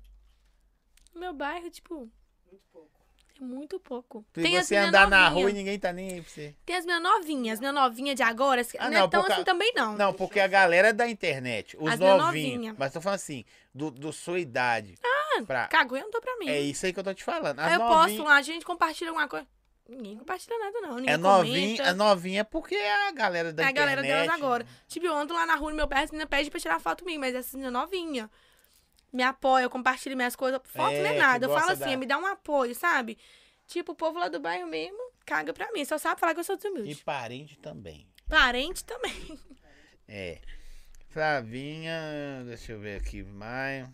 [SPEAKER 2] No meu bairro, tipo,
[SPEAKER 3] Muito pouco.
[SPEAKER 2] é muito pouco.
[SPEAKER 1] Se
[SPEAKER 2] as
[SPEAKER 1] você
[SPEAKER 2] mina
[SPEAKER 1] andar na
[SPEAKER 2] assim, né, novinha.
[SPEAKER 1] rua e ninguém tá nem aí pra você.
[SPEAKER 2] Tem as minhas novinhas, as minhas novinhas de agora, as que
[SPEAKER 1] Ah,
[SPEAKER 2] não,
[SPEAKER 1] não,
[SPEAKER 2] é tão
[SPEAKER 1] por ca-
[SPEAKER 2] assim também não.
[SPEAKER 1] Não, porque a galera é da internet, os
[SPEAKER 2] As minhas novinha.
[SPEAKER 1] novinhos. Mas tô falando assim, do, do sua idade. Ah, pra...
[SPEAKER 2] Cagou, eu não dou pra mim.
[SPEAKER 1] É isso aí que eu tô te falando. As
[SPEAKER 2] Aí eu
[SPEAKER 1] novinha-
[SPEAKER 2] posto lá, a gente compartilha alguma coisa. Ninguém compartilha nada, não. Ninguém
[SPEAKER 1] É novinha,
[SPEAKER 2] comenta.
[SPEAKER 1] é novinha é porque é a galera da
[SPEAKER 2] É a
[SPEAKER 1] internet. né?
[SPEAKER 2] galera delas agora. Tipo, eu ando lá na rua no meu pé, as meninas pedem pra tirar foto minha, mas essas meninas novinhas me apoiam, compartilham minhas coisas. Foto
[SPEAKER 1] É,
[SPEAKER 2] não é
[SPEAKER 1] que
[SPEAKER 2] nada. Eu
[SPEAKER 1] gosta
[SPEAKER 2] falo assim,
[SPEAKER 1] da-
[SPEAKER 2] me dá um apoio, sabe? Tipo, o povo lá do bairro mesmo caga pra mim. Só sabe falar que eu sou
[SPEAKER 1] E
[SPEAKER 2] desumilde.
[SPEAKER 1] parente também.
[SPEAKER 2] Parente também.
[SPEAKER 1] É. Flavinha, deixa eu ver aqui, Maio.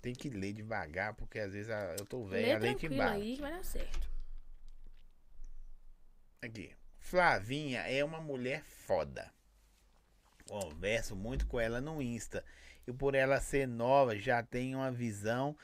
[SPEAKER 1] Tem que ler devagar, porque às vezes a- eu tô velho,
[SPEAKER 2] Lê
[SPEAKER 1] ela lei que
[SPEAKER 2] né? tranquilo
[SPEAKER 1] embarra.
[SPEAKER 2] aí que vai dar certo.
[SPEAKER 1] Aqui. Flavinha é uma mulher foda. Converso muito com ela no Insta. E por ela ser nova, já tem uma visão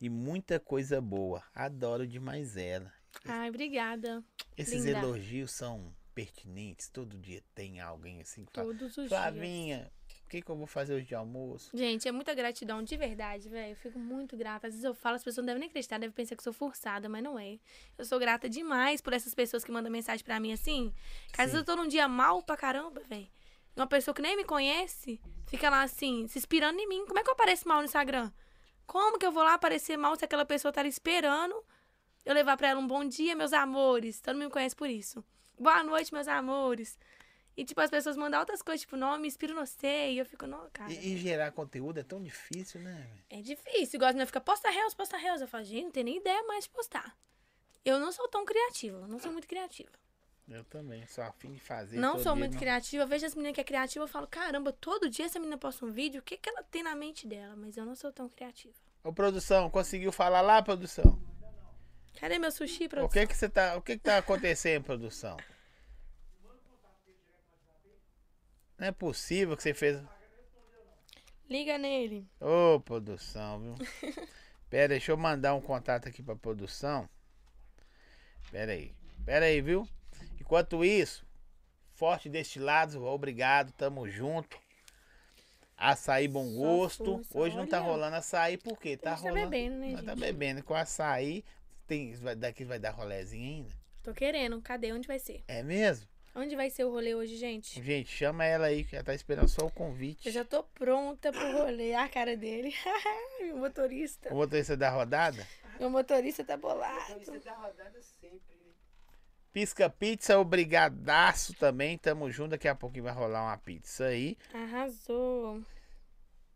[SPEAKER 1] e muita coisa boa. Adoro demais ela.
[SPEAKER 2] Ai, obrigada.
[SPEAKER 1] Esses
[SPEAKER 2] Linda.
[SPEAKER 1] elogios são pertinentes. Todo dia tem alguém assim que fala:
[SPEAKER 2] Todos os dias.
[SPEAKER 1] Flavinha, o que, que eu vou fazer hoje de almoço?
[SPEAKER 2] Gente, é muita gratidão, de verdade, velho. Eu fico muito grata. Às vezes eu falo, as pessoas não devem nem acreditar, devem pensar que eu sou forçada, mas não é. Eu sou grata demais por essas pessoas que mandam mensagem pra mim assim. Que às vezes eu tô num dia mal pra caramba, velho. Uma pessoa que nem me conhece fica lá assim, se inspirando em mim. Como é que eu apareço mal no Instagram? Como que eu vou lá aparecer mal se aquela pessoa tá ali esperando eu levar pra ela um bom dia, meus amores? Todo mundo me conhece por isso. Boa noite, meus amores. E, tipo, as pessoas mandam outras coisas, tipo, não, me inspiro no você. E eu fico, não, cara.
[SPEAKER 1] E, e gerar conteúdo é tão difícil, né? velho?
[SPEAKER 2] É difícil, igual as meninas ficam, posta reels, posta reels. Eu falo, gente, não tem nem ideia mais de postar. Eu não sou tão criativa, não sou muito criativa.
[SPEAKER 1] Eu também, sou afim de fazer.
[SPEAKER 2] não
[SPEAKER 1] todo
[SPEAKER 2] sou
[SPEAKER 1] dia,
[SPEAKER 2] muito
[SPEAKER 1] não-
[SPEAKER 2] criativa. Eu vejo as meninas que é criativa, eu falo, caramba, todo dia essa menina posta um vídeo, o que, que ela tem na mente dela? Mas eu não sou tão criativa.
[SPEAKER 1] Ô, produção, conseguiu falar lá, produção?
[SPEAKER 2] Cadê meu sushi,
[SPEAKER 1] O
[SPEAKER 2] produção?
[SPEAKER 1] que que você tá, o que que tá acontecendo, produção? Não é possível que você fez.
[SPEAKER 2] Liga nele.
[SPEAKER 1] Ô, produção, viu? Pera, deixa eu mandar um contato aqui pra produção. Pera aí. Pera aí, viu? Enquanto isso, Forte Destilados, obrigado, tamo junto. Açaí Bom
[SPEAKER 2] Só
[SPEAKER 1] Gosto.
[SPEAKER 2] força,
[SPEAKER 1] Hoje não tá
[SPEAKER 2] olha.
[SPEAKER 1] rolando açaí, por quê?
[SPEAKER 2] Tá
[SPEAKER 1] Tá
[SPEAKER 2] tá
[SPEAKER 1] rolando.
[SPEAKER 2] bebendo, né,
[SPEAKER 1] Nós
[SPEAKER 2] gente?
[SPEAKER 1] tá bebendo com açaí. Tem, vai- daqui vai dar rolezinho ainda?
[SPEAKER 2] Tô querendo. Cadê? Onde vai ser?
[SPEAKER 1] É mesmo?
[SPEAKER 2] Onde vai ser o rolê hoje, gente?
[SPEAKER 1] Gente, chama ela aí, que ela tá esperando só o convite.
[SPEAKER 2] Eu já tô pronta pro rolê. Ah, a cara dele. Meu motorista.
[SPEAKER 1] O motorista da rodada?
[SPEAKER 2] Meu motorista tá
[SPEAKER 3] Então,
[SPEAKER 2] bolado.
[SPEAKER 3] isso da rodada sempre, né?
[SPEAKER 1] Pisca Pizza, obrigadaço também. Tamo junto. Daqui a pouquinho vai rolar uma pizza aí.
[SPEAKER 2] Arrasou.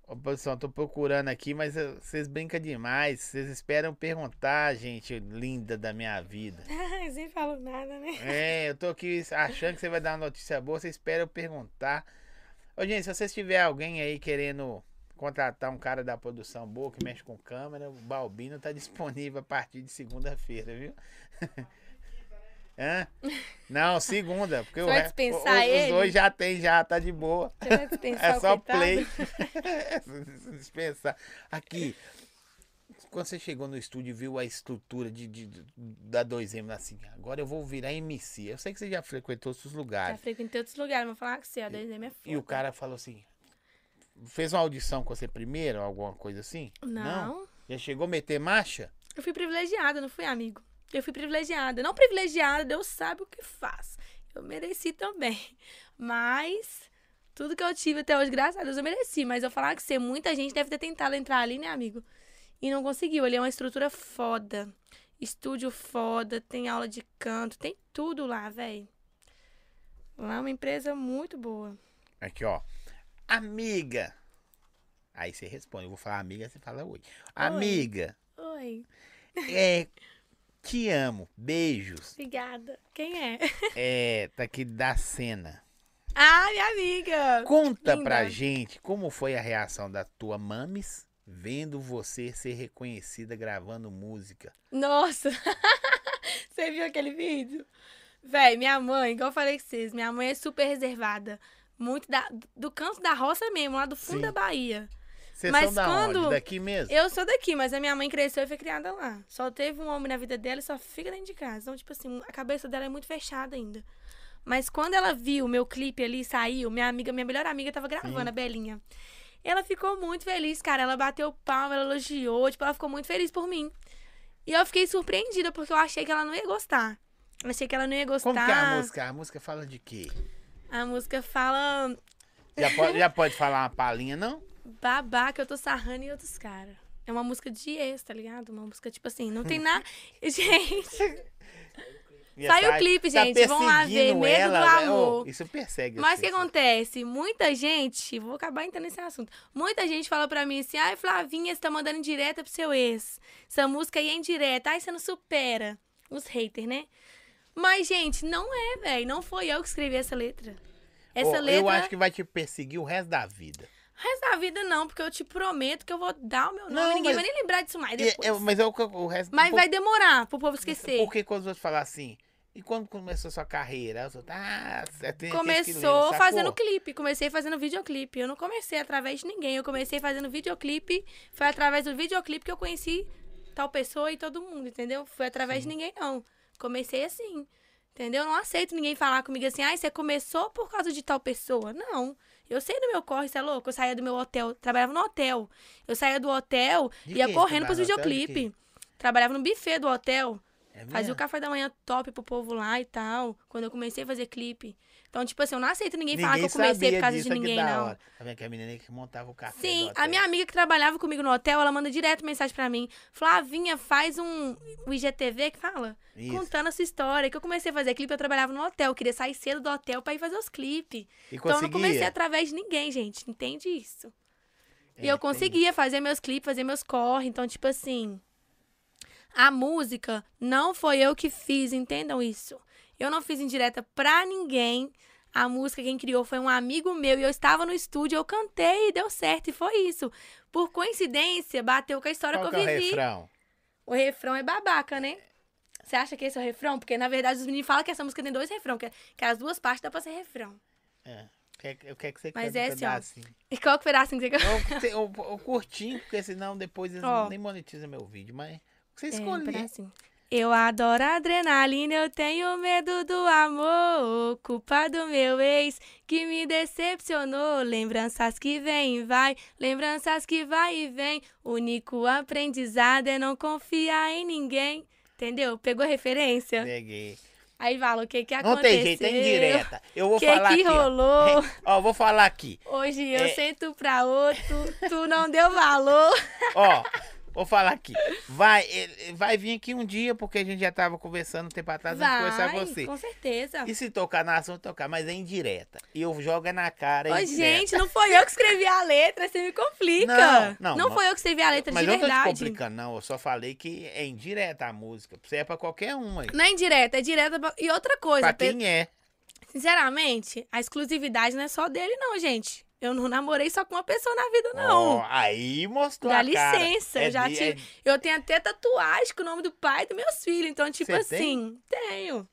[SPEAKER 1] Ô, produção, tô procurando aqui, mas eh, vocês brincam demais. Vocês esperam perguntar, gente linda da minha vida.
[SPEAKER 2] Eu nem falo nada, né?
[SPEAKER 1] É, eu tô aqui achando que você vai dar uma notícia boa, você espera eu perguntar. Ô, gente, se vocês tiver alguém aí querendo contratar um cara da produção boa que mexe com câmera, o Balbino tá disponível a partir de segunda-feira, viu? Hã? Não, segunda, porque
[SPEAKER 2] Você
[SPEAKER 1] o,
[SPEAKER 2] vai
[SPEAKER 1] re- o,
[SPEAKER 2] dispensar
[SPEAKER 1] o- os
[SPEAKER 2] ele?
[SPEAKER 1] dois já tem, já tá de boa.
[SPEAKER 2] Você vai dispensar
[SPEAKER 1] É
[SPEAKER 2] o
[SPEAKER 1] só
[SPEAKER 2] coitado?
[SPEAKER 1] play. É Dispensar. Aqui. Quando você chegou no estúdio e viu a estrutura de, de- de- da 2M, assim, agora eu vou virar MC. Eu sei que você já frequentou outros
[SPEAKER 2] Já
[SPEAKER 1] lugares.
[SPEAKER 2] frequentei outros lugares, mas vou falar com você, a 2M é foda.
[SPEAKER 1] E o cara falou assim: fez uma audição com você primeiro, alguma coisa assim?
[SPEAKER 2] Não.
[SPEAKER 1] Já chegou a meter marcha?
[SPEAKER 2] Eu fui privilegiada, não fui amigo. Eu fui privilegiada. Não privilegiada, Deus sabe o que faz. Eu mereci também. Mas tudo que eu tive até hoje, graças a Deus, eu mereci. Mas eu falar que você, muita gente deve ter tentado entrar ali, né, amigo? E não conseguiu. Ali é uma estrutura foda. Estúdio foda, tem aula de canto, tem tudo lá, velho. Lá é uma empresa muito boa.
[SPEAKER 1] Aqui, ó. Amiga. Aí você responde. Eu vou falar amiga, você fala oi. Amiga,
[SPEAKER 2] Oi,
[SPEAKER 1] é. Te amo. Beijos.
[SPEAKER 2] obrigada. Quem é?
[SPEAKER 1] É, tá aqui da cena.
[SPEAKER 2] ah, minha amiga!
[SPEAKER 1] Conta
[SPEAKER 2] Linda.
[SPEAKER 1] pra gente como foi a reação da tua mames vendo você ser reconhecida gravando música.
[SPEAKER 2] Nossa! Você viu aquele vídeo? Véi, minha mãe, igual eu falei com vocês, minha mãe é super reservada. Muito da- do canto da roça mesmo, lá do fundo
[SPEAKER 1] Sim.
[SPEAKER 2] da Bahia.
[SPEAKER 1] Vocês
[SPEAKER 2] Mas
[SPEAKER 1] são da onde?
[SPEAKER 2] quando-
[SPEAKER 1] Daqui mesmo?
[SPEAKER 2] Eu sou daqui, mas a minha mãe cresceu e foi criada lá. Só teve um homem na vida dela e só fica dentro de casa. Então, tipo assim, a cabeça dela é muito fechada ainda. Mas quando ela viu o meu clipe ali, saiu, minha amiga, minha melhor amiga tava gravando, a Belinha. Ela ficou muito feliz, cara. Ela bateu palma, ela elogiou, tipo, ela ficou muito feliz por mim. E eu fiquei surpreendida, porque eu achei que ela não ia gostar. Eu Achei que ela não ia gostar.
[SPEAKER 1] Como que é a música? A música fala de quê?
[SPEAKER 2] A música fala
[SPEAKER 1] Já pode, já pode falar uma palhinha, não?
[SPEAKER 2] Babá, que eu tô sarrando em outros caras. É uma música de ex, tá ligado? Uma música, tipo assim, não
[SPEAKER 1] Hum.
[SPEAKER 2] tem nada. Gente,
[SPEAKER 1] Já tá-
[SPEAKER 2] Saiu o clipe, gente, vão lá ver,
[SPEAKER 1] perseguindo
[SPEAKER 2] Medo do
[SPEAKER 1] vai- ô,
[SPEAKER 2] Amor.
[SPEAKER 1] isso persegue.
[SPEAKER 2] mas o
[SPEAKER 1] você.
[SPEAKER 2] que acontece? Muita gente, vou acabar entrando nesse assunto. Muita gente fala pra mim assim: ai, Flavinha, você tá mandando indireta pro seu ex. Essa música aí é indireta. Ai, você não supera. Os haters, né? Mas, gente, não é, velho. Não foi eu que escrevi essa letra. Essa
[SPEAKER 1] Ô,
[SPEAKER 2] letra.
[SPEAKER 1] Eu acho que vai te perseguir o resto da vida.
[SPEAKER 2] O resto da vida não, porque eu te prometo que eu vou dar o meu nome.
[SPEAKER 1] Não, mas-
[SPEAKER 2] Ninguém vai nem lembrar disso mais
[SPEAKER 1] E-
[SPEAKER 2] depois.
[SPEAKER 1] eu- mas é o, que eu- o resto
[SPEAKER 2] Mas
[SPEAKER 1] por-
[SPEAKER 2] vai demorar pro povo esquecer.
[SPEAKER 1] Porque quando os outros falam assim, e quando começou sua carreira? Aí os outros, ah, tem aqueles que
[SPEAKER 2] Começou
[SPEAKER 1] lembram,
[SPEAKER 2] fazendo
[SPEAKER 1] sacou?
[SPEAKER 2] clipe, comecei fazendo videoclipe. Eu não comecei através de ninguém, eu comecei fazendo videoclipe. Foi através do videoclipe que eu conheci tal pessoa e todo mundo, entendeu? Foi através de ninguém, não. Comecei assim, entendeu? Eu não aceito ninguém falar comigo assim, ai, você começou por causa de tal pessoa. Não. Eu sei do meu corre, você é louco? Eu saía do meu hotel, trabalhava no hotel. Eu saía do hotel,
[SPEAKER 1] De
[SPEAKER 2] ia
[SPEAKER 1] quê?
[SPEAKER 2] correndo pros
[SPEAKER 1] Trabalhava no hotel de
[SPEAKER 2] videoclipe. Trabalhava no buffet do hotel.
[SPEAKER 1] É
[SPEAKER 2] Fazia
[SPEAKER 1] mesmo?
[SPEAKER 2] o café da manhã top pro povo lá e tal. Quando eu comecei a fazer clipe. Então, tipo assim, eu não aceito ninguém, falar que eu comecei
[SPEAKER 1] sabia
[SPEAKER 2] por causa
[SPEAKER 1] disso,
[SPEAKER 2] de
[SPEAKER 1] é que
[SPEAKER 2] ninguém,
[SPEAKER 1] da
[SPEAKER 2] não.
[SPEAKER 1] hora. Tá vendo que a menina que montava o café. do
[SPEAKER 2] Sim,
[SPEAKER 1] hotel.
[SPEAKER 2] a minha amiga que trabalhava comigo no hotel, ela manda direto mensagem pra mim. Flavinha, faz um o IGTV que fala?
[SPEAKER 1] Isso.
[SPEAKER 2] Contando a sua história. Que eu comecei a fazer clipe, eu trabalhava no hotel. Eu queria sair cedo do hotel pra ir fazer os clipes.
[SPEAKER 1] E
[SPEAKER 2] Então eu não comecei
[SPEAKER 1] conseguia?
[SPEAKER 2] através de ninguém, gente. Entende isso? E
[SPEAKER 1] Entendi.
[SPEAKER 2] eu conseguia fazer meus clipes, fazer meus corre. Então, tipo assim. A música não foi eu que fiz, entendam isso. Eu não fiz indireta pra ninguém. A música quem criou foi um amigo meu e eu estava no estúdio, eu cantei e deu certo. E foi isso. Por coincidência, bateu com a história
[SPEAKER 1] Qual
[SPEAKER 2] que
[SPEAKER 1] é
[SPEAKER 2] eu
[SPEAKER 1] o
[SPEAKER 2] vivi.
[SPEAKER 1] refrão?
[SPEAKER 2] O refrão é babaca, né? Você acha que esse é o é, refrão? Porque, na verdade, os meninos falam que essa música tem dois refrão, que, que as duas partes dá pra ser refrão.
[SPEAKER 1] É. quer, eu quero que você
[SPEAKER 2] Mas
[SPEAKER 1] cante um
[SPEAKER 2] é assim, ó.
[SPEAKER 1] pedacinho.
[SPEAKER 2] E qual que foi assim que você
[SPEAKER 1] Não, que tem- o, o curtinho, porque senão depois eles
[SPEAKER 2] Ó.
[SPEAKER 1] nem monetizam meu vídeo, mas o que você né?
[SPEAKER 2] É, um
[SPEAKER 1] escolher.
[SPEAKER 2] pedacinho. Eu adoro adrenalina, eu tenho medo do amor. Culpa do meu ex que me decepcionou. Lembranças que vem e vai, lembranças que vai e vem. Único aprendizado é não confiar em ninguém. Entendeu? Pegou a referência?
[SPEAKER 1] Peguei.
[SPEAKER 2] Aí fala o que que aconteceu.
[SPEAKER 1] É. Não tem jeito, é indireta. Eu vou
[SPEAKER 2] O que
[SPEAKER 1] falar
[SPEAKER 2] que
[SPEAKER 1] aqui. ó.
[SPEAKER 2] rolou?
[SPEAKER 1] Ó, vou falar aqui.
[SPEAKER 2] Hoje eu
[SPEAKER 1] É.
[SPEAKER 2] sento pra outro, tu não deu valor.
[SPEAKER 1] Ó, vou falar aqui. Vai, ele- vai vir aqui um dia, porque a gente já tava conversando um tempo atrás, eu conversar com você.
[SPEAKER 2] com certeza.
[SPEAKER 1] E se tocar na ação, tocar, mas é indireta. E eu jogo é na cara. é
[SPEAKER 2] Ô,
[SPEAKER 1] indireta.
[SPEAKER 2] gente, não foi eu que escrevi a letra, você me complica.
[SPEAKER 1] Não, não, mas-
[SPEAKER 2] foi eu que escrevi a letra
[SPEAKER 1] mas
[SPEAKER 2] de
[SPEAKER 1] eu não tô te
[SPEAKER 2] verdade.
[SPEAKER 1] complicando, não. Eu só falei que é indireta a música. Você é pra qualquer um aí.
[SPEAKER 2] Não é indireta, é direta. pra- E outra coisa,
[SPEAKER 1] Pra
[SPEAKER 2] Pe-
[SPEAKER 1] quem é.
[SPEAKER 2] sinceramente, a exclusividade não é só dele, não, gente. Eu não namorei só com uma pessoa na vida, não.
[SPEAKER 1] Ó, aí mostrou
[SPEAKER 2] Dá
[SPEAKER 1] a cara.
[SPEAKER 2] licença,
[SPEAKER 1] É
[SPEAKER 2] eu já
[SPEAKER 1] de-
[SPEAKER 2] tive. Eu tenho até tatuagem com o nome do pai dos meus filhos. Então, tipo
[SPEAKER 1] Você
[SPEAKER 2] assim, tenho.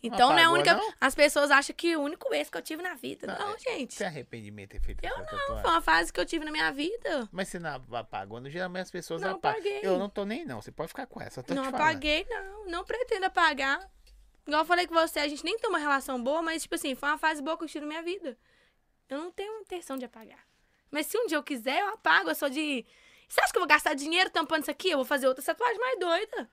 [SPEAKER 2] Então não é a
[SPEAKER 1] apagou,
[SPEAKER 2] única.
[SPEAKER 1] não? Ah, é.
[SPEAKER 2] As pessoas acham que o único ex que eu tive na vida.
[SPEAKER 1] Não,
[SPEAKER 2] Não, gente.
[SPEAKER 1] Você arrependimento de ter feito
[SPEAKER 2] Eu
[SPEAKER 1] essa tatuagem?
[SPEAKER 2] Foi uma fase que eu tive na minha vida.
[SPEAKER 1] Mas você não apagou. No- Geralmente as pessoas
[SPEAKER 2] Não
[SPEAKER 1] apagam.
[SPEAKER 2] apaguei.
[SPEAKER 1] Eu não tô nem, não. Você pode ficar com essa. eu Tô
[SPEAKER 2] não
[SPEAKER 1] te falando.
[SPEAKER 2] apaguei, não. Não pretendo apagar. Igual eu falei com você, a gente nem tem uma relação boa, mas, tipo assim, foi uma fase boa que eu tive na minha vida. Eu não tenho intenção de apagar. Mas se um dia eu quiser, eu apago. Eu sou de. Você acha que eu vou gastar dinheiro tampando isso aqui? Eu vou fazer outra tatuagem mais doida.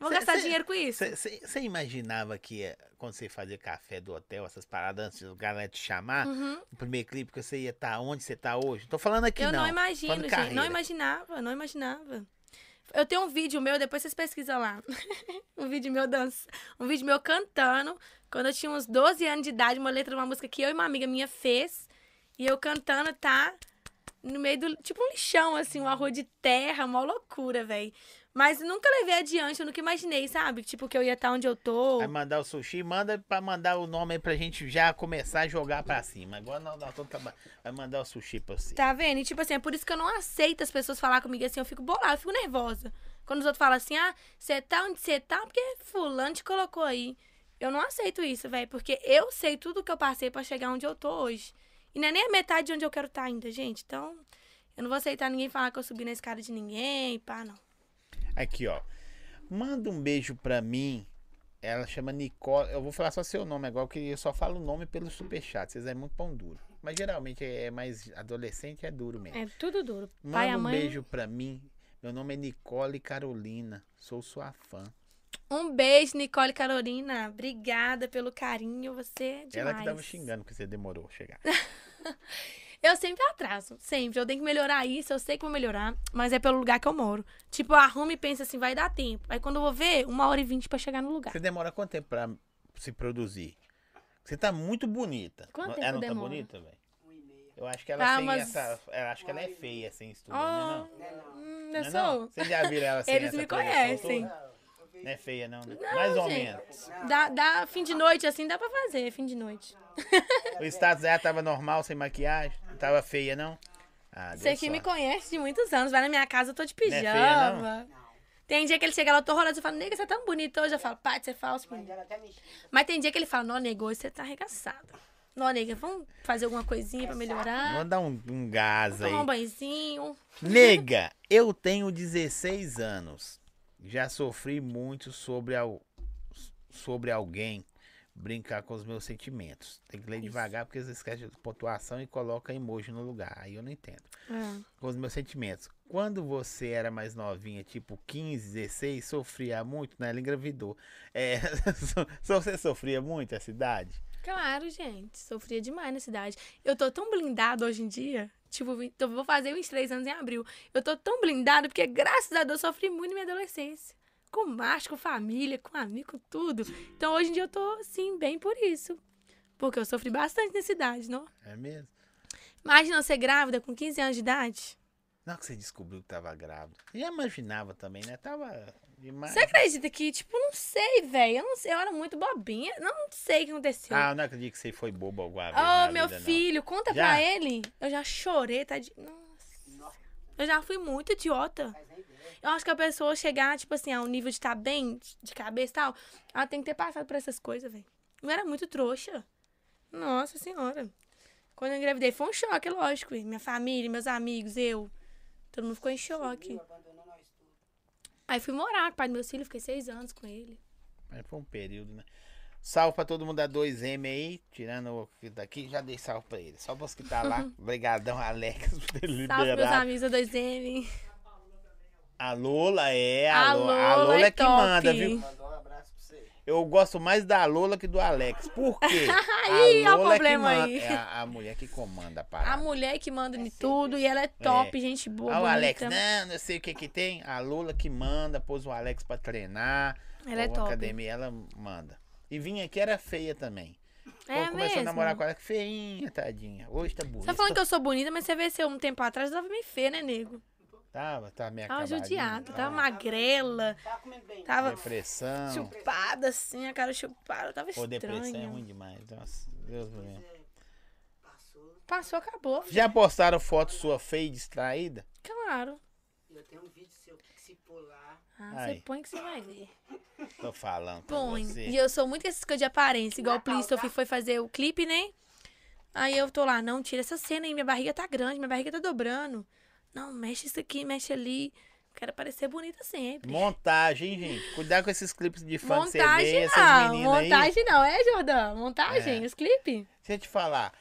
[SPEAKER 2] Vou
[SPEAKER 1] Cê-
[SPEAKER 2] gastar
[SPEAKER 1] cê-
[SPEAKER 2] dinheiro com isso.
[SPEAKER 1] Você- Você você imaginava que eh, quando você fazia café do hotel, essas paradas, antes do galera te chamar,
[SPEAKER 2] Uhum.
[SPEAKER 1] no primeiro clipe, que você ia estar onde você tá hoje? Tô falando aqui
[SPEAKER 2] eu
[SPEAKER 1] não.
[SPEAKER 2] não, imagino,
[SPEAKER 1] Falando
[SPEAKER 2] gente.
[SPEAKER 1] carreira.
[SPEAKER 2] Não imaginava, não imaginava. Eu tenho um vídeo meu, depois vocês pesquisam lá. um vídeo meu dançando. Um vídeo meu cantando. Quando eu tinha uns 12 anos de idade, uma letra de uma música que eu e uma amiga minha fez. E eu cantando, tá? No meio do. Tipo um lixão, assim, uma rua de terra, uma loucura, velho. Mas nunca levei adiante, eu nunca imaginei, sabe? Tipo, que eu ia estar onde eu tô.
[SPEAKER 1] Vai mandar o sushi, manda pra mandar o nome aí pra gente já começar a jogar pra cima. Agora nós nós estamos trabalhando. Vai mandar o sushi pra você.
[SPEAKER 2] Tá vendo? E tipo assim, é por isso que eu não aceito as pessoas falar comigo assim, eu fico bolada, eu fico nervosa. Quando os outros falam assim, ah, você tá onde você tá porque fulano te colocou aí. Eu não aceito isso, velho, porque eu sei tudo que eu passei pra chegar onde eu tô hoje. E não é nem a metade de onde eu quero estar ainda, gente. Então, eu não vou aceitar ninguém falar que eu subi na escada de ninguém, pá, não.
[SPEAKER 1] Aqui, ó. Manda um beijo pra mim. Ela chama Nicole. Eu vou falar só seu nome agora, porque eu só falo o nome pelo superchat. Vocês é muito pão duro. Mas geralmente é mais adolescente, é duro mesmo.
[SPEAKER 2] É tudo duro.
[SPEAKER 1] Manda
[SPEAKER 2] Pai, a
[SPEAKER 1] um
[SPEAKER 2] mãe.
[SPEAKER 1] beijo pra mim. Meu nome é Nicole Carolina. Sou sua fã.
[SPEAKER 2] Um beijo, Nicole Carolina. Obrigada pelo carinho, você é demais. Tá.
[SPEAKER 1] Ela que um tava xingando que você demorou a chegar.
[SPEAKER 2] Eu sempre atraso, sempre. Eu tenho que melhorar isso, eu sei que vou melhorar, mas é pelo lugar que eu moro. Tipo, eu arrumo e penso assim, vai dar tempo. Aí quando eu vou ver, uma hora e vinte pra chegar no lugar.
[SPEAKER 1] Você demora quanto tempo pra se produzir? Você tá muito bonita.
[SPEAKER 2] Quanto
[SPEAKER 1] Não-
[SPEAKER 2] tempo
[SPEAKER 1] ela não
[SPEAKER 2] demora?
[SPEAKER 1] tá bonita, velho?
[SPEAKER 3] Um e um meia.
[SPEAKER 1] Eu acho que ela
[SPEAKER 2] Ah,
[SPEAKER 1] sem
[SPEAKER 2] mas-
[SPEAKER 1] essa. Ela acho que ela é feia sem estudo,
[SPEAKER 2] Ah,
[SPEAKER 1] não é não?
[SPEAKER 3] Não é não.
[SPEAKER 2] hum,
[SPEAKER 1] Não
[SPEAKER 2] eu
[SPEAKER 1] é
[SPEAKER 2] sou.
[SPEAKER 1] não? Você já viram ela sem
[SPEAKER 2] Eles
[SPEAKER 1] essa
[SPEAKER 2] me
[SPEAKER 1] produção
[SPEAKER 2] conhecem.
[SPEAKER 1] toda?
[SPEAKER 3] Não, eu vi.
[SPEAKER 1] Não é feia, não. né? Mais ou
[SPEAKER 2] gente.
[SPEAKER 1] menos.
[SPEAKER 2] Dá, dá fim de noite assim, dá pra fazer, fim de noite.
[SPEAKER 1] O status dela tava normal, sem maquiagem? Não tava feia, não? Ah,
[SPEAKER 2] Você que me conhece de muitos anos, vai na minha casa, eu tô de
[SPEAKER 1] é feia,
[SPEAKER 2] pijama.
[SPEAKER 3] Não.
[SPEAKER 2] Tem dia que ele chega lá, eu tô rolando, eu falo, nega, você é tão bonita hoje. Eu falo, pá, você é falso.
[SPEAKER 3] Mas ela até me xinga.
[SPEAKER 2] Mas tem dia que ele fala, não, nega, hoje você tá arregaçada. Não, nega, vamos fazer alguma coisinha pra melhorar.
[SPEAKER 1] Manda um, um gás aí.
[SPEAKER 2] Tomar um banhozinho.
[SPEAKER 1] Nega, eu tenho 16 anos. Já sofri muito sobre, al... sobre alguém brincar com os meus sentimentos. Tem que ler devagar porque eles esquecem de pontuação e coloca emoji no lugar. Aí eu não entendo.
[SPEAKER 2] Ah.
[SPEAKER 1] Com os meus sentimentos. Quando você era mais novinha, tipo 15, 16, sofria muito, né? Ela engravidou. É, so- so- você sofria muito essa idade?
[SPEAKER 2] Claro, gente. Sofria demais na cidade. Eu tô tão blindada hoje em dia. Tipo, vi- eu vou fazer 23 anos em abril. Eu tô tão blindada porque, graças a Deus, eu sofri muito na minha adolescência. Com macho, com família, com amigo, com tudo. Então, hoje em dia, eu tô, sim, bem por isso. Porque eu sofri bastante na cidade, não?
[SPEAKER 1] É mesmo?
[SPEAKER 2] Imagina você grávida com 15 anos de idade.
[SPEAKER 1] Na hora que você descobriu que tava grávida. Eu Já imaginava também, né? Tava demais.
[SPEAKER 2] Você acredita que, tipo, não sei, velho. Eu não sei, eu era muito bobinha. Não sei o que aconteceu.
[SPEAKER 1] Ah, eu não acredito que você foi bobo alguma vez. Tá
[SPEAKER 2] Ah,
[SPEAKER 1] na
[SPEAKER 2] meu
[SPEAKER 1] vida, não.
[SPEAKER 2] filho, conta
[SPEAKER 1] Já?
[SPEAKER 2] pra ele. Eu já chorei, tá de... Nossa. Eu já fui muito idiota.
[SPEAKER 3] Faz nem ideia.
[SPEAKER 2] Eu acho que a pessoa chegar, tipo assim, ao nível de estar bem, de cabeça e tal, ela tem que ter passado por essas coisas, velho. Não era muito trouxa. Nossa senhora. Quando eu engravidei, foi um choque, lógico. e Minha família, meus amigos, eu. Todo mundo ficou em choque.
[SPEAKER 4] Sumiu, abandonou nós tudo.
[SPEAKER 2] Aí fui morar com o pai do meu filho, fiquei seis anos com ele.
[SPEAKER 1] Mas foi um período, né? Salve pra todo mundo da 2M aí, tirando o que tá aqui, já dei salve pra ele. Só pra os que tá lá. Obrigadão, Alex, por ter
[SPEAKER 2] Salve, meus
[SPEAKER 1] liberado.
[SPEAKER 2] amigos da 2M.
[SPEAKER 1] A Lola é, a,
[SPEAKER 2] A
[SPEAKER 1] Lola, a
[SPEAKER 2] Lola
[SPEAKER 1] Lola
[SPEAKER 2] é
[SPEAKER 1] é que
[SPEAKER 2] top.
[SPEAKER 1] manda, viu?
[SPEAKER 3] Mandou um abraço pra você.
[SPEAKER 1] Eu gosto mais da Lola que do Alex. Por quê?
[SPEAKER 2] Ih,
[SPEAKER 1] a
[SPEAKER 2] olha o
[SPEAKER 1] Lola é que
[SPEAKER 2] problema
[SPEAKER 1] manda-
[SPEAKER 2] aí.
[SPEAKER 1] É a, a mulher que comanda a parada.
[SPEAKER 2] A mulher que manda em tudo e ela é top, gente boa.
[SPEAKER 1] Olha o
[SPEAKER 2] bonita.
[SPEAKER 1] Alex, né? não, não sei o que que tem. A Lula que manda, pôs o Alex pra treinar.
[SPEAKER 2] Ela é
[SPEAKER 1] Pô, a
[SPEAKER 2] top.
[SPEAKER 1] academia, ela manda. E vinha aqui, era feia também.
[SPEAKER 2] É
[SPEAKER 1] Pô, começou
[SPEAKER 2] mesmo.
[SPEAKER 1] a namorar com ela, que feinha, tadinha. Hoje tá bonita.
[SPEAKER 2] Você tá falando que eu sou bonita, mas você vê se eu um tempo atrás eu tava meio feia, né, nego?
[SPEAKER 1] Tava, tava meio
[SPEAKER 2] Tava
[SPEAKER 1] acabadinha,
[SPEAKER 2] judiada,
[SPEAKER 1] tava
[SPEAKER 2] tava magrela,
[SPEAKER 4] Tava Tá comendo bem.
[SPEAKER 2] tava
[SPEAKER 1] Depressão.
[SPEAKER 2] chupada assim, a cara chupada, eu tava
[SPEAKER 1] Pô, depressão é
[SPEAKER 2] estranha.
[SPEAKER 1] ruim demais. Nossa, Deus me livre.
[SPEAKER 4] Passou.
[SPEAKER 2] Passou, acabou.
[SPEAKER 1] Já postaram foto sua feia e distraída?
[SPEAKER 2] Claro.
[SPEAKER 4] Eu tenho um vídeo seu que se pular.
[SPEAKER 2] Ah,
[SPEAKER 1] Aí.
[SPEAKER 2] você põe que você vai ver.
[SPEAKER 1] Tô falando pra
[SPEAKER 2] Põe.
[SPEAKER 1] você. tá?
[SPEAKER 2] E eu sou muito essas coisas de aparência, igual o Plistoff foi fazer o clipe, né? Aí eu tô lá, não, tira essa cena aí, minha barriga tá grande, minha barriga tá dobrando. Não, mexe isso aqui, mexe ali. Quero parecer bonita sempre.
[SPEAKER 1] Montagem, hein, gente. Cuidado com esses clipes de fã que você vê,
[SPEAKER 2] Montagem
[SPEAKER 1] essas
[SPEAKER 2] não,
[SPEAKER 1] meninas aí. É.
[SPEAKER 2] montagem não, é, Jordão? Montagem, os clipes?
[SPEAKER 1] Deixa eu te falar.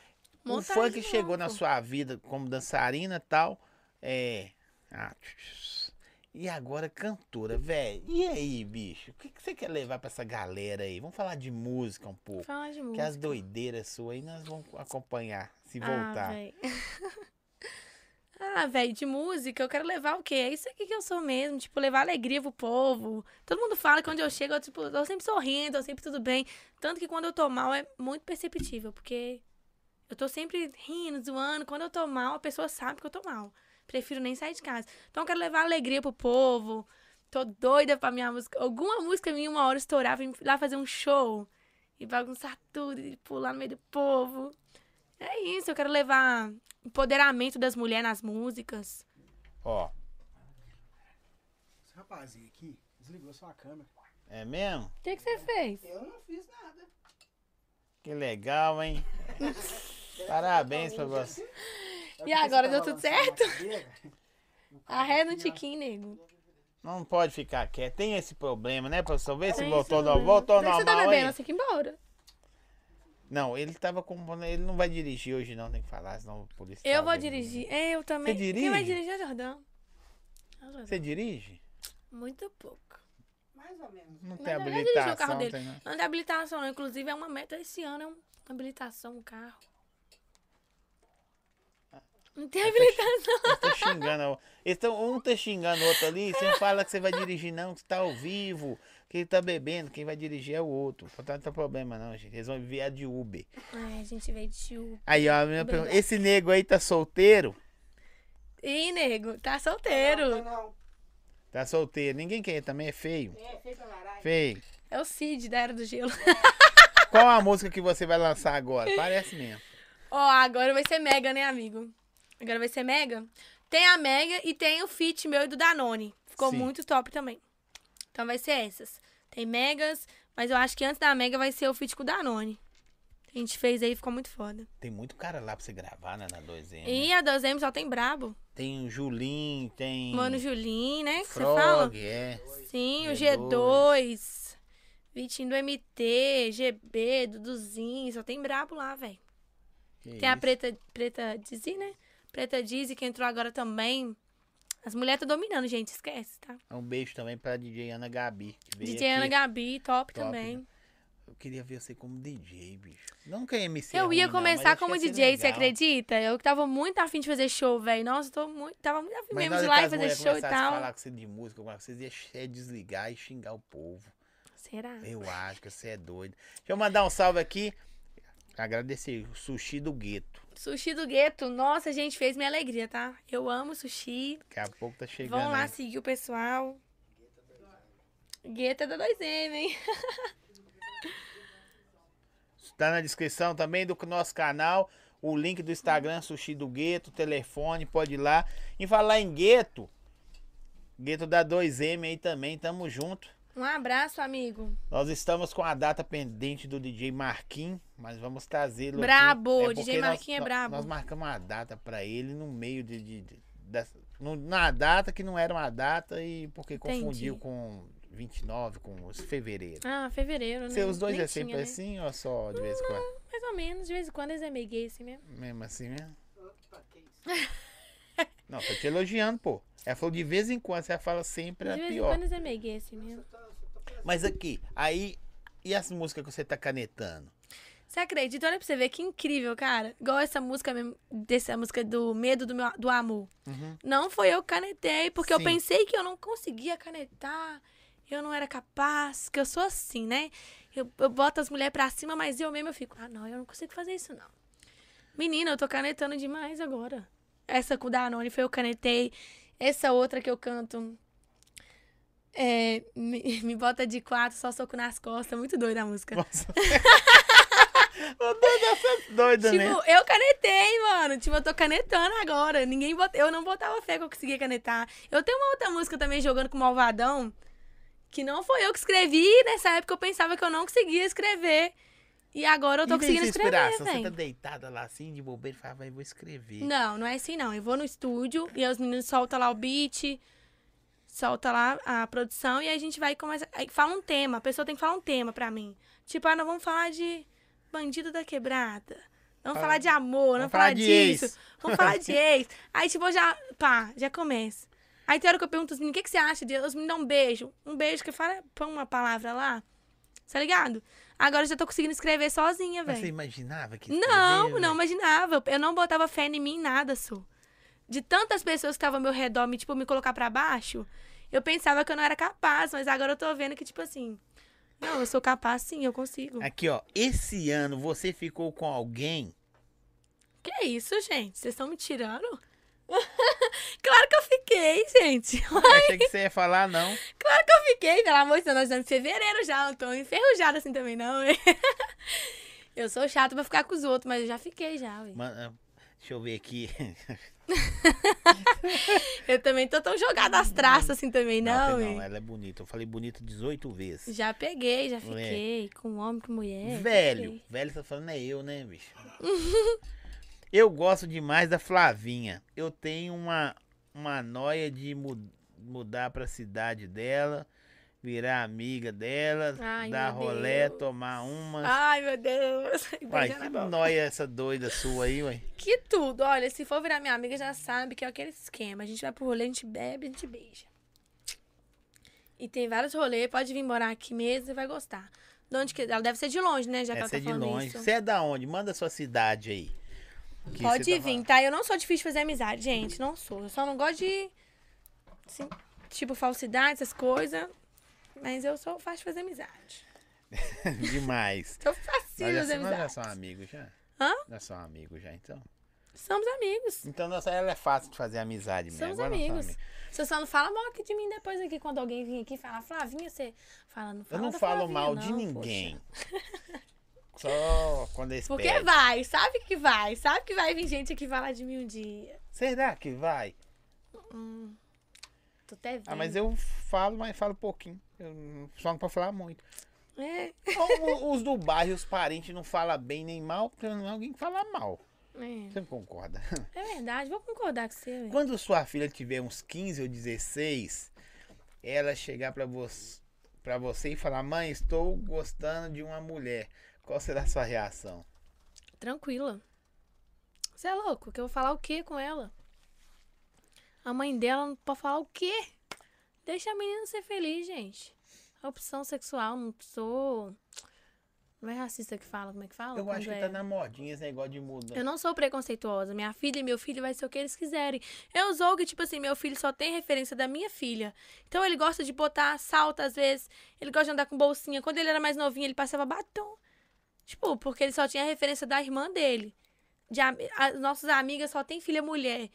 [SPEAKER 1] o
[SPEAKER 2] Montagem
[SPEAKER 1] fã que
[SPEAKER 2] de
[SPEAKER 1] chegou na
[SPEAKER 2] novo.
[SPEAKER 1] sua vida como dançarina e tal, é. ah, tch- tch- e agora cantora, velho. E aí, bicho? O que, que você quer levar pra essa galera aí? Vamos falar de música um pouco.
[SPEAKER 2] Fala de
[SPEAKER 1] Que
[SPEAKER 2] música.
[SPEAKER 1] as doideiras suas aí nós vamos acompanhar, se
[SPEAKER 2] Ah,
[SPEAKER 1] voltar.
[SPEAKER 2] véi. ah, velho, de música eu quero levar o quê? É isso aqui que eu sou mesmo, tipo, levar alegria pro povo. Todo mundo fala que onde eu chego, eu, tipo, tô sempre sorrindo, eu sempre tudo bem. Tanto que quando eu tô mal é muito perceptível, porque eu tô sempre rindo, zoando. Quando eu tô mal, a pessoa sabe que eu tô mal. Prefiro nem sair de casa. Então eu quero levar alegria pro povo. Tô doida pra minha música. Alguma música minha uma hora estourar, vir lá fazer um show e bagunçar tudo e pular no meio do povo. É isso, eu quero levar empoderamento das mulheres nas músicas.
[SPEAKER 1] Ó,
[SPEAKER 5] Esse rapazinho aqui desligou sua câmera.
[SPEAKER 1] é mesmo?
[SPEAKER 2] O que, que você fez?
[SPEAKER 4] Eu não fiz nada.
[SPEAKER 1] Que legal, hein? Parabéns pra você.
[SPEAKER 5] Sabe
[SPEAKER 2] E
[SPEAKER 5] por que
[SPEAKER 2] agora,
[SPEAKER 5] você
[SPEAKER 2] deu
[SPEAKER 5] tá
[SPEAKER 2] tudo
[SPEAKER 5] balançando a cadeira? O cara
[SPEAKER 2] Arré no
[SPEAKER 5] aqui, ó,
[SPEAKER 2] tiquinho, nego.
[SPEAKER 1] Não pode ficar quieto. Tem esse problema, né, professor? Vê se
[SPEAKER 2] Tem
[SPEAKER 1] voltou,
[SPEAKER 2] esse
[SPEAKER 1] não.
[SPEAKER 2] problema.
[SPEAKER 1] Voltou
[SPEAKER 2] O que que
[SPEAKER 1] normal,
[SPEAKER 2] você tá bebendo?
[SPEAKER 1] hein?
[SPEAKER 2] Você que ir embora.
[SPEAKER 1] Não, ele tava com. Ele não vai dirigir hoje, não, tem que falar, senão o policial.
[SPEAKER 2] Eu vou
[SPEAKER 1] vem.
[SPEAKER 2] dirigir. Eu também.
[SPEAKER 1] Você
[SPEAKER 2] Quem vai
[SPEAKER 1] dirige?
[SPEAKER 2] dirigir é Jordão. É o Jordão.
[SPEAKER 1] Você dirige?
[SPEAKER 2] Muito pouco.
[SPEAKER 4] Mais ou menos.
[SPEAKER 1] Não
[SPEAKER 2] Mas
[SPEAKER 1] tem
[SPEAKER 2] ele já dirigiu o carro
[SPEAKER 1] habilitação,
[SPEAKER 2] dele.
[SPEAKER 1] tem nada.
[SPEAKER 2] Não tem habilitação, não. Inclusive, é uma meta esse ano, é uma habilitação, um carro. Não tem habilitação.
[SPEAKER 1] Eles tão xingando. a o- Eles tão, um tá xingando o outro ali, você não fala que você vai dirigir, não, que você tá ao vivo, que ele tá bebendo, quem vai dirigir é o outro. Portanto, não tem problema, não, gente. Eles vão enviar de Uber.
[SPEAKER 2] Ai, a gente veio de chuva.
[SPEAKER 1] Aí, ó, a minha pergunta, esse nego aí tá solteiro?
[SPEAKER 2] Ih, nego, tá solteiro.
[SPEAKER 4] Não, não.
[SPEAKER 1] Tá solteiro. Ninguém quer, também é feio.
[SPEAKER 4] É, feito a laranja.
[SPEAKER 1] Feio.
[SPEAKER 2] É o Cid da Era do Gelo.
[SPEAKER 1] Qual a música que você vai lançar agora? Parece mesmo.
[SPEAKER 2] Ó, agora vai ser Mega, né, amigo? Agora vai ser Mega. Tem a Mega e tem o fit meu e do Danone. Ficou
[SPEAKER 1] Sim.
[SPEAKER 2] muito top também. Então vai ser essas. Tem Megas, mas eu acho que antes da Mega vai ser o fit com o Danone. A gente fez aí, ficou muito foda.
[SPEAKER 1] Tem muito cara lá pra você gravar, né, na 2M.
[SPEAKER 2] E a 2M só tem brabo.
[SPEAKER 1] Tem o Julinho, tem.
[SPEAKER 2] Mano Julinho, né? Que você
[SPEAKER 1] Frog,
[SPEAKER 2] fala?
[SPEAKER 1] é.
[SPEAKER 2] Sim, o
[SPEAKER 1] G2.
[SPEAKER 2] G2. Vitinho do MT, GB, Duduzinho, só tem brabo lá, velho.
[SPEAKER 1] Que
[SPEAKER 2] Tem a
[SPEAKER 1] isso.
[SPEAKER 2] Preta, Preta Dizzy, né? Preta Dizzy, que entrou agora também. As mulheres estão dominando, gente. Esquece, tá?
[SPEAKER 1] Um beijo também pra DJ Ana Gabi. que veio
[SPEAKER 2] DJ Ana
[SPEAKER 1] aqui.
[SPEAKER 2] Gabi,
[SPEAKER 1] Top,
[SPEAKER 2] top, também.
[SPEAKER 1] Eu queria ver você como DJ, bicho. Não que é MC.
[SPEAKER 2] eu
[SPEAKER 1] ruim,
[SPEAKER 2] ia
[SPEAKER 1] não, mas
[SPEAKER 2] começar
[SPEAKER 1] acho que
[SPEAKER 2] como
[SPEAKER 1] ia ser
[SPEAKER 2] DJ, você
[SPEAKER 1] legal.
[SPEAKER 2] acredita? Eu que tava muito afim de fazer show, velho. Nossa, tô muito, tava muito afim
[SPEAKER 1] Mas na
[SPEAKER 2] mesmo
[SPEAKER 1] hora
[SPEAKER 2] de ir
[SPEAKER 1] que
[SPEAKER 2] lá e
[SPEAKER 1] as
[SPEAKER 2] fazer
[SPEAKER 1] mulheres
[SPEAKER 2] show e
[SPEAKER 1] começassem a
[SPEAKER 2] tal.
[SPEAKER 1] falar com você é de música, alguma coisa, vocês iam desligar e xingar o povo.
[SPEAKER 2] Será?
[SPEAKER 1] Eu acho que você é doido. Deixa eu mandar um salve aqui. Agradecer o Sushi do Gueto.
[SPEAKER 2] Sushi do Gueto, nossa, gente, fez minha alegria, tá? Eu amo sushi.
[SPEAKER 1] Daqui a pouco tá chegando.
[SPEAKER 2] Vão lá
[SPEAKER 1] aí.
[SPEAKER 2] seguir o pessoal. Gueto é da 2M, hein?
[SPEAKER 1] Tá na descrição também do nosso canal. O link do Instagram, Sushi do Gueto, telefone, pode ir lá. E falar em Gueto. Gueto da 2M aí também, tamo junto.
[SPEAKER 2] Um abraço, amigo.
[SPEAKER 1] Nós estamos com a data pendente do DJ Marquinhos, Mas vamos trazê-lo.
[SPEAKER 2] Brabo,
[SPEAKER 1] aqui.
[SPEAKER 2] DJ
[SPEAKER 1] porque nós-
[SPEAKER 2] Marquinhos é
[SPEAKER 1] nó-
[SPEAKER 2] brabo.
[SPEAKER 1] Nós marcamos uma data pra ele no meio de. de, de dessa- num- numa data que não era uma data e porque
[SPEAKER 2] Entendi.
[SPEAKER 1] confundiu com 29, com os fevereiro.
[SPEAKER 6] Ah, fevereiro, né?
[SPEAKER 1] Você, os dois
[SPEAKER 6] Nem
[SPEAKER 1] é sempre
[SPEAKER 6] tinha, né?
[SPEAKER 1] assim ou só de vez em quando?
[SPEAKER 6] Mais ou menos, de vez em quando eles é meio gay assim mesmo.
[SPEAKER 1] Mesmo assim mesmo?
[SPEAKER 4] Opa, que tipo, isso?
[SPEAKER 1] Não, tô te elogiando, pô. Ela falou de vez em quando, você fala sempre
[SPEAKER 6] de
[SPEAKER 1] é
[SPEAKER 6] vez em
[SPEAKER 1] pior.
[SPEAKER 6] quando eles é meio gay assim mesmo.
[SPEAKER 1] Mas aqui, aí. E as músicas que você tá canetando?
[SPEAKER 2] Você acredita? Olha pra você ver que incrível, cara. Igual essa música mesmo, dessa música do Medo do, meu, do Amor. Não foi eu que canetei, porque eu
[SPEAKER 1] Sim.
[SPEAKER 2] pensei que eu não conseguia canetar, eu não era capaz, que eu sou assim, né? Eu, eu boto as mulheres pra cima, mas eu mesmo eu fico, ah, não, eu não consigo fazer isso, não. Menina, eu tô canetando demais agora. Essa com o Danone foi eu canetei. Essa outra que eu canto. É, me, me bota de quatro, só soco nas costas. Muito doida a música.
[SPEAKER 1] Nossa. Ô, doida, você é doida, né?
[SPEAKER 2] Tipo, eu canetei, mano. Tipo, eu tô canetando agora. Ninguém bota... Eu não botava fé que eu conseguia canetar. Eu tenho uma outra música também jogando com o Malvadão, que não foi eu que escrevi. e Nessa época eu pensava que eu não conseguia escrever. E agora eu tô
[SPEAKER 1] E vem
[SPEAKER 2] conseguindo
[SPEAKER 1] sem
[SPEAKER 2] escrever,
[SPEAKER 1] inspiração, Você tá
[SPEAKER 2] velho.
[SPEAKER 1] deitada lá assim, de bobeira, e fala, vai, vou escrever.
[SPEAKER 2] Não, não é assim não. Eu vou no estúdio e aí os meninos soltam lá o beat, solta lá a produção e aí a gente vai e começa. Aí fala um tema, a pessoa tem que falar um tema pra mim. Tipo, ah, nós vamos falar de bandido da quebrada. Vamos
[SPEAKER 1] Ah,
[SPEAKER 2] falar de amor, vamos,
[SPEAKER 1] vamos
[SPEAKER 2] falar,
[SPEAKER 1] falar de
[SPEAKER 2] disso.
[SPEAKER 1] ex.
[SPEAKER 2] Vamos falar de ex. Aí, tipo, eu já. Pá, já começa. Aí tem hora que eu pergunto os meninos, o que, que você acha? De... Os meninos dão um beijo. Um beijo que fala, põe uma palavra lá. Tá ligado? Agora eu já tô conseguindo escrever sozinha,
[SPEAKER 1] Mas
[SPEAKER 2] velho.
[SPEAKER 1] você imaginava que
[SPEAKER 2] Não,
[SPEAKER 1] escreveu?
[SPEAKER 2] não imaginava. Eu não botava fé em mim em nada, Su. De tantas pessoas que estavam ao meu redor, me, tipo, me colocar pra baixo, eu pensava que eu não era capaz, mas agora eu tô vendo que, tipo assim, não, eu sou capaz sim, eu consigo.
[SPEAKER 1] Aqui, ó. Esse ano você ficou com alguém.
[SPEAKER 2] Que isso, gente? Vocês estão me tirando? claro que eu fiquei, gente.
[SPEAKER 1] Achei que você ia falar, não.
[SPEAKER 2] Claro que eu fiquei, pelo amor de Deus, nós estamos em fevereiro já, eu tô enferrujada assim também, não. hein? eu sou chata pra ficar com os outros, mas eu já fiquei já, ué.
[SPEAKER 1] Ma- ah, Deixa eu ver aqui.
[SPEAKER 2] Eu também tô tão jogada às traças assim também, não,
[SPEAKER 1] tem
[SPEAKER 2] ué.
[SPEAKER 1] não, ela é bonita. Eu falei bonito 18 vezes.
[SPEAKER 2] Já peguei, já
[SPEAKER 1] Moleque.
[SPEAKER 2] fiquei. Com homem, com mulher.
[SPEAKER 1] velho.
[SPEAKER 2] fiquei.
[SPEAKER 1] Velho, você tá falando é eu, né, bicho? eu gosto demais da Flavinha. Eu tenho uma, uma noia de mu- mudar pra cidade dela, virar amiga dela,
[SPEAKER 6] Ai,
[SPEAKER 1] dar
[SPEAKER 6] meu
[SPEAKER 1] rolé,
[SPEAKER 6] Deus.
[SPEAKER 1] tomar uma.
[SPEAKER 2] Ai, meu Deus. Então
[SPEAKER 1] Uai,
[SPEAKER 2] Beijar
[SPEAKER 1] que
[SPEAKER 2] na boca.
[SPEAKER 1] noia essa doida sua aí, ué.
[SPEAKER 2] Que tudo. Olha, se for virar minha amiga, já sabe que é aquele esquema. A gente vai pro rolê, a gente bebe, a gente beija. E tem vários rolês. Pode vir morar aqui mesmo e vai gostar. De onde que... Ela deve ser de longe, né? Já que ela
[SPEAKER 1] Essa
[SPEAKER 2] tá
[SPEAKER 1] é de
[SPEAKER 2] falando
[SPEAKER 1] longe.
[SPEAKER 2] isso.
[SPEAKER 1] Você é da onde? Manda sua cidade aí. Que
[SPEAKER 2] Pode
[SPEAKER 1] você tá
[SPEAKER 2] vir,
[SPEAKER 1] falando.
[SPEAKER 2] tá? Eu não sou difícil de fazer amizade, gente. Não sou. Eu só não gosto de. assim, tipo, falsidade, essas coisas. Mas eu sou fácil de fazer amizade.
[SPEAKER 1] Demais.
[SPEAKER 2] Sou
[SPEAKER 1] Nós
[SPEAKER 2] facinho de
[SPEAKER 1] já,
[SPEAKER 2] fazer
[SPEAKER 1] somos- nós já
[SPEAKER 2] amizade.
[SPEAKER 1] somos amigos já.
[SPEAKER 2] Hã?
[SPEAKER 1] Nós somos amigos já, então.
[SPEAKER 2] Somos amigos.
[SPEAKER 1] Então, nossa, ela é fácil de fazer amizade mesmo.
[SPEAKER 6] Somos
[SPEAKER 1] Agora nós
[SPEAKER 6] amigos. Você só não fala mal aqui de mim depois aqui, quando alguém vir aqui e falar, Flavinha, você fala, não
[SPEAKER 1] Eu
[SPEAKER 6] fala
[SPEAKER 1] não
[SPEAKER 6] da
[SPEAKER 1] falo
[SPEAKER 6] Flavinha,
[SPEAKER 1] mal
[SPEAKER 6] não,
[SPEAKER 1] de
[SPEAKER 6] poxa."
[SPEAKER 1] ninguém. Só quando é eles
[SPEAKER 2] Porque
[SPEAKER 1] pedem.
[SPEAKER 2] vai, sabe que vai. Sabe que vai vir gente aqui falar de mim um dia.
[SPEAKER 1] Será que vai?
[SPEAKER 6] Tô até vendo.
[SPEAKER 1] Ah, mas eu falo, mas falo pouquinho. Eu não- só não pra falar muito.
[SPEAKER 2] É,
[SPEAKER 1] Ou o- os do bairro, os parentes não falam bem nem mal, porque não é alguém que fala mal.
[SPEAKER 6] É,
[SPEAKER 1] Você não concorda?
[SPEAKER 6] é verdade, vou concordar com você, velho.
[SPEAKER 1] Quando sua filha tiver uns 15 ou 16, ela chegar pra você, pra você e falar: Mãe, estou gostando de uma mulher. Qual será a sua reação?
[SPEAKER 6] Tranquila. Você é louco? Que eu vou falar o quê com ela? A mãe dela não pode falar o quê? Deixa a menina ser feliz, gente. A opção sexual, não sou. Não é racista que fala, como é que fala?
[SPEAKER 1] Eu
[SPEAKER 6] Quando
[SPEAKER 1] acho que
[SPEAKER 6] é-
[SPEAKER 1] tá na modinha esse negócio de mudar.
[SPEAKER 2] eu não sou preconceituosa. Minha filha e meu filho vai ser o que eles quiserem. Eu sou que, tipo assim, meu filho só tem referência da minha filha. Então ele gosta de botar salto às vezes. Ele gosta de andar com bolsinha. Quando ele era mais novinho, ele passava batom. Tipo, porque ele só tinha referência da irmã dele. De, am- as nossas amigas só tem filha mulher.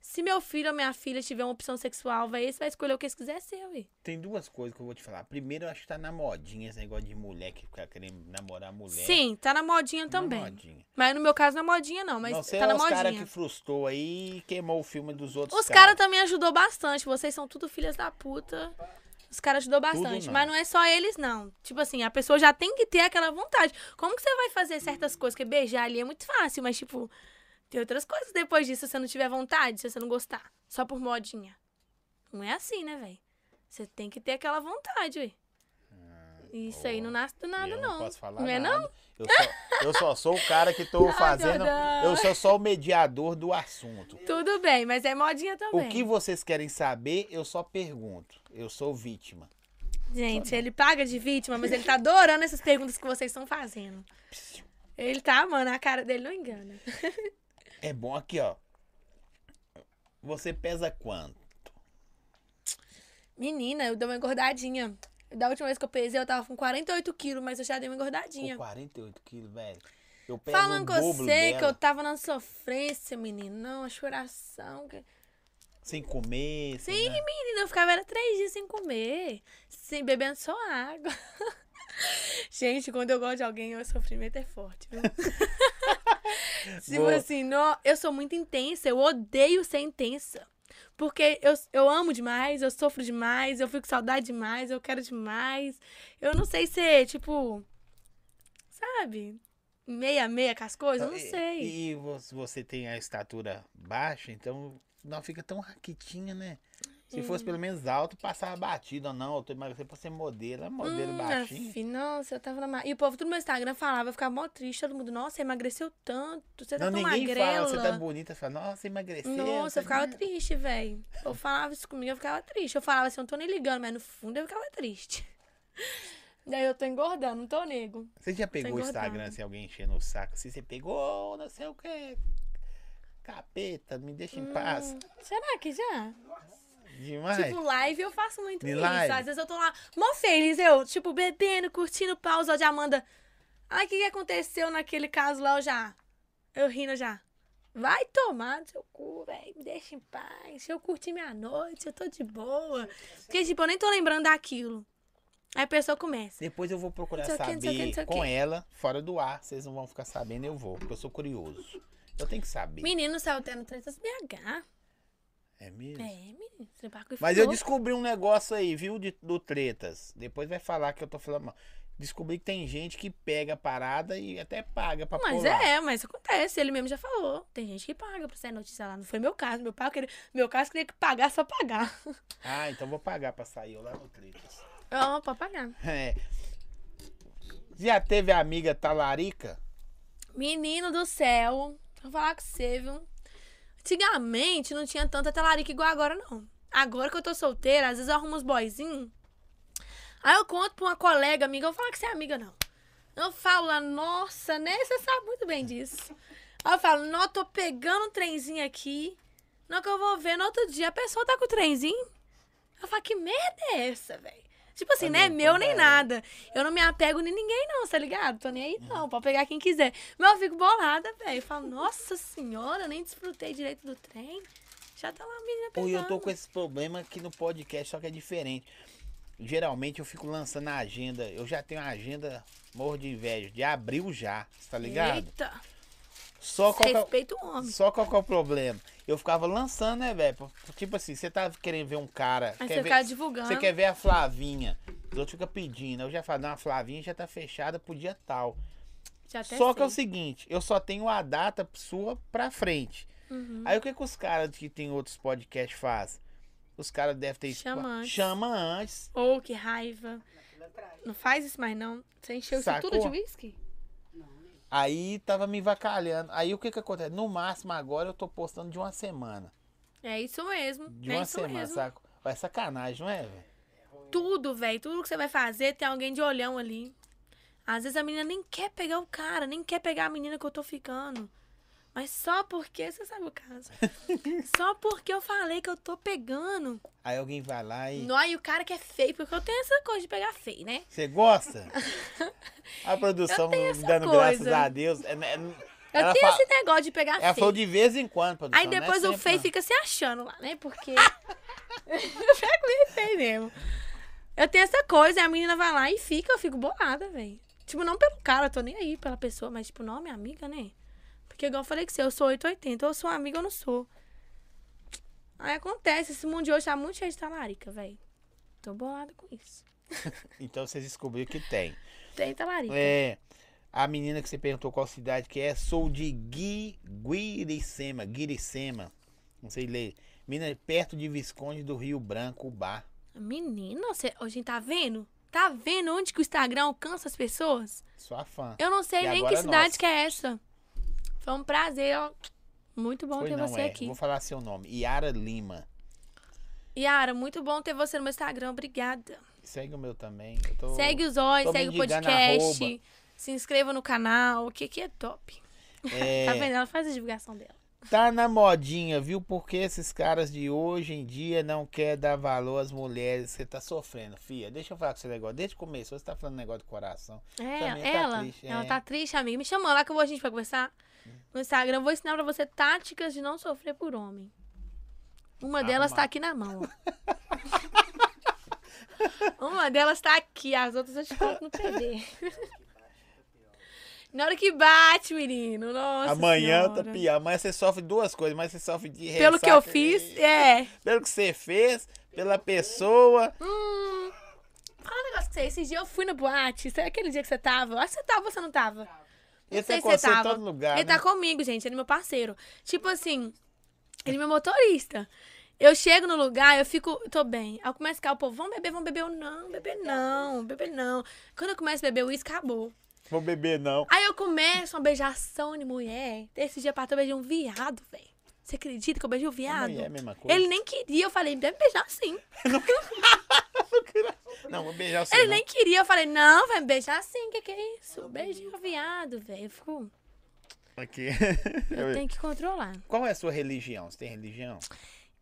[SPEAKER 2] Se meu filho ou minha filha tiver uma opção sexual, vai, esse vai escolher o que eles quiser é ser, ui.
[SPEAKER 1] Tem duas coisas que eu vou te falar. Primeiro, eu acho que tá na modinha esse negócio de mulher que fica querendo namorar mulher.
[SPEAKER 2] Sim, tá na modinha
[SPEAKER 1] Na
[SPEAKER 2] também.
[SPEAKER 1] modinha.
[SPEAKER 2] Mas no meu caso não é modinha, não, mas
[SPEAKER 1] não sei
[SPEAKER 2] tá na
[SPEAKER 1] os caras que
[SPEAKER 2] modinha.
[SPEAKER 1] frustrou aí e queimou o filme dos outros
[SPEAKER 2] Os caras também ajudou bastante. Vocês são tudo filhas da puta. Os caras ajudou
[SPEAKER 1] Tudo
[SPEAKER 2] bastante.
[SPEAKER 1] não.
[SPEAKER 2] Mas não é só eles, não. Tipo assim, a pessoa já tem que ter aquela vontade. Como que você vai fazer certas coisas? Porque beijar ali é muito fácil, mas, tipo, tem outras coisas depois disso, se você não tiver vontade, se você não gostar. Só por modinha. Não é assim, né, velho? Você tem que ter aquela vontade, ué. Isso aí
[SPEAKER 1] boa.
[SPEAKER 2] não nasce do tá nada,
[SPEAKER 1] Ah, eu
[SPEAKER 2] não.
[SPEAKER 1] não posso falar
[SPEAKER 2] Não é,
[SPEAKER 1] nada. Eu só, eu só sou o cara que tô
[SPEAKER 2] Ai,
[SPEAKER 1] fazendo.
[SPEAKER 2] Jordão.
[SPEAKER 1] Eu sou só o mediador do assunto.
[SPEAKER 2] Tudo bem, mas é modinha também.
[SPEAKER 1] O que vocês querem saber, eu só pergunto. Eu sou vítima.
[SPEAKER 2] Gente, ele paga de vítima, mas ele tá adorando essas perguntas que vocês estão fazendo. Ele tá, mano, a cara dele não engana.
[SPEAKER 1] É bom aqui, ó. Você pesa quanto?
[SPEAKER 2] Menina, eu dei uma engordadinha. Da última vez que eu pesei, eu tava com 48 quilos, mas eu já dei uma
[SPEAKER 1] Com
[SPEAKER 2] engordadinha.
[SPEAKER 1] 48 quilos, velho. Eu peso
[SPEAKER 2] Falando
[SPEAKER 1] o
[SPEAKER 2] com
[SPEAKER 1] dobro
[SPEAKER 2] você que eu
[SPEAKER 1] um dela,
[SPEAKER 2] tava na sofrência, menina. Não, a choração. que-
[SPEAKER 1] Sem comer, sem
[SPEAKER 2] Sim,
[SPEAKER 1] nada.
[SPEAKER 2] menina, eu ficava era três dias sem comer, sem bebendo só água. Gente, quando eu gosto de alguém, o sofrimento é forte, viu? tipo
[SPEAKER 1] Boa.
[SPEAKER 2] assim, no, eu sou muito intensa, eu odeio ser intensa. Porque eu, eu amo demais, eu sofro demais, eu fico com saudade demais, eu quero demais. Eu não sei ser, tipo, sabe? Meia a meia com as coisas, eu não
[SPEAKER 1] E-
[SPEAKER 2] sei.
[SPEAKER 1] E, vo- se você tem a estatura baixa, então não fica tão raquitinha, né? Se
[SPEAKER 2] É.
[SPEAKER 1] fosse pelo menos alto, passava batido. Não, eu tô emagrecendo pra ser modelo. É modelo baixinho.
[SPEAKER 2] Aff, Hum, nossa, eu tava na. ma- E o povo tudo no meu Instagram falava, eu ficava mó triste, todo mundo, nossa, você emagreceu tanto, você tá
[SPEAKER 1] Não,
[SPEAKER 2] tão
[SPEAKER 1] ninguém
[SPEAKER 2] magrela.
[SPEAKER 1] fala, você tá bonita. Fala, nossa, emagreceu.
[SPEAKER 2] nossa, eu
[SPEAKER 1] tá-
[SPEAKER 2] ficava triste, velho. Eu falava isso comigo, eu ficava triste. Eu falava assim, eu não tô nem ligando, mas no fundo eu ficava triste. Daí eu tô engordando, não tô nego.
[SPEAKER 1] Você já pegou o
[SPEAKER 2] engordando.
[SPEAKER 1] Instagram, assim, alguém enchendo o saco? Assim, você pegou, não sei o quê. Capeta, me deixa em paz.
[SPEAKER 2] Será que já?
[SPEAKER 1] Demais.
[SPEAKER 2] Hum. Tipo, live eu faço muito
[SPEAKER 1] Me
[SPEAKER 2] isso.
[SPEAKER 1] live.
[SPEAKER 2] Às vezes eu tô lá, mó feliz, eu, tipo, bebendo, curtindo pausa de Amanda. Ai, o que, que aconteceu naquele caso lá? Eu já. Eu rindo já. Vai tomar no seu cu, velho. Me deixa em paz. Deixa eu curtir minha noite. Eu tô de boa. Porque, tipo, eu nem tô lembrando daquilo. Aí a pessoa começa.
[SPEAKER 1] Depois eu vou procurar
[SPEAKER 2] Não sei o quê, não sei o quê, não
[SPEAKER 1] saber
[SPEAKER 2] sei o
[SPEAKER 1] com
[SPEAKER 2] quê.
[SPEAKER 1] ela, fora do ar. Vocês não vão ficar sabendo, eu vou, porque eu sou curioso. Eu tenho que saber.
[SPEAKER 2] Menino saiu até no Tretas BH.
[SPEAKER 1] É mesmo?
[SPEAKER 2] É, menino. Você barco e
[SPEAKER 1] Mas eu
[SPEAKER 2] falou.
[SPEAKER 1] descobri um negócio aí, viu, de- do Tretas. Depois vai falar que eu tô falando mal. Descobri que tem gente que pega a parada e até paga pra
[SPEAKER 2] Mas
[SPEAKER 1] pular.
[SPEAKER 2] é, mas acontece, ele mesmo já falou. Tem gente que paga pra sair notícia lá. Não foi meu caso. Meu pai queria, meu caso queria que pagasse pra pagar.
[SPEAKER 1] Ah, então vou pagar pra sair eu lá no Tretas.
[SPEAKER 2] Ó, pra pagar.
[SPEAKER 1] É. Já teve a amiga talarica?
[SPEAKER 2] Menino do céu, vou falar com você, viu? Antigamente não tinha tanta talarica igual agora, não. Agora que eu tô solteira, às vezes eu arrumo uns boyzinhos. Aí eu conto pra uma colega, amiga, eu vou falar que você é amiga, não. Eu falo lá, nossa, né? Você sabe muito bem disso. Aí eu falo, não, eu tô pegando um trenzinho aqui. Não que eu vou ver no outro dia, a pessoa tá com o trenzinho. Eu falo, que merda é essa, velho? Tipo assim, não é
[SPEAKER 1] Também,
[SPEAKER 2] meu nem
[SPEAKER 1] também.
[SPEAKER 2] nada. Eu não me apego nem ninguém, não, tá ligado? Tô nem aí, não. Pode pegar quem quiser. Mas eu fico bolada, velho. Eu falo, nossa senhora, eu nem desfrutei direito do trem. Já tá lá a menina
[SPEAKER 1] Pô,
[SPEAKER 2] pegando.
[SPEAKER 1] eu tô com esse problema aqui no podcast, só que é diferente. Geralmente eu fico lançando a agenda. Eu já tenho a agenda, morro de inveja, de abril já, cê tá ligado?
[SPEAKER 2] Eita,
[SPEAKER 1] Só qual que é o-
[SPEAKER 2] respeita o homem.
[SPEAKER 1] Só qual que é o problema? Eu ficava lançando, né, velho? Tipo assim, você tá querendo ver um cara. quer
[SPEAKER 2] Aí você
[SPEAKER 1] ver-
[SPEAKER 2] fica divulgando.
[SPEAKER 1] você quer ver a Flavinha. Os outros ficam pedindo. Eu já falo, não, a Flavinha já tá fechada pro dia tal.
[SPEAKER 2] Já até
[SPEAKER 1] só que é o
[SPEAKER 2] sei.
[SPEAKER 1] seguinte, eu só tenho a data sua pra frente.
[SPEAKER 2] Uhum. Hum.
[SPEAKER 1] Aí o que, que os caras que tem outros podcasts fazem? Os caras devem ter
[SPEAKER 2] Chama antes.
[SPEAKER 1] Chama antes.
[SPEAKER 2] Ô, que raiva.
[SPEAKER 4] é
[SPEAKER 2] Não faz isso mais, não. Você encheu isso tudo de
[SPEAKER 1] Sacou?
[SPEAKER 2] uísque?
[SPEAKER 1] Aí tava me vacalhando. Aí o que que acontece? No máximo agora eu tô postando de uma semana.
[SPEAKER 2] É isso mesmo.
[SPEAKER 1] De
[SPEAKER 2] é
[SPEAKER 1] uma
[SPEAKER 2] isso
[SPEAKER 1] semana,
[SPEAKER 2] mesmo.
[SPEAKER 1] saco? É sacanagem, não é, velho?
[SPEAKER 2] Tudo, velho. Tudo que você vai fazer tem alguém de olhão ali. Às vezes a menina nem quer pegar o cara, nem quer pegar a menina que eu tô ficando. Mas só porque, você sabe o caso. só porque eu falei que eu tô pegando.
[SPEAKER 1] Aí alguém vai lá e.
[SPEAKER 2] Não, e o cara que é feio, porque eu tenho essa coisa de pegar feio, né?
[SPEAKER 1] Você gosta? A produção dando graças
[SPEAKER 2] coisa.
[SPEAKER 1] a Deus. É, é-
[SPEAKER 2] Eu
[SPEAKER 1] ela
[SPEAKER 2] tenho
[SPEAKER 1] fa-
[SPEAKER 2] esse negócio de pegar
[SPEAKER 1] ela
[SPEAKER 2] feio.
[SPEAKER 1] falou de vez em quando, produção.
[SPEAKER 2] Aí
[SPEAKER 1] não é
[SPEAKER 2] depois o
[SPEAKER 1] sempre,
[SPEAKER 2] feio
[SPEAKER 1] não.
[SPEAKER 2] fica se achando lá, né? Porque. eu pego ele feio mesmo. Eu tenho essa coisa, aí a menina vai lá e fica, eu fico bolada, velho. Tipo, não pelo cara, eu tô nem aí pela pessoa, mas tipo, não, minha amiga, né? Porque igual eu falei que você, eu sou 880, ou eu sou amiga ou não sou. Aí acontece, esse mundo de hoje tá muito cheio de talarica, velho. Tô bolada com isso.
[SPEAKER 1] Então você descobriu que tem.
[SPEAKER 2] Tem talarica.
[SPEAKER 1] É, a menina que você perguntou qual cidade que é, sou de Gui, Guiricema, Guiricema. Não sei ler. Minas, perto de Visconde do Rio Branco, Bar.
[SPEAKER 2] Menina, você... Ô, gente, tá vendo? Tá vendo onde que o Instagram alcança as pessoas?
[SPEAKER 1] Sua fã.
[SPEAKER 2] Eu não sei
[SPEAKER 1] E
[SPEAKER 2] nem
[SPEAKER 1] agora
[SPEAKER 2] que
[SPEAKER 1] é
[SPEAKER 2] cidade
[SPEAKER 1] nossa.
[SPEAKER 2] que é essa. Foi um prazer, ó. Muito bom
[SPEAKER 1] Foi
[SPEAKER 2] ter
[SPEAKER 1] não,
[SPEAKER 2] você
[SPEAKER 1] é.
[SPEAKER 2] aqui.
[SPEAKER 1] Vou falar seu nome. Yara Lima.
[SPEAKER 2] Yara, muito bom ter você no meu Instagram. Obrigada.
[SPEAKER 1] Segue o meu também. Eu tô-
[SPEAKER 2] segue os olhos,
[SPEAKER 1] tô
[SPEAKER 2] segue o
[SPEAKER 1] mendigando
[SPEAKER 2] podcast.
[SPEAKER 1] arroba.
[SPEAKER 2] Se inscreva no canal. O que que é top?
[SPEAKER 1] É,
[SPEAKER 2] Tá vendo? Ela faz a divulgação dela.
[SPEAKER 1] Tá na modinha, viu? Porque esses caras de hoje em dia não quer dar valor às mulheres. Você tá sofrendo, filha. Deixa eu falar com esse negócio. Desde o começo, você tá falando negócio do coração.
[SPEAKER 2] É,
[SPEAKER 1] Também tá
[SPEAKER 2] ela.
[SPEAKER 1] triste,
[SPEAKER 2] ela
[SPEAKER 1] é.
[SPEAKER 2] tá triste, amiga. Me chama lá que eu vou a gente vai conversar. No Instagram, eu vou ensinar pra você táticas de não sofrer por homem. Uma delas tá
[SPEAKER 1] Arrumar.
[SPEAKER 2] aqui na mão, ó. Uma delas tá aqui, as outras eu te conto no PD. Na hora que bate, menino. Nossa.
[SPEAKER 1] Amanhã
[SPEAKER 2] senhora.
[SPEAKER 1] tá pior. Amanhã você sofre duas coisas, mas você sofre de
[SPEAKER 2] Pelo que eu
[SPEAKER 1] ressaca,
[SPEAKER 2] fiz,
[SPEAKER 1] e-
[SPEAKER 2] é.
[SPEAKER 1] Pelo que você fez, pela pessoa.
[SPEAKER 2] Fala um negócio pra você. Esse dia eu fui na boate. Sabe aquele dia que você tava? Eu Acho que você tava ou você não tava?
[SPEAKER 1] Ele tá
[SPEAKER 2] sei se
[SPEAKER 1] com
[SPEAKER 2] você
[SPEAKER 1] você em
[SPEAKER 2] tava.
[SPEAKER 1] todo lugar.
[SPEAKER 2] Ele
[SPEAKER 1] né?
[SPEAKER 2] tá comigo, gente. Ele é meu parceiro. Tipo assim, ele é meu motorista. Eu chego no lugar, eu fico, tô bem. Aí eu começo a ficar, o povo, vamos beber, vamos beber. Eu, não, beber não, beber não. Quando eu começo a beber uísque, acabou.
[SPEAKER 1] Vou beber, não.
[SPEAKER 2] Aí eu começo uma beijação de mulher. Esse dia pra trás eu beijei um viado, velho. Você acredita que eu beijei um viado?
[SPEAKER 1] Mulher é a mesma coisa.
[SPEAKER 2] Ele nem queria, eu falei, deve beijar sim.
[SPEAKER 1] Não, vou beijar o seu.
[SPEAKER 2] Ele nem queria, eu falei, não, vai me beijar sim, que que é isso? Beijo um viado, velho. Eu fico,
[SPEAKER 1] Aqui. um
[SPEAKER 2] eu tenho que controlar.
[SPEAKER 1] Qual é a sua religião? Você tem religião?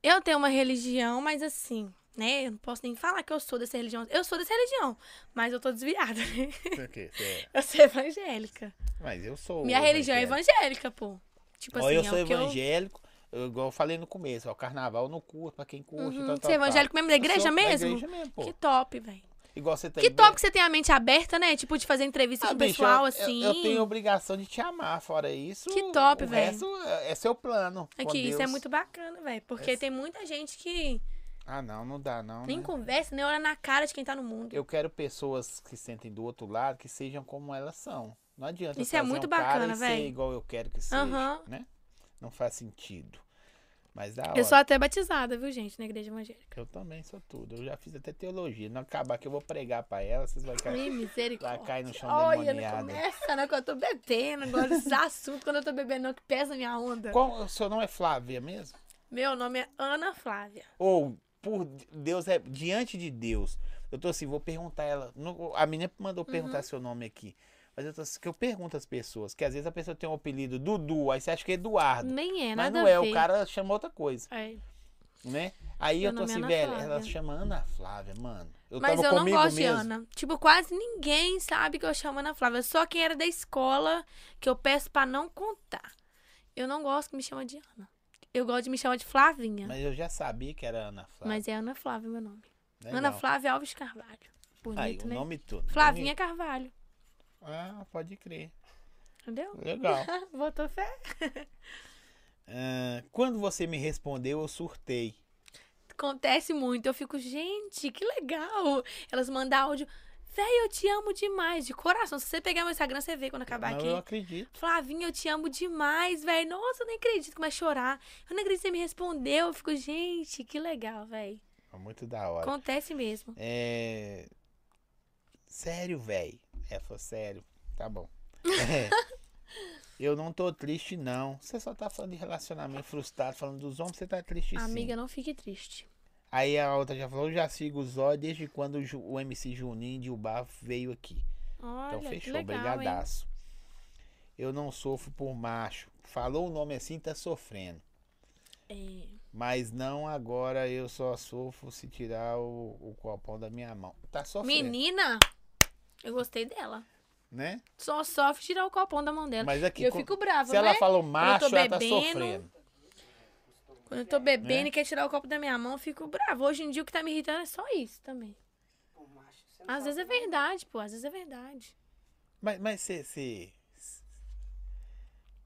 [SPEAKER 2] Eu tenho uma religião, mas assim, né? Eu não posso nem falar que eu sou dessa religião. Eu sou dessa religião, mas eu tô desviada, né?
[SPEAKER 1] Por quê? Você é?
[SPEAKER 2] Eu sou evangélica.
[SPEAKER 1] Mas eu sou.
[SPEAKER 2] Minha religião é
[SPEAKER 1] evangélico.
[SPEAKER 2] evangélica, pô. Tipo
[SPEAKER 1] Ó,
[SPEAKER 2] assim,
[SPEAKER 1] eu
[SPEAKER 2] é
[SPEAKER 1] sou
[SPEAKER 2] o que eu...
[SPEAKER 1] evangélico, eu- igual eu falei no começo, ó, carnaval eu não curto, pra quem curte, tal,
[SPEAKER 2] Uhum, você é
[SPEAKER 1] tal, tal.
[SPEAKER 2] evangélico mesmo da
[SPEAKER 1] tá Eu sou
[SPEAKER 2] igreja
[SPEAKER 1] da
[SPEAKER 2] mesmo?
[SPEAKER 1] igreja mesmo, pô.
[SPEAKER 2] Que top, velho.
[SPEAKER 1] Igual você tá
[SPEAKER 2] Que
[SPEAKER 1] aí,
[SPEAKER 2] top que você tem a mente aberta, né? Tipo, de fazer entrevista
[SPEAKER 1] Ah,
[SPEAKER 2] com o
[SPEAKER 1] bicho,
[SPEAKER 2] pessoal,
[SPEAKER 1] eu-
[SPEAKER 2] assim.
[SPEAKER 1] Eu, eu tenho obrigação de te amar, fora isso.
[SPEAKER 2] Que top,
[SPEAKER 1] o
[SPEAKER 2] velho.
[SPEAKER 1] resto é é seu plano. com
[SPEAKER 2] Aqui, isso é
[SPEAKER 1] Deus.
[SPEAKER 2] muito bacana, velho. Porque
[SPEAKER 1] Essa-
[SPEAKER 2] tem muita gente que
[SPEAKER 1] Ah, não, não dá, não.
[SPEAKER 2] nem
[SPEAKER 1] né?
[SPEAKER 2] conversa, nem olha na cara de quem tá no mundo.
[SPEAKER 1] Eu quero pessoas que sentem do outro lado que sejam como elas são. Não adianta eu
[SPEAKER 2] Isso é
[SPEAKER 1] trazer
[SPEAKER 2] muito
[SPEAKER 1] um cara
[SPEAKER 2] bacana,
[SPEAKER 1] e ser
[SPEAKER 2] véi.
[SPEAKER 1] igual eu quero que seja,
[SPEAKER 2] Aham.
[SPEAKER 1] né? Não faz sentido. Mas da hora.
[SPEAKER 2] Eu sou até batizada, viu, gente, na igreja evangélica.
[SPEAKER 1] Eu também sou tudo. Eu já fiz até teologia. Não acabar que eu vou pregar pra ela, vocês vão cair.
[SPEAKER 2] Ih, misericórdia.
[SPEAKER 1] Vai cair no chão
[SPEAKER 2] Olha, não
[SPEAKER 1] demoniado.
[SPEAKER 2] começa, não, que eu tô bebendo agora. Esses assuntos, quando eu tô bebendo, não, que pesa minha onda.
[SPEAKER 1] Qual, o seu nome é Flávia mesmo?
[SPEAKER 2] Meu nome é Ana Flávia.
[SPEAKER 1] Ou, por Deus, é diante de Deus. Eu tô assim, vou perguntar ela. não- a menina mandou
[SPEAKER 2] Uhum.
[SPEAKER 1] perguntar seu nome aqui. Mas eu tô assim, que eu pergunto às pessoas, que às vezes a pessoa tem um apelido Dudu, aí você acha que é Eduardo.
[SPEAKER 2] Nem é,
[SPEAKER 1] mas
[SPEAKER 2] nada
[SPEAKER 1] não é,
[SPEAKER 2] a ver.
[SPEAKER 1] o cara chama outra coisa,
[SPEAKER 2] É.
[SPEAKER 1] né? Aí
[SPEAKER 2] Meu
[SPEAKER 1] eu tô
[SPEAKER 2] nome é
[SPEAKER 1] assim,
[SPEAKER 2] Ana
[SPEAKER 1] velho,
[SPEAKER 2] Flávia.
[SPEAKER 1] ela se chama Ana Flávia, mano. Eu
[SPEAKER 2] Mas
[SPEAKER 1] tava
[SPEAKER 2] eu não
[SPEAKER 1] comigo
[SPEAKER 2] gosto de
[SPEAKER 1] mesmo.
[SPEAKER 2] Ana. Tipo, quase ninguém sabe que eu chamo Ana Flávia. Só quem era da escola que eu peço pra não contar. Eu não gosto que me chama de Ana. Eu gosto de me chamar de Flavinha. Mas,
[SPEAKER 1] Mas eu já sabia que era Ana Flávia.
[SPEAKER 2] é Ana Flávia meu nome.
[SPEAKER 1] Legal.
[SPEAKER 2] Ana Flávia Alves Carvalho. Bonito,
[SPEAKER 1] Aí, o
[SPEAKER 2] né?
[SPEAKER 1] nome é todo.
[SPEAKER 2] Flavinha Carvalho.
[SPEAKER 1] Ah, pode crer.
[SPEAKER 2] Entendeu?
[SPEAKER 1] Legal.
[SPEAKER 2] Botou fé?
[SPEAKER 1] Ah, quando você me respondeu, eu surtei.
[SPEAKER 2] acontece muito. Eu fico, gente, que legal. Elas mandam áudio. Véi, eu te amo demais, de coração. Se você pegar meu Instagram, você vê quando acabar
[SPEAKER 1] Não,
[SPEAKER 2] aqui.
[SPEAKER 1] eu acredito.
[SPEAKER 2] Flavinha, eu te amo demais, véi. Nossa, eu nem acredito que vai chorar. Eu nem acredito que você me respondeu. Eu fico, gente, que legal, véi.
[SPEAKER 1] É muito da hora.
[SPEAKER 2] Acontece mesmo.
[SPEAKER 1] É... Sério, velho. É, foi sério. Tá bom. É. Eu não tô triste, não. Você só tá falando de relacionamento frustrado, falando dos homens, você tá triste
[SPEAKER 2] Amiga,
[SPEAKER 1] sim.
[SPEAKER 2] não fique triste.
[SPEAKER 1] Aí a outra já falou, eu já sigo o Zóio desde quando o Ju- o MC Juninho de Ubá veio aqui.
[SPEAKER 2] Olha,
[SPEAKER 1] Então
[SPEAKER 2] que
[SPEAKER 1] fechou,
[SPEAKER 2] legal, hein?
[SPEAKER 1] brigadaço. Eu não sofro por macho. Falou o nome assim, tá sofrendo.
[SPEAKER 2] É.
[SPEAKER 1] Mas não agora, eu só sofro se tirar o, o copão da minha mão. Tá sofrendo,
[SPEAKER 2] Menina, eu gostei dela.
[SPEAKER 1] né?
[SPEAKER 2] Só sofre tirar o copão da mão dela.
[SPEAKER 1] Mas aqui,
[SPEAKER 2] eu
[SPEAKER 1] co-
[SPEAKER 2] fico brava,
[SPEAKER 1] se ela
[SPEAKER 2] né?
[SPEAKER 1] falou macho,
[SPEAKER 2] eu tô
[SPEAKER 1] ela tá
[SPEAKER 2] bebendo,
[SPEAKER 1] sofrendo.
[SPEAKER 2] Quando eu tô bebendo
[SPEAKER 1] Né?
[SPEAKER 2] e quer tirar o copo da minha mão, eu fico bravo. Hoje em dia o que tá me irritando é só isso também.
[SPEAKER 3] Pô, macho, você não
[SPEAKER 2] Às
[SPEAKER 3] sabe
[SPEAKER 2] vezes é
[SPEAKER 3] como
[SPEAKER 2] verdade, pô. Às vezes é verdade.
[SPEAKER 1] Mas, mas você se,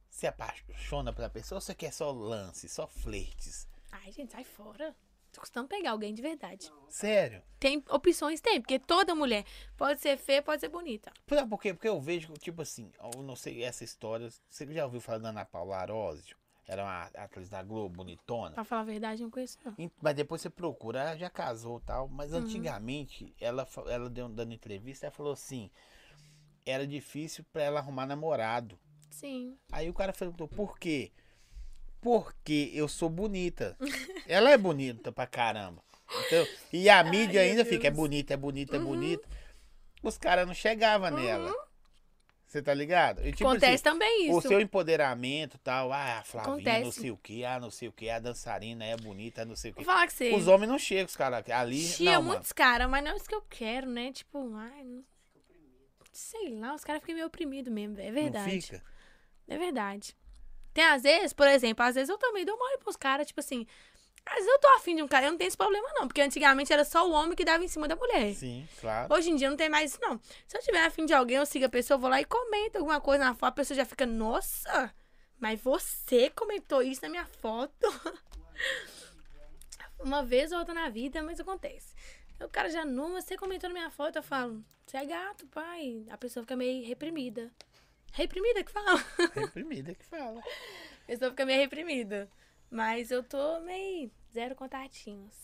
[SPEAKER 1] se apaixona pela pessoa ou você quer só lance, só flertes?
[SPEAKER 2] Ai, gente, sai fora. Tô custando pegar alguém de verdade.
[SPEAKER 1] Sério.
[SPEAKER 2] Tem opções, tem, porque toda mulher pode ser feia, pode ser bonita.
[SPEAKER 1] Sabe por quê? Porque eu vejo, tipo assim, eu não sei essa história. Você já ouviu falar da Ana Paula Arósio? Era uma atriz da Globo, bonitona.
[SPEAKER 2] Pra falar a verdade, eu não conheço, não.
[SPEAKER 1] E- Mas depois você procura, ela já casou e tal. Mas antigamente, ela, fa- ela deu, dando entrevista, ela falou assim: era difícil pra ela arrumar namorado.
[SPEAKER 2] Sim.
[SPEAKER 1] Aí o cara perguntou: por quê? Porque eu sou bonita. ela é bonita pra caramba. Então, e a mídia
[SPEAKER 2] meu
[SPEAKER 1] ainda fica: é
[SPEAKER 2] Deus. Uhum.
[SPEAKER 1] bonita, é bonita, é bonita. Os caras não chegavam nela. Você tá ligado? E, tipo assim,
[SPEAKER 2] Acontece também isso.
[SPEAKER 1] o seu empoderamento tal, ah, a Flavinha, não
[SPEAKER 2] Acontece.
[SPEAKER 1] sei o que, ah, não sei o que, a dançarina é bonita, não sei o que.
[SPEAKER 2] Vou falar com você.
[SPEAKER 1] Os homens não chegam, os caras ali.
[SPEAKER 2] Tinha
[SPEAKER 1] não, mano.
[SPEAKER 2] muitos caras, mas não é isso que eu quero, né? Tipo, ai, não... sei lá, os caras ficam meio oprimidos mesmo, é verdade.
[SPEAKER 1] Não fica.
[SPEAKER 2] É verdade. Tem às vezes, por exemplo, às vezes eu também dou mole pros caras, tipo assim, às vezes eu tô afim de um cara, eu não tenho esse problema não, porque antigamente era só o homem que dava em cima da mulher.
[SPEAKER 1] Sim, claro.
[SPEAKER 2] Hoje em dia não tem mais isso, não. Se eu tiver afim de alguém, eu sigo a pessoa, eu vou lá e comento alguma coisa na foto, a pessoa já fica, nossa, mas você comentou isso na minha foto. Uma vez ou outra na vida, mas acontece. Aí O cara já, não, mas você comentou na minha foto, eu falo, você é gato, pai. A pessoa fica meio reprimida. Reprimida que fala?
[SPEAKER 1] Reprimida é que fala.
[SPEAKER 2] A pessoa fica meio reprimida. Mas eu tô meio zero contatinhos.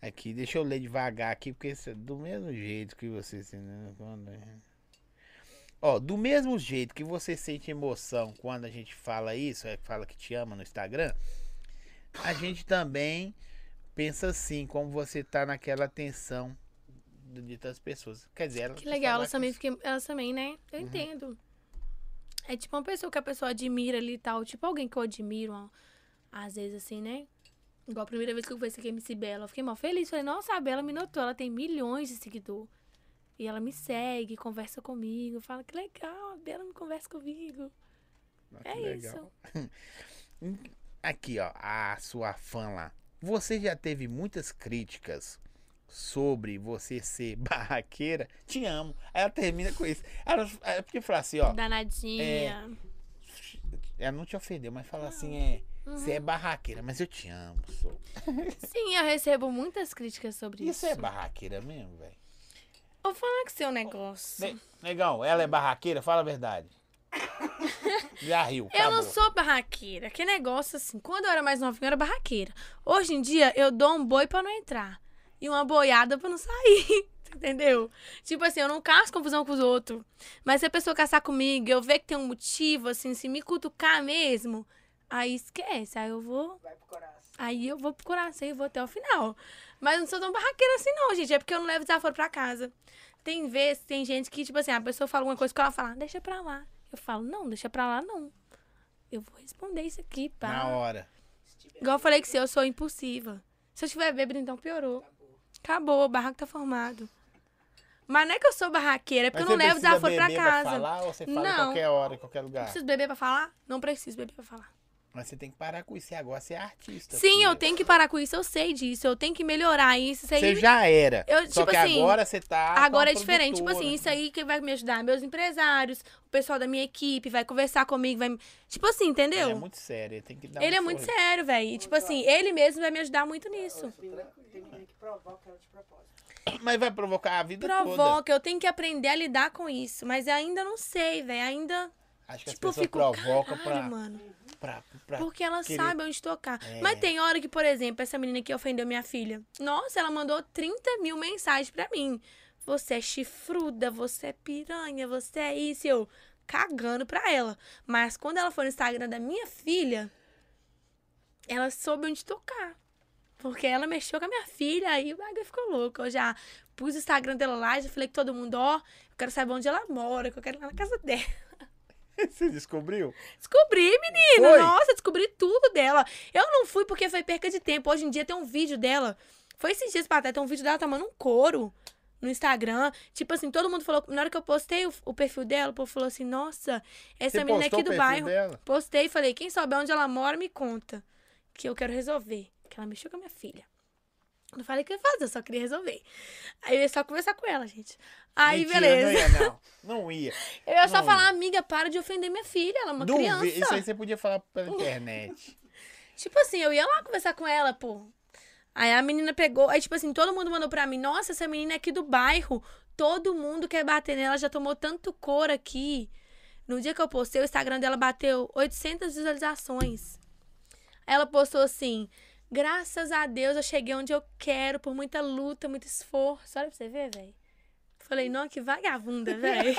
[SPEAKER 1] Aqui, deixa eu ler devagar aqui, porque isso é do mesmo jeito que você. assim, né, quando- Ó, do mesmo jeito que você sente emoção quando a gente fala isso, é, fala que te ama no Instagram, a gente também pensa assim, como você tá naquela tensão de de tantas pessoas. Quer dizer, ela
[SPEAKER 2] Que
[SPEAKER 1] quis
[SPEAKER 2] legal,
[SPEAKER 1] falar
[SPEAKER 2] elas
[SPEAKER 1] que
[SPEAKER 2] também, fiquem, elas também, né? Eu
[SPEAKER 1] Uhum.
[SPEAKER 2] entendo. É tipo uma pessoa que a pessoa admira ali e tal. Tipo alguém que eu admiro, ó, às vezes assim, né? Igual a primeira vez que eu conversei com a MC Bela, eu fiquei mal feliz. Falei, nossa, a Bela me notou, ela tem milhões de seguidor. E ela me segue, conversa comigo, fala que legal, a Bela me conversa comigo.
[SPEAKER 1] Ah, que
[SPEAKER 2] É
[SPEAKER 1] legal.
[SPEAKER 2] isso.
[SPEAKER 1] Aqui, ó, a sua fã lá. Você já teve muitas críticas sobre você ser barraqueira? Te amo. Aí ela termina com isso. Ela, ela podia falar assim, ó.
[SPEAKER 2] Danadinha.
[SPEAKER 1] Ela não te ofendeu, mas fala assim, é.
[SPEAKER 2] Uhum.
[SPEAKER 1] Você é barraqueira, mas eu te amo, sou.
[SPEAKER 2] Sim, eu recebo muitas críticas sobre isso.
[SPEAKER 1] Isso é barraqueira mesmo, velho.
[SPEAKER 2] Vou falar que seu negócio.
[SPEAKER 1] Ne- Negão, ela é barraqueira? Fala a verdade. Já riu,
[SPEAKER 2] Eu não
[SPEAKER 1] acabou.
[SPEAKER 2] sou barraqueira. Que negócio assim. Quando eu era mais novinha, eu era barraqueira. Hoje em dia, eu dou um boi pra não entrar. E uma boiada pra não sair. Entendeu? Tipo assim, eu não caço confusão com os outros. Mas se a pessoa caçar comigo, eu ver que tem um motivo, assim, se me cutucar mesmo, aí esquece. Aí eu
[SPEAKER 4] é
[SPEAKER 2] vou
[SPEAKER 3] Vai pro coração.
[SPEAKER 2] Aí eu vou procurar, sei, vou até o final. Mas eu não sou tão barraqueira assim, não, gente. É porque eu não levo desaforo pra casa. Tem vezes, tem gente que, tipo assim, a pessoa fala alguma coisa que ela fala, deixa pra lá. Eu falo, não, deixa pra lá, não. Eu vou responder isso aqui,
[SPEAKER 1] Na
[SPEAKER 2] pá.
[SPEAKER 1] hora.
[SPEAKER 3] Se tiver
[SPEAKER 2] Igual eu falei que se eu sou impulsiva. Se eu tiver bêbado, então piorou.
[SPEAKER 3] Acabou.
[SPEAKER 2] Acabou, o barraco tá formado. Mas não é que eu sou barraqueira, é porque
[SPEAKER 1] Mas
[SPEAKER 2] eu
[SPEAKER 1] você
[SPEAKER 2] não levo
[SPEAKER 1] precisa
[SPEAKER 2] desaforo pra
[SPEAKER 1] beber pra
[SPEAKER 2] casa.
[SPEAKER 1] falar ou você fala em
[SPEAKER 2] Não.
[SPEAKER 1] qualquer hora, em qualquer
[SPEAKER 2] Não
[SPEAKER 1] lugar?
[SPEAKER 2] preciso beber pra falar? Não preciso beber pra falar.
[SPEAKER 1] Mas você tem que parar com isso. E agora você é artista.
[SPEAKER 2] Sim, eu
[SPEAKER 1] filha.
[SPEAKER 2] tenho que parar com isso, eu sei disso. Eu tenho que melhorar isso. isso aí
[SPEAKER 1] Você já era.
[SPEAKER 2] Eu,
[SPEAKER 1] só
[SPEAKER 2] tipo
[SPEAKER 1] que
[SPEAKER 2] assim,
[SPEAKER 1] agora você tá.
[SPEAKER 2] Agora é
[SPEAKER 1] tá uma
[SPEAKER 2] diferente, tipo assim,
[SPEAKER 1] produtora.
[SPEAKER 2] isso aí que vai me ajudar, meus empresários, o pessoal da minha equipe vai conversar comigo, vai me- tipo assim, entendeu?
[SPEAKER 1] Ele é muito sério, ele tem que dar
[SPEAKER 2] Ele
[SPEAKER 1] um
[SPEAKER 2] é muito
[SPEAKER 1] sorriso.
[SPEAKER 2] sério, velho. E tipo assim, ele mesmo vai me ajudar muito nisso.
[SPEAKER 3] Menina- Tem menina que provoca ela de propósito.
[SPEAKER 1] Mas vai provocar a vida toda.
[SPEAKER 2] Provoca, eu tenho que aprender a lidar com isso, mas ainda não sei, velho. Ainda,
[SPEAKER 1] Acho que
[SPEAKER 2] tipo, eu
[SPEAKER 1] as pessoas
[SPEAKER 2] fico,
[SPEAKER 1] provocam
[SPEAKER 2] caralho,
[SPEAKER 1] pra,
[SPEAKER 2] mano.
[SPEAKER 1] pra, pra-
[SPEAKER 2] Porque ela
[SPEAKER 1] querer-
[SPEAKER 2] sabe onde tocar.
[SPEAKER 1] É.
[SPEAKER 2] Mas tem hora que, por exemplo, essa menina que ofendeu minha filha. Nossa, ela mandou 30 mil mensagens pra mim. Você é chifruda, você é piranha, você é isso. E eu cagando pra ela. Mas quando ela foi no Instagram da minha filha, ela soube onde tocar. Porque ela mexeu com a minha filha aí o bagulho ficou louco. Eu já pus o Instagram dela lá, já falei que todo mundo, ó, eu quero saber onde ela mora, que eu quero ir lá na casa dela.
[SPEAKER 1] Você descobriu?
[SPEAKER 2] Descobri, menina.
[SPEAKER 1] Foi?
[SPEAKER 2] Nossa, descobri tudo dela. Eu não fui porque foi perca de tempo. Hoje em dia tem um vídeo dela. Foi esses dias pra trás, tem um vídeo dela tomando um couro no Instagram. Tipo assim, todo mundo falou. Na hora que eu postei o, o perfil dela, o povo falou assim: Nossa, essa
[SPEAKER 1] Você
[SPEAKER 2] menina é
[SPEAKER 1] postou
[SPEAKER 2] aqui
[SPEAKER 1] o perfil
[SPEAKER 2] do bairro.
[SPEAKER 1] dela?
[SPEAKER 2] Postei e falei: Quem souber onde ela mora, me conta. Que eu quero resolver. Que ela mexeu com a minha filha. Não falei o que eu ia fazer, eu só queria resolver. Aí eu ia só conversar com ela, gente. Aí,
[SPEAKER 1] Mentira,
[SPEAKER 2] beleza.
[SPEAKER 1] Não ia, não. Não ia.
[SPEAKER 2] Eu ia só
[SPEAKER 1] Não.
[SPEAKER 2] falar, amiga, para de ofender minha filha, ela é uma
[SPEAKER 1] Duvi-
[SPEAKER 2] criança.
[SPEAKER 1] Isso aí você podia falar pela internet.
[SPEAKER 2] Tipo assim, eu ia lá conversar com ela, pô. Aí a menina pegou, aí tipo assim, todo mundo mandou pra mim, nossa, essa menina é aqui do bairro, todo mundo quer bater nela, já tomou tanto cor aqui. No dia que eu postei, o Instagram dela bateu 800 visualizações. Ela postou assim, graças a Deus eu cheguei onde eu quero, por muita luta, muito esforço. Olha pra você ver, velho. Falei, não, que vagabunda, velho.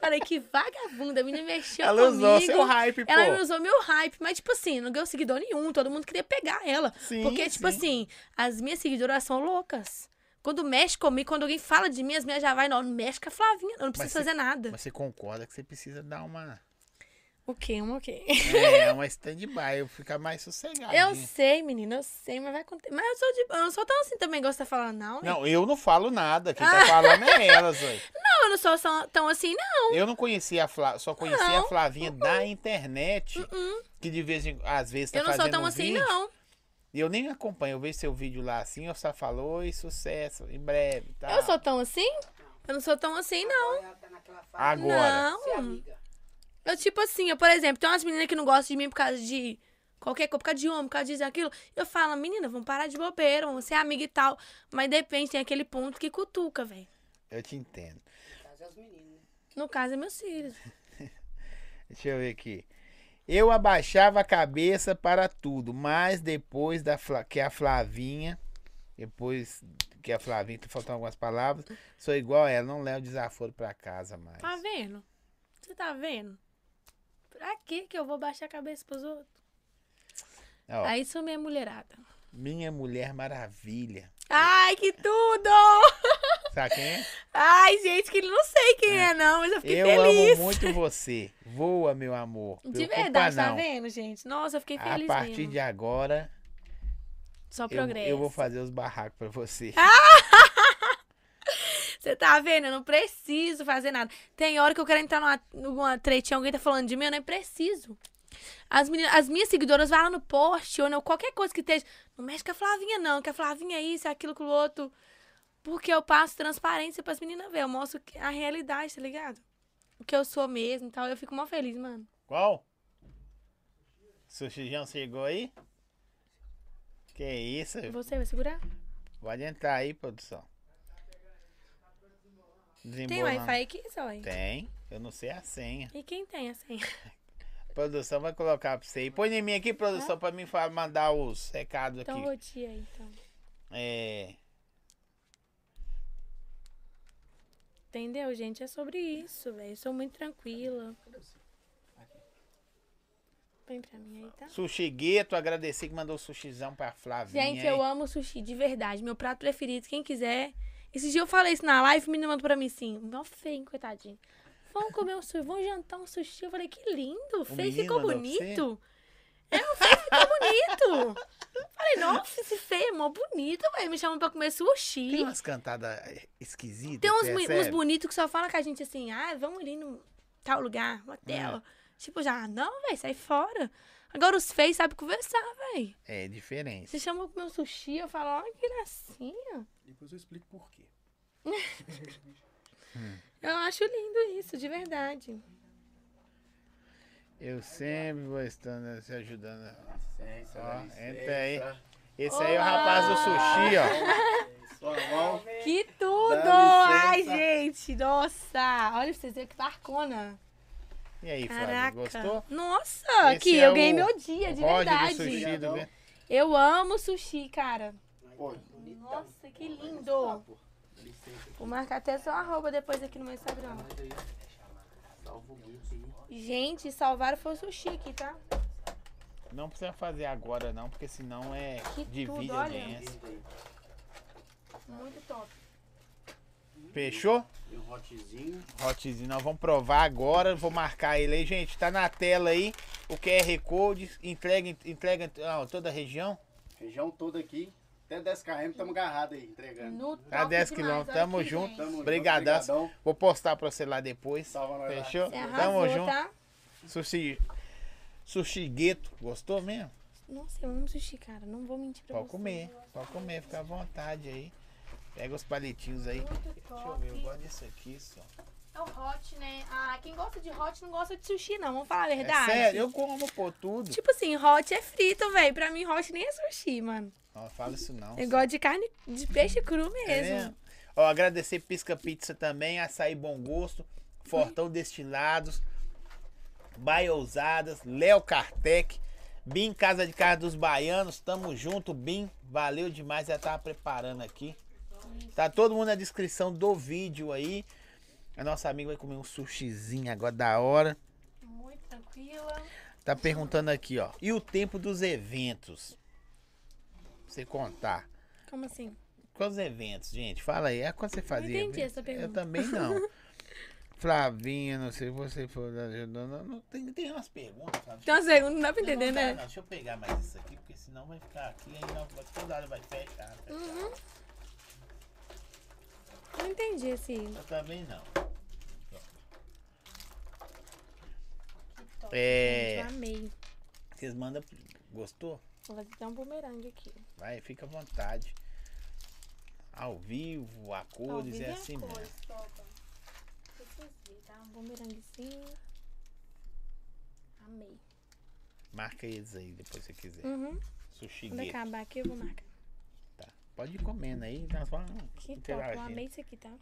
[SPEAKER 2] Falei, que vagabunda, a menina mexeu
[SPEAKER 1] Ela
[SPEAKER 2] comigo.
[SPEAKER 1] usou seu hype, pô.
[SPEAKER 2] Ela usou meu hype, mas, tipo assim, não ganhou seguidor nenhum. Todo mundo queria pegar ela.
[SPEAKER 1] Sim,
[SPEAKER 2] porque, tipo
[SPEAKER 1] sim.
[SPEAKER 2] assim, as minhas seguidoras são loucas. Quando mexe comigo, quando alguém fala de mim, as minhas já vai, não, não mexe com a Flavinha, não, não precisa
[SPEAKER 1] você-
[SPEAKER 2] fazer nada.
[SPEAKER 1] Mas você concorda que você precisa dar uma.
[SPEAKER 2] O quê?
[SPEAKER 1] Um
[SPEAKER 2] Uma o quê?
[SPEAKER 1] É, uma stand-by, ficar mais sossegado.
[SPEAKER 2] Eu sei, menina, eu sei, mas vai acontecer. Mas eu sou de. Eu não sou tão assim também, gosto de falar, não, né?
[SPEAKER 1] Não, eu não falo nada. Quem
[SPEAKER 2] Ah.
[SPEAKER 1] tá falando é elas, ué.
[SPEAKER 2] Não, eu não sou só- tão assim, não.
[SPEAKER 1] Eu não conhecia a Flá, só conhecia a
[SPEAKER 2] Não. Uh-uh.
[SPEAKER 1] Flavinha da internet. Que de vez em às vezes tá
[SPEAKER 2] eu não sou
[SPEAKER 1] fazendo
[SPEAKER 2] tão
[SPEAKER 1] um
[SPEAKER 2] assim,
[SPEAKER 1] vídeo,
[SPEAKER 2] não.
[SPEAKER 1] E eu nem acompanho, eu vejo seu vídeo lá assim, eu só falo, oi, sucesso, em breve, tá?
[SPEAKER 2] Eu sou tão assim? Eu não sou tão assim, não.
[SPEAKER 4] Agora ela tá naquela fase
[SPEAKER 1] Agora.
[SPEAKER 4] de ser
[SPEAKER 2] Não.
[SPEAKER 4] amiga.
[SPEAKER 2] Eu, tipo assim, eu, por exemplo, tem umas meninas que não gostam de mim por causa de qualquer coisa, por causa de homem, por causa disso e aquilo. Eu falo, menina, vamos parar de bobeira, vamos ser amiga e tal. Mas depende, tem aquele ponto que cutuca, velho.
[SPEAKER 1] Eu te entendo.
[SPEAKER 4] No caso, é os meninos. né?
[SPEAKER 2] No caso, é meus filhos.
[SPEAKER 1] Deixa eu ver aqui. Eu abaixava a cabeça para tudo, mas depois da Fla- que a Flavinha, depois que a Flavinha, que faltam algumas palavras, sou igual a ela, não levo desaforo pra casa mais.
[SPEAKER 6] Tá vendo? Você tá vendo? Pra que que eu vou baixar a cabeça pros outros?
[SPEAKER 1] Ó,
[SPEAKER 6] Aí sou minha mulherada.
[SPEAKER 1] Minha Mulher Maravilha.
[SPEAKER 2] Ai, que tudo!
[SPEAKER 1] Sabe quem é?
[SPEAKER 2] Ai, gente, que não sei quem é, não, mas eu fiquei
[SPEAKER 1] eu
[SPEAKER 2] feliz.
[SPEAKER 1] amo muito você. Voa, meu amor.
[SPEAKER 2] De
[SPEAKER 1] Preocupa
[SPEAKER 2] verdade, tá
[SPEAKER 1] não.
[SPEAKER 2] vendo, gente? Nossa, eu fiquei
[SPEAKER 1] A
[SPEAKER 2] feliz
[SPEAKER 1] partir
[SPEAKER 2] mesmo.
[SPEAKER 1] de agora,
[SPEAKER 6] Só
[SPEAKER 1] eu,
[SPEAKER 6] progresso.
[SPEAKER 1] eu vou fazer os barracos pra você.
[SPEAKER 2] Ah! Você tá vendo? Eu não preciso fazer nada. Tem hora que eu quero entrar numa, numa tretinha, alguém tá falando de mim, eu nem preciso. As, meninas, as minhas seguidoras vão lá no post ou não, qualquer coisa que esteja. Não mexe com a Flavinha, não, que a Flavinha é isso, é aquilo com o outro. Porque eu passo transparência pras meninas ver. Eu mostro que- a realidade, tá ligado? O que eu sou mesmo e tal. Eu fico mó feliz, mano.
[SPEAKER 1] Qual? Sushi João chegou aí? Que isso?
[SPEAKER 6] Você vai segurar?
[SPEAKER 1] Pode entrar aí, produção.
[SPEAKER 2] Tem
[SPEAKER 1] Desembolando.
[SPEAKER 2] Wi-Fi aqui, Zói?
[SPEAKER 1] Tem. Eu não sei a senha.
[SPEAKER 2] E quem tem a senha?
[SPEAKER 1] Produção vai colocar pra você aí. Põe em mim aqui, produção,
[SPEAKER 2] Ah.
[SPEAKER 1] pra mim fa- mandar os recados
[SPEAKER 6] Então
[SPEAKER 1] aqui.
[SPEAKER 6] rodia aí, então.
[SPEAKER 1] É.
[SPEAKER 6] Entendeu, gente? É sobre isso, velho. Eu sou muito tranquila. Vem pra mim aí, tá?
[SPEAKER 1] Sushi Gueto, agradecer que mandou o sushizão pra Flavinha.
[SPEAKER 2] Gente, eu
[SPEAKER 1] hein?
[SPEAKER 2] amo sushi, de verdade. Meu prato preferido, quem quiser. Esse dia eu falei isso na live, o menino mandou pra mim assim, mó feio, coitadinho. Vão comer um sushi, vão jantar um sushi. Eu falei, que lindo, o feio
[SPEAKER 1] menino
[SPEAKER 2] ficou
[SPEAKER 1] mandou pra você?
[SPEAKER 2] bonito. É, o feio ficou bonito. Falei, nossa, esse feio é mó bonito, velho. Me chamam pra comer sushi.
[SPEAKER 1] Tem umas cantadas é, esquisitas.
[SPEAKER 2] Tem uns,
[SPEAKER 1] você
[SPEAKER 2] mu- uns
[SPEAKER 1] recebe?
[SPEAKER 2] bonitos que só falam com a gente assim, ah, vamos ali no tal lugar, um hotel.
[SPEAKER 1] É.
[SPEAKER 2] Tipo, já, não, velho, sai fora. Agora os feios sabem conversar, velho.
[SPEAKER 1] É diferente.
[SPEAKER 2] Você chamou pra comer um sushi, eu falo, olha que gracinha.
[SPEAKER 5] Depois eu explico por quê.
[SPEAKER 2] Eu acho lindo isso, de verdade.
[SPEAKER 1] Eu sempre vou estando se ajudando.
[SPEAKER 3] Licença,
[SPEAKER 1] Ó,
[SPEAKER 3] dá
[SPEAKER 1] entra aí.
[SPEAKER 3] licença.
[SPEAKER 1] Esse aí é o rapaz do sushi, ó.
[SPEAKER 3] Sua mão.
[SPEAKER 2] Que tudo!
[SPEAKER 3] Dá
[SPEAKER 2] Ai,
[SPEAKER 3] licença.
[SPEAKER 2] gente, nossa! Olha pra vocês verem que barcona.
[SPEAKER 1] E aí, Flávio,
[SPEAKER 2] Caraca.
[SPEAKER 1] gostou?
[SPEAKER 2] Nossa,
[SPEAKER 1] Esse
[SPEAKER 2] que
[SPEAKER 1] é
[SPEAKER 2] eu ganhei
[SPEAKER 1] o
[SPEAKER 2] meu dia, de
[SPEAKER 1] O Roger
[SPEAKER 2] verdade.
[SPEAKER 1] do sushi do Ve-
[SPEAKER 2] Eu amo sushi, cara.
[SPEAKER 3] Pô,
[SPEAKER 2] Nossa, que lindo.
[SPEAKER 3] licença.
[SPEAKER 2] Vou marcar até seu arroba depois aqui no meu Instagram.
[SPEAKER 1] é-
[SPEAKER 3] Salva o grupo aí.
[SPEAKER 2] Gente, salvaram foi o sushi aqui, tá?
[SPEAKER 1] Não precisa fazer agora, não, porque senão é
[SPEAKER 2] Que
[SPEAKER 1] divide
[SPEAKER 2] tudo,
[SPEAKER 1] a
[SPEAKER 2] olha.
[SPEAKER 1] audiência.
[SPEAKER 2] Muito top.
[SPEAKER 1] Fechou?
[SPEAKER 3] E o hotzinho.
[SPEAKER 1] Hotzinho, nós vamos provar agora. Vou marcar ele aí, gente. Tá na tela aí o QR Code. Entrega, em- entrega em- ah, toda a região.
[SPEAKER 3] Região toda aqui. Até 10 km, tamo agarrado aí, entregando.
[SPEAKER 2] No top
[SPEAKER 1] Tá 10
[SPEAKER 2] demais,
[SPEAKER 1] quilômetros.
[SPEAKER 2] olha
[SPEAKER 1] Tamo
[SPEAKER 2] aqui,
[SPEAKER 1] junto.
[SPEAKER 2] gente.
[SPEAKER 3] Tamo
[SPEAKER 1] Obrigadaço.
[SPEAKER 3] junto, brigadão.
[SPEAKER 1] Vou postar pra você lá depois.
[SPEAKER 3] Salva nós lá.
[SPEAKER 1] Fechou?
[SPEAKER 2] Você arrasou,
[SPEAKER 1] Tamo junto.
[SPEAKER 2] tá?
[SPEAKER 1] Sushi. Sushi gueto. Gostou mesmo?
[SPEAKER 6] Nossa, eu amo sushi, cara. Não vou mentir pra
[SPEAKER 1] Pode
[SPEAKER 6] você.
[SPEAKER 1] comer.
[SPEAKER 2] né?
[SPEAKER 1] Pode comer. Fica à vontade aí. Pega os palitinhos aí. Deixa eu ver. Eu gosto disso aqui só.
[SPEAKER 2] Ô, É o hot, né? Ah, quem gosta de hot não gosta de sushi, não. Vamos falar a
[SPEAKER 1] É
[SPEAKER 2] verdade.
[SPEAKER 1] sério, eu como, pô, tudo.
[SPEAKER 2] Tipo assim, hot é frito, velho. Pra mim, hot nem é sushi, mano.
[SPEAKER 1] Não, fala isso não.
[SPEAKER 2] Eu gosto de carne de peixe cru mesmo.
[SPEAKER 1] É mesmo? Ó, agradecer Pisca Pizza também, Açaí Bom Gosto, Fortão Destilados, Baia Ousadas, Léo Kartek, Bim Casa de Casa dos Baianos, tamo junto, Bim, valeu demais, já tava preparando aqui. Tá todo mundo na descrição do vídeo aí. A nossa amiga vai comer um sushizinho agora da hora.
[SPEAKER 2] Muito tranquila.
[SPEAKER 1] Tá perguntando aqui, ó. E o tempo dos eventos? Pra você contar.
[SPEAKER 2] Como assim?
[SPEAKER 1] Quais eventos, gente? Fala aí. É quando você fazia?
[SPEAKER 2] entendi
[SPEAKER 1] evento?
[SPEAKER 2] essa pergunta.
[SPEAKER 1] Eu também não. Flavinha, não sei se você for ajudando. Não, tem, tem umas perguntas, Flavinha.
[SPEAKER 2] Então, assim, não dá pra entender,
[SPEAKER 1] Não,
[SPEAKER 2] né?
[SPEAKER 1] não, deixa eu pegar mais isso aqui, porque senão vai ficar aqui, aí não, vai- toda hora vai fechar. fechar.
[SPEAKER 2] Não entendi, assim.
[SPEAKER 1] Eu também não. É,
[SPEAKER 2] Eu amei.
[SPEAKER 1] vocês mandam. Gostou?
[SPEAKER 2] Vou fazer até um bumerangue aqui.
[SPEAKER 1] Vai, fica à vontade. Ao vivo, a cores, é assim mesmo.
[SPEAKER 2] Tá um bumeranguezinho. Amei.
[SPEAKER 1] Marca eles aí depois se quiser.
[SPEAKER 2] Uhum.
[SPEAKER 1] Sushi
[SPEAKER 2] Quando
[SPEAKER 1] Gueto.
[SPEAKER 2] acabar aqui, eu vou marcar.
[SPEAKER 1] Tá. Pode ir comendo aí, nós vamos
[SPEAKER 2] Que top. Eu
[SPEAKER 1] interagindo.
[SPEAKER 2] amei isso aqui, tá?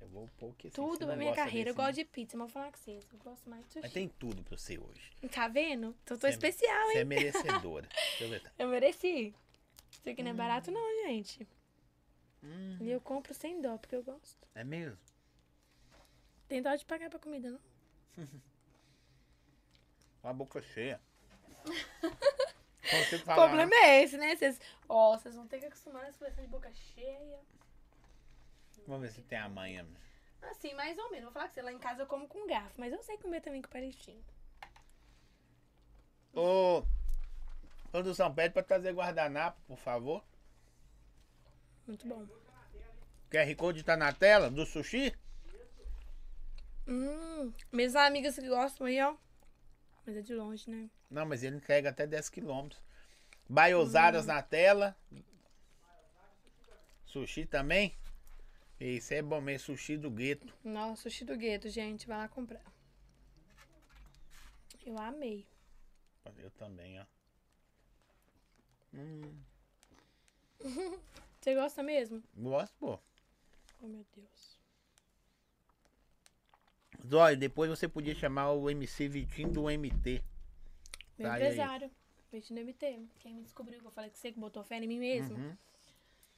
[SPEAKER 1] Eu vou pôr o que assim, você
[SPEAKER 2] Tudo
[SPEAKER 1] não
[SPEAKER 2] pra minha
[SPEAKER 1] gosta
[SPEAKER 2] carreira. Eu
[SPEAKER 1] desse,
[SPEAKER 2] gosto
[SPEAKER 1] né?
[SPEAKER 2] de pizza, mas vou falar com vocês. Eu gosto mais de sushi.
[SPEAKER 1] Mas tem tudo pra você hoje.
[SPEAKER 2] Tá vendo? Tô, tô
[SPEAKER 1] Você é-
[SPEAKER 2] especial,
[SPEAKER 1] Você
[SPEAKER 2] hein?
[SPEAKER 1] é merecedora. Deixa eu ver. tá.
[SPEAKER 2] Eu mereci. Isso aqui não
[SPEAKER 1] Hum.
[SPEAKER 2] é barato, não, gente. E eu compro sem dó, porque eu gosto.
[SPEAKER 1] É mesmo?
[SPEAKER 2] Tem dó de pagar pra comida, não?
[SPEAKER 1] Com a boca cheia. Consigo
[SPEAKER 2] O
[SPEAKER 1] falar.
[SPEAKER 2] problema é esse, né? Vocês. Ó, vocês vão ter que acostumar a coleção de boca cheia.
[SPEAKER 1] né? Vamos ver se tem amanhã.
[SPEAKER 2] Assim, mais ou menos. Vou falar que você lá em casa eu como com garfo, mas eu sei comer também com palitinho.
[SPEAKER 1] Ô, produção, pede pra trazer guardanapo, por favor.
[SPEAKER 2] Muito bom.
[SPEAKER 1] QR Code tá na tela do sushi?
[SPEAKER 2] Hum, minhas amigas que gostam aí, ó. Mas é de longe, né?
[SPEAKER 1] Não, mas ele entrega até 10 quilômetros.
[SPEAKER 2] Hum.
[SPEAKER 1] Baiosadas na tela. Sushi também? Isso é bom mesmo, sushi do gueto.
[SPEAKER 2] Nossa, sushi do gueto, gente. Vai lá comprar. Eu amei.
[SPEAKER 1] Eu também, ó.
[SPEAKER 2] Você gosta mesmo?
[SPEAKER 1] Gosto, pô.
[SPEAKER 2] Oh, meu Deus.
[SPEAKER 1] Zóio, depois você podia chamar o MC Vitinho do MT.
[SPEAKER 2] Meu
[SPEAKER 1] Tá, e aí?
[SPEAKER 2] empresário. Vitinho do MT. Quem me descobriu que eu falei que você que botou fé em mim mesmo.
[SPEAKER 1] Uhum.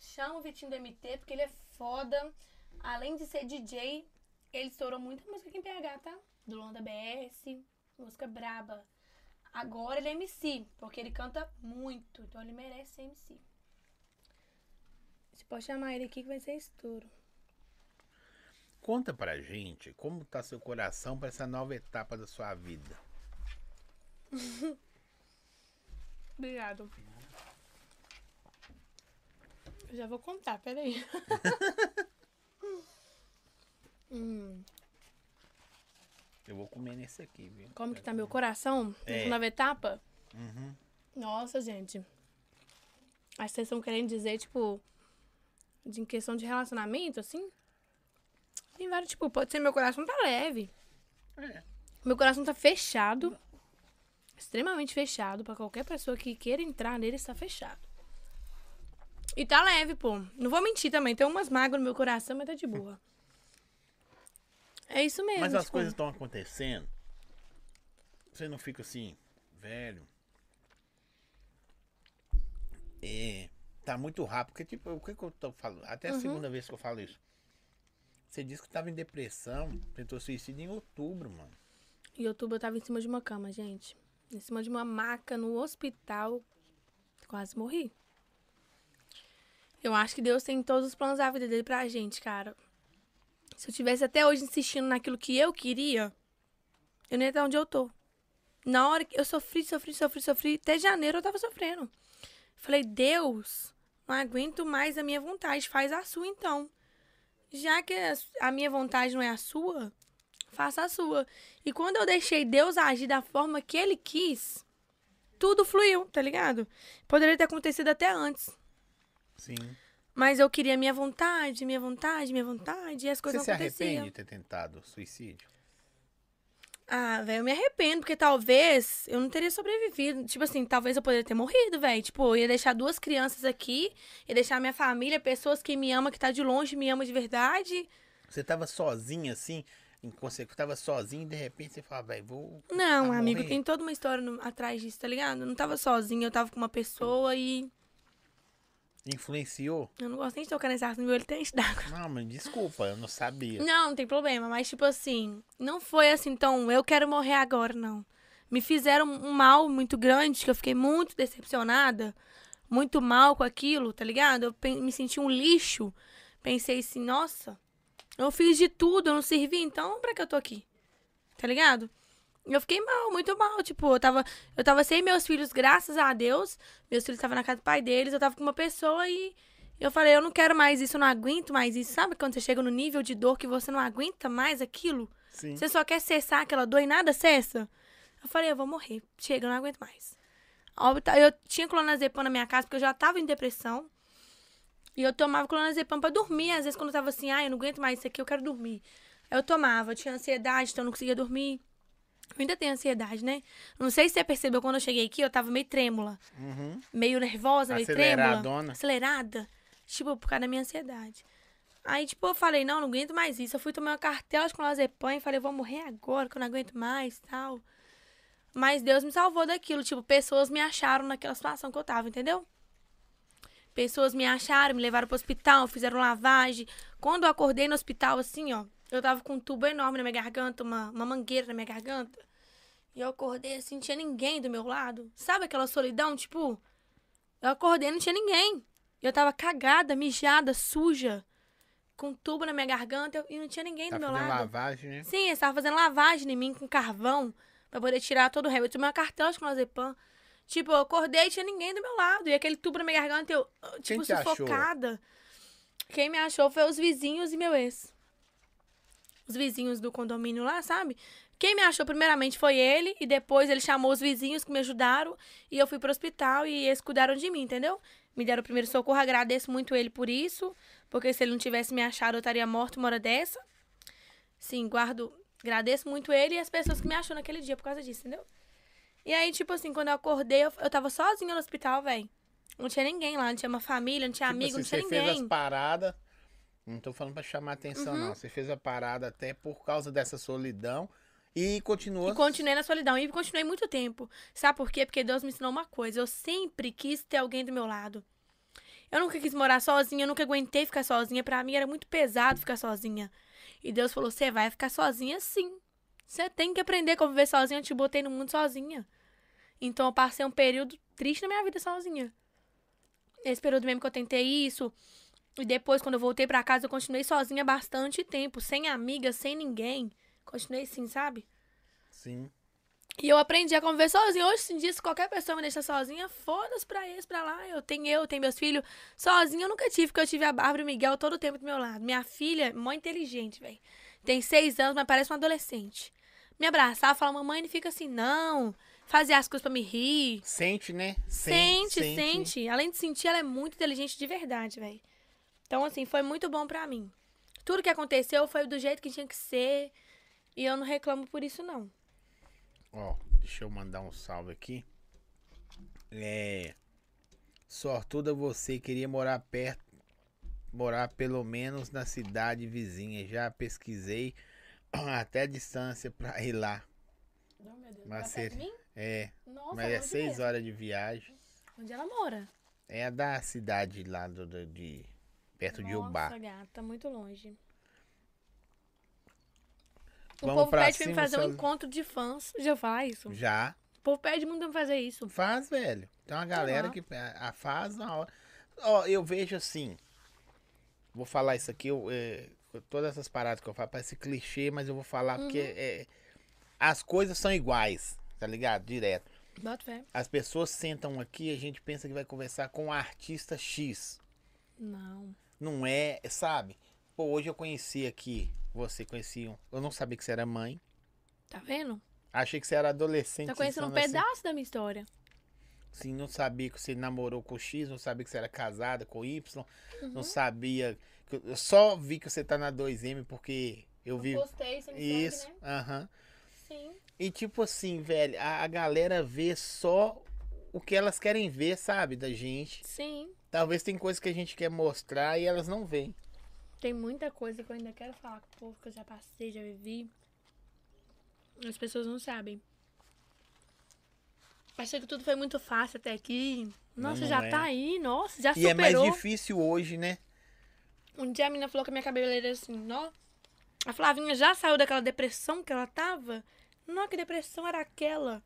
[SPEAKER 2] Chama o Vitinho do MT porque ele é foda. Além de ser DJ, ele estourou muita música aqui em PH, tá? Do Londa BS, música braba. Agora ele é MC, porque ele canta muito, então ele merece ser MC. Você pode chamar ele aqui que vai ser estouro.
[SPEAKER 1] Conta pra gente como tá seu coração pra essa nova etapa da sua vida.
[SPEAKER 2] Obrigado. Eu já vou contar, peraí. hum,
[SPEAKER 1] Eu vou comer nesse aqui, viu?
[SPEAKER 2] como que tá meu coração
[SPEAKER 1] É.
[SPEAKER 2] nessa nova etapa?
[SPEAKER 1] Uhum.
[SPEAKER 2] Nossa, gente. Acho que vocês estão querendo dizer, tipo, de em questão de relacionamento, assim? Tem vários, tipo, pode ser meu coração tá leve.
[SPEAKER 1] É.
[SPEAKER 2] Meu coração tá fechado. Extremamente fechado. Pra qualquer pessoa que queira entrar nele, está fechado. E tá leve, pô. Não vou mentir também. Tem umas mágoas no meu coração, mas tá de boa. É isso mesmo.
[SPEAKER 1] Mas as
[SPEAKER 2] tipo,
[SPEAKER 1] coisas estão acontecendo. Você não fica assim, velho. É, tá muito rápido. Porque, tipo, o que, que eu tô falando? Até
[SPEAKER 2] Uhum.
[SPEAKER 1] a segunda vez que eu falo isso. Você disse que tava em depressão, tentou suicídio em outubro, mano.
[SPEAKER 2] Em outubro eu tava em cima de uma cama, gente. Em cima de uma maca no hospital. Quase morri. Eu acho que Deus tem todos os planos da vida dele pra gente, cara. Se eu tivesse até hoje insistindo naquilo que eu queria, eu não ia estar onde eu tô. Na hora que eu sofri, sofri, sofri, sofri, até janeiro eu tava sofrendo. Falei, Deus, não aguento mais a minha vontade, faz a sua então. Já que a su- a minha vontade não é a sua, faça a sua. E quando eu deixei Deus agir da forma que ele quis, tudo fluiu, tá ligado? Poderia ter acontecido até antes.
[SPEAKER 1] Sim.
[SPEAKER 2] Mas eu queria minha vontade, minha vontade, minha vontade, e as
[SPEAKER 1] Você
[SPEAKER 2] coisas
[SPEAKER 1] se
[SPEAKER 2] não aconteciam.
[SPEAKER 1] arrepende de ter tentado suicídio?
[SPEAKER 2] Ah, velho, eu me arrependo, porque talvez eu não teria sobrevivido. Tipo assim, talvez eu poderia ter morrido, velho. Tipo, eu ia deixar duas crianças aqui, ia deixar minha família, pessoas que me amam, que tá de longe, me amam de verdade.
[SPEAKER 1] Você tava sozinha assim, em consequência, tava sozinho e de repente você fala, velho, vou.
[SPEAKER 2] Não,
[SPEAKER 1] Ah,
[SPEAKER 2] amigo,
[SPEAKER 1] morrer.
[SPEAKER 2] tem toda uma história no- atrás disso, tá ligado? Eu não tava sozinha, eu tava com uma pessoa e.
[SPEAKER 1] Influenciou?
[SPEAKER 2] Eu não gosto nem de tocar nesse assunto, meu olho tem d'água.
[SPEAKER 1] Não, mas desculpa, eu não sabia.
[SPEAKER 2] Não, não tem problema, mas tipo assim, não foi assim, então eu quero morrer agora, não. Me fizeram um mal muito grande, que eu fiquei muito decepcionada, muito mal com aquilo, tá ligado? Eu pen- me senti um lixo. Pensei assim, nossa, eu fiz de tudo, eu não servi, então pra que eu tô aqui? Tá ligado? E Eu fiquei mal, muito mal. Tipo, eu tava, eu tava sem meus filhos, graças a Deus. Meus filhos estavam na casa do pai deles, eu tava com uma pessoa e eu falei, eu não quero mais isso, eu não aguento mais isso. Sabe quando você chega no nível de dor que você não aguenta mais aquilo?
[SPEAKER 1] Sim.
[SPEAKER 2] Você só quer cessar aquela dor e nada cessa? Eu falei, eu vou morrer. Chega, eu não aguento mais. A óbita- Eu tinha clonazepam na minha casa porque eu já tava em depressão. E eu tomava clonazepam pra dormir. Às vezes quando eu tava assim, ah, eu não aguento mais isso aqui, eu quero dormir. Eu tomava, eu tinha ansiedade, então eu não conseguia dormir. Eu ainda tenho ansiedade, né? Não sei se você percebeu, quando eu cheguei aqui, eu tava meio trêmula. Meio nervosa, meio
[SPEAKER 1] Aceleradona.
[SPEAKER 2] trêmula. Acelerada. Tipo, por causa da minha ansiedade. Aí, tipo, eu falei, não, não aguento mais isso. Eu fui tomar uma cartela de clonazepam e falei, eu vou morrer agora, que eu não aguento mais, tal. Mas Deus me salvou daquilo. Tipo, pessoas me acharam naquela situação que eu tava, entendeu? Pessoas me acharam, me levaram pro hospital, fizeram lavagem. Quando eu acordei no hospital, assim, ó, eu tava com um tubo enorme na minha garganta, uma, uma mangueira na minha garganta. E eu acordei assim, não tinha ninguém do meu lado. Sabe aquela solidão? Tipo, eu acordei e não tinha ninguém. Eu tava cagada, mijada, suja, com um tubo na minha garganta e não tinha ninguém
[SPEAKER 1] Tá
[SPEAKER 2] do meu
[SPEAKER 1] fazendo
[SPEAKER 2] lado.
[SPEAKER 1] lavagem, né?
[SPEAKER 2] Sim, eles estavam fazendo lavagem em mim com carvão pra poder tirar todo o remédio. Eu tomei uma cartela de clonazepam. Tipo, eu acordei e tinha ninguém do meu lado. E aquele tubo na minha garganta, eu, ah,
[SPEAKER 1] Quem
[SPEAKER 2] tipo,
[SPEAKER 1] te achou?
[SPEAKER 2] sufocada. Quem me achou foi os vizinhos e meu ex. Os vizinhos do condomínio lá, sabe? Quem me achou primeiramente foi ele, e depois ele chamou os vizinhos que me ajudaram, e eu fui pro hospital e eles cuidaram de mim, entendeu? Me deram o primeiro socorro, agradeço muito ele por isso, porque se ele não tivesse me achado, eu estaria morto uma hora dessa. Sim, guardo. Agradeço muito ele e as pessoas que me achou naquele dia por causa disso, entendeu? E aí, tipo assim, quando eu acordei, eu, eu tava sozinha no hospital, velho. Não tinha ninguém lá, não tinha uma família, não tinha
[SPEAKER 1] Tipo
[SPEAKER 2] amigo,
[SPEAKER 1] assim,
[SPEAKER 2] não tinha
[SPEAKER 1] você fez as
[SPEAKER 2] ninguém. Uhum.
[SPEAKER 1] paradas. Não tô falando pra chamar atenção, não. Você fez a parada até por causa dessa solidão e continuou.
[SPEAKER 2] E continuei na solidão. E continuei muito tempo. Sabe por quê? Porque Deus me ensinou uma coisa. Eu sempre quis ter alguém do meu lado. Eu nunca quis morar sozinha, eu nunca aguentei ficar sozinha. Pra mim era muito pesado ficar sozinha. E Deus falou: você vai ficar sozinha sim. Você tem que aprender a conviver sozinha. Eu te botei no mundo sozinha. Então eu passei um período triste na minha vida sozinha. Esse período mesmo que eu tentei isso. E depois, quando eu voltei pra casa, eu continuei sozinha bastante tempo. Sem amiga, sem ninguém. Continuei assim, sabe?
[SPEAKER 1] Sim.
[SPEAKER 2] E eu aprendi a conviver sozinha. Hoje em dia, se qualquer pessoa me deixar sozinha, foda-se pra eles, pra lá. Eu tenho eu, tenho meus filhos. Sozinha eu nunca tive, porque eu tive a Bárbara e o Miguel todo o tempo do meu lado. Minha filha, é mó inteligente, velho. Tem seis anos, mas parece uma adolescente. Me abraçar, falar, mamãe, não fica assim, não. Fazer as coisas pra me rir.
[SPEAKER 1] Sente, né? Sen-
[SPEAKER 2] Sente, sente, Além de sentir, ela é muito inteligente de verdade, velho. Então, assim, foi muito bom pra mim. Tudo que aconteceu foi do jeito que tinha que ser. E eu não reclamo por isso, não.
[SPEAKER 1] Ó, deixa eu mandar um salve aqui. É. Sortuda você, queria morar perto. Morar pelo menos na cidade vizinha. Já pesquisei até a distância pra ir lá.
[SPEAKER 6] Não, meu Deus. tá
[SPEAKER 1] Mas
[SPEAKER 6] perto
[SPEAKER 1] se-
[SPEAKER 6] de mim?
[SPEAKER 1] É,
[SPEAKER 6] Nossa,
[SPEAKER 1] mas é
[SPEAKER 6] longe
[SPEAKER 1] seis
[SPEAKER 6] mesmo.
[SPEAKER 1] horas de viagem.
[SPEAKER 6] Onde ela mora?
[SPEAKER 1] É a da cidade lá do, do- de. Perto de Ubá.
[SPEAKER 6] Nossa,
[SPEAKER 2] tá
[SPEAKER 6] gata, muito longe.
[SPEAKER 2] O
[SPEAKER 1] Vamos
[SPEAKER 2] povo
[SPEAKER 1] pra
[SPEAKER 2] pede pra mim
[SPEAKER 1] cima,
[SPEAKER 2] fazer um
[SPEAKER 1] Sandra.
[SPEAKER 2] encontro de fãs. Já falar isso?
[SPEAKER 1] Já.
[SPEAKER 2] O povo pede muito pra mim fazer isso.
[SPEAKER 1] Faz, velho. Tem uma galera
[SPEAKER 6] lá.
[SPEAKER 1] que a, a faz na hora. Ó, eu vejo assim. Vou falar isso aqui. Eu, é, todas essas paradas que eu falo, parece clichê, mas eu vou falar porque
[SPEAKER 6] Uhum.
[SPEAKER 1] é, as coisas são iguais, tá ligado? Direto.
[SPEAKER 6] Bota fé.
[SPEAKER 1] As pessoas sentam aqui a gente pensa que vai conversar com o artista X.
[SPEAKER 6] Não.
[SPEAKER 1] Não é, sabe? Pô, hoje eu conheci aqui. Você conhecia. um- Eu não sabia que você era mãe.
[SPEAKER 6] Tá vendo?
[SPEAKER 1] Achei que você era adolescente.
[SPEAKER 6] Tá conhecendo um
[SPEAKER 1] insano assim.
[SPEAKER 6] pedaço da minha história.
[SPEAKER 1] Assim, não sabia que você namorou com o X, não sabia que você era casada com o Y, não
[SPEAKER 2] Uhum.
[SPEAKER 1] sabia. que- Eu só vi que você tá na 2M porque eu vi.
[SPEAKER 2] Postei, você me
[SPEAKER 1] Isso.
[SPEAKER 2] segue, né?
[SPEAKER 1] Aham.
[SPEAKER 2] Sim.
[SPEAKER 1] E tipo assim, velho, a, a galera vê só o que elas querem ver, sabe, da gente.
[SPEAKER 2] Sim.
[SPEAKER 1] Talvez tem coisa que a gente quer mostrar e elas não veem.
[SPEAKER 2] Tem muita coisa que eu ainda quero falar com o povo, que eu já passei, já vivi. As pessoas não sabem. Achei que tudo foi muito fácil até aqui. Nossa,
[SPEAKER 1] Não,
[SPEAKER 2] já
[SPEAKER 1] não é.
[SPEAKER 2] tá aí, nossa, já
[SPEAKER 1] E é mais
[SPEAKER 2] superou.
[SPEAKER 1] difícil hoje, né?
[SPEAKER 2] um dia a menina falou com a minha cabeleireira assim, nó. A Flavinha já saiu daquela depressão que ela tava? Não, que depressão era aquela?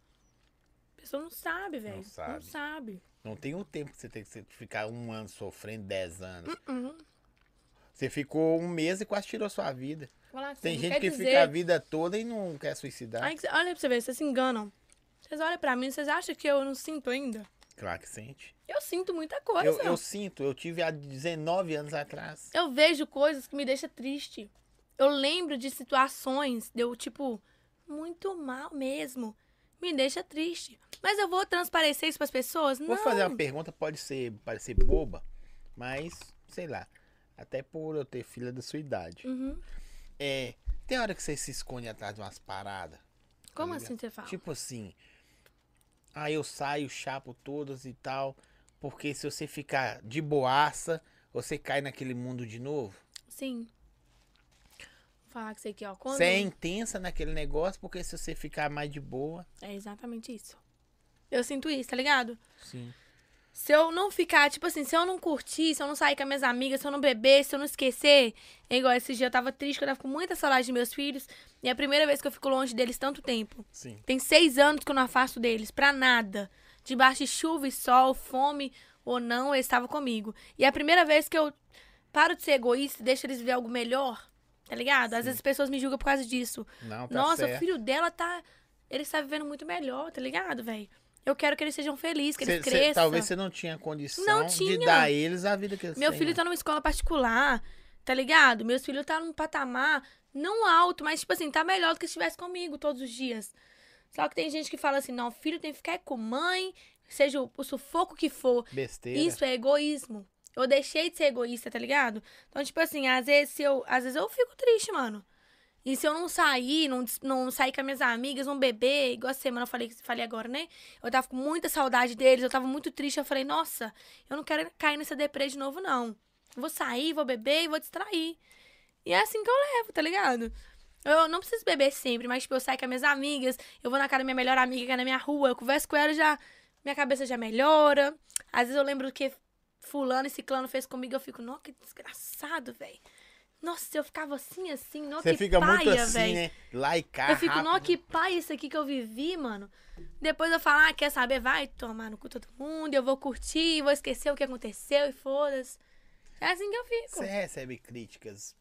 [SPEAKER 2] A pessoa não sabe, velho. Não
[SPEAKER 1] sabe.
[SPEAKER 2] sabe.
[SPEAKER 1] Não tem o tempo que você tem que ficar um ano sofrendo, dez anos.
[SPEAKER 2] Uhum.
[SPEAKER 1] Você ficou um mês e quase tirou sua vida.
[SPEAKER 2] Falar assim,
[SPEAKER 1] Tem
[SPEAKER 2] não
[SPEAKER 1] gente
[SPEAKER 2] quer
[SPEAKER 1] que
[SPEAKER 2] dizer...
[SPEAKER 1] fica a vida toda e não quer suicidar.
[SPEAKER 2] Aí, que cê- olha pra você ver, vocês se enganam. Vocês olham pra mim, vocês acham que eu não sinto ainda?
[SPEAKER 1] Claro que sente.
[SPEAKER 2] Eu sinto muita coisa.
[SPEAKER 1] Eu, eu sinto, eu tive há 19 anos atrás.
[SPEAKER 2] Eu vejo coisas que me deixam triste. Eu lembro de situações, deu tipo, muito mal mesmo. Me deixa triste. Mas eu vou transparecer isso pras pessoas? Não.
[SPEAKER 1] Vou fazer uma pergunta, pode ser parecer boba, mas sei lá. Até por eu ter filha da sua idade.
[SPEAKER 2] Uhum.
[SPEAKER 1] É, tem hora que você se esconde atrás de umas paradas.
[SPEAKER 2] Como
[SPEAKER 1] Tá
[SPEAKER 2] assim você fala?
[SPEAKER 1] Tipo assim. Aí eu saio, chapo todas e tal. Porque se você ficar de boaça, você cai naquele mundo de novo.
[SPEAKER 2] Sim. Vou falar com você aqui, ó. Quando...
[SPEAKER 1] Você é intensa naquele negócio, porque se você ficar mais de boa.
[SPEAKER 2] É exatamente isso. Eu sinto isso, tá ligado?
[SPEAKER 1] Sim.
[SPEAKER 2] Se eu não ficar, tipo assim, se eu não curtir, se eu não sair com as minhas amigas, se eu não beber, se eu não esquecer. É igual esse dia eu tava triste, que eu tava com muita saudade de meus filhos. E é a primeira vez que eu fico longe deles tanto tempo.
[SPEAKER 1] Sim.
[SPEAKER 2] Tem seis anos que eu não afasto deles, pra nada. Debaixo de chuva e sol, fome ou não, eles estavam comigo. E é a primeira vez que eu paro de ser egoísta e deixo eles viver algo melhor, tá ligado? Às vezes as pessoas me julgam por causa disso.
[SPEAKER 1] Não, tá
[SPEAKER 2] Nossa, o
[SPEAKER 1] certo.
[SPEAKER 2] filho dela tá. Ele está vivendo muito melhor, tá ligado, velho? Eu quero que eles sejam felizes, que
[SPEAKER 1] Cê-
[SPEAKER 2] eles
[SPEAKER 1] cê-
[SPEAKER 2] cresçam.
[SPEAKER 1] talvez você não tinha condição
[SPEAKER 2] Não
[SPEAKER 1] de
[SPEAKER 2] tinha.
[SPEAKER 1] dar a eles a vida que eles
[SPEAKER 2] Meu
[SPEAKER 1] têm,
[SPEAKER 2] filho
[SPEAKER 1] né?
[SPEAKER 2] tá numa escola particular, tá ligado? Meus filhos tá num patamar não alto, mas tipo assim, tá melhor do que se estivesse comigo todos os dias. Só que tem gente que fala assim, não, filho tem que ficar com mãe, seja o, o sufoco que for.
[SPEAKER 1] Besteira.
[SPEAKER 2] Isso é egoísmo. Eu deixei de ser egoísta, tá ligado? Então, tipo assim, às vezes se eu, às vezes eu fico triste, mano. E se eu não sair, não, des- não sair com as minhas amigas, não beber, igual essa semana eu falei, falei agora, né? Eu tava com muita saudade deles, eu tava muito triste. Eu falei, nossa, eu não quero cair nessa deprê de novo, não. Eu Vou sair, vou beber e vou distrair. E é assim que eu levo, tá ligado? Eu não preciso beber sempre, mas tipo, eu saio com as minhas amigas, eu vou na cara da minha melhor amiga que é na minha rua, eu converso com ela, já minha cabeça já melhora. Às vezes eu lembro do que fulano e ciclano fez comigo, eu fico, nossa, que desgraçado, velho. Nossa, se eu ficava assim, assim, nossa,
[SPEAKER 1] Você
[SPEAKER 2] que
[SPEAKER 1] fica
[SPEAKER 2] paia,
[SPEAKER 1] muito assim,
[SPEAKER 2] véi.
[SPEAKER 1] né? Lá e cá.
[SPEAKER 2] Eu fico,
[SPEAKER 1] rápido.
[SPEAKER 2] nó, que pai isso aqui que eu vivi, mano. Depois eu falo, ah, quer saber? Vai tomar no cu todo mundo, eu vou curtir, vou esquecer o que aconteceu e foda-se. É assim que eu fico.
[SPEAKER 1] Você recebe críticas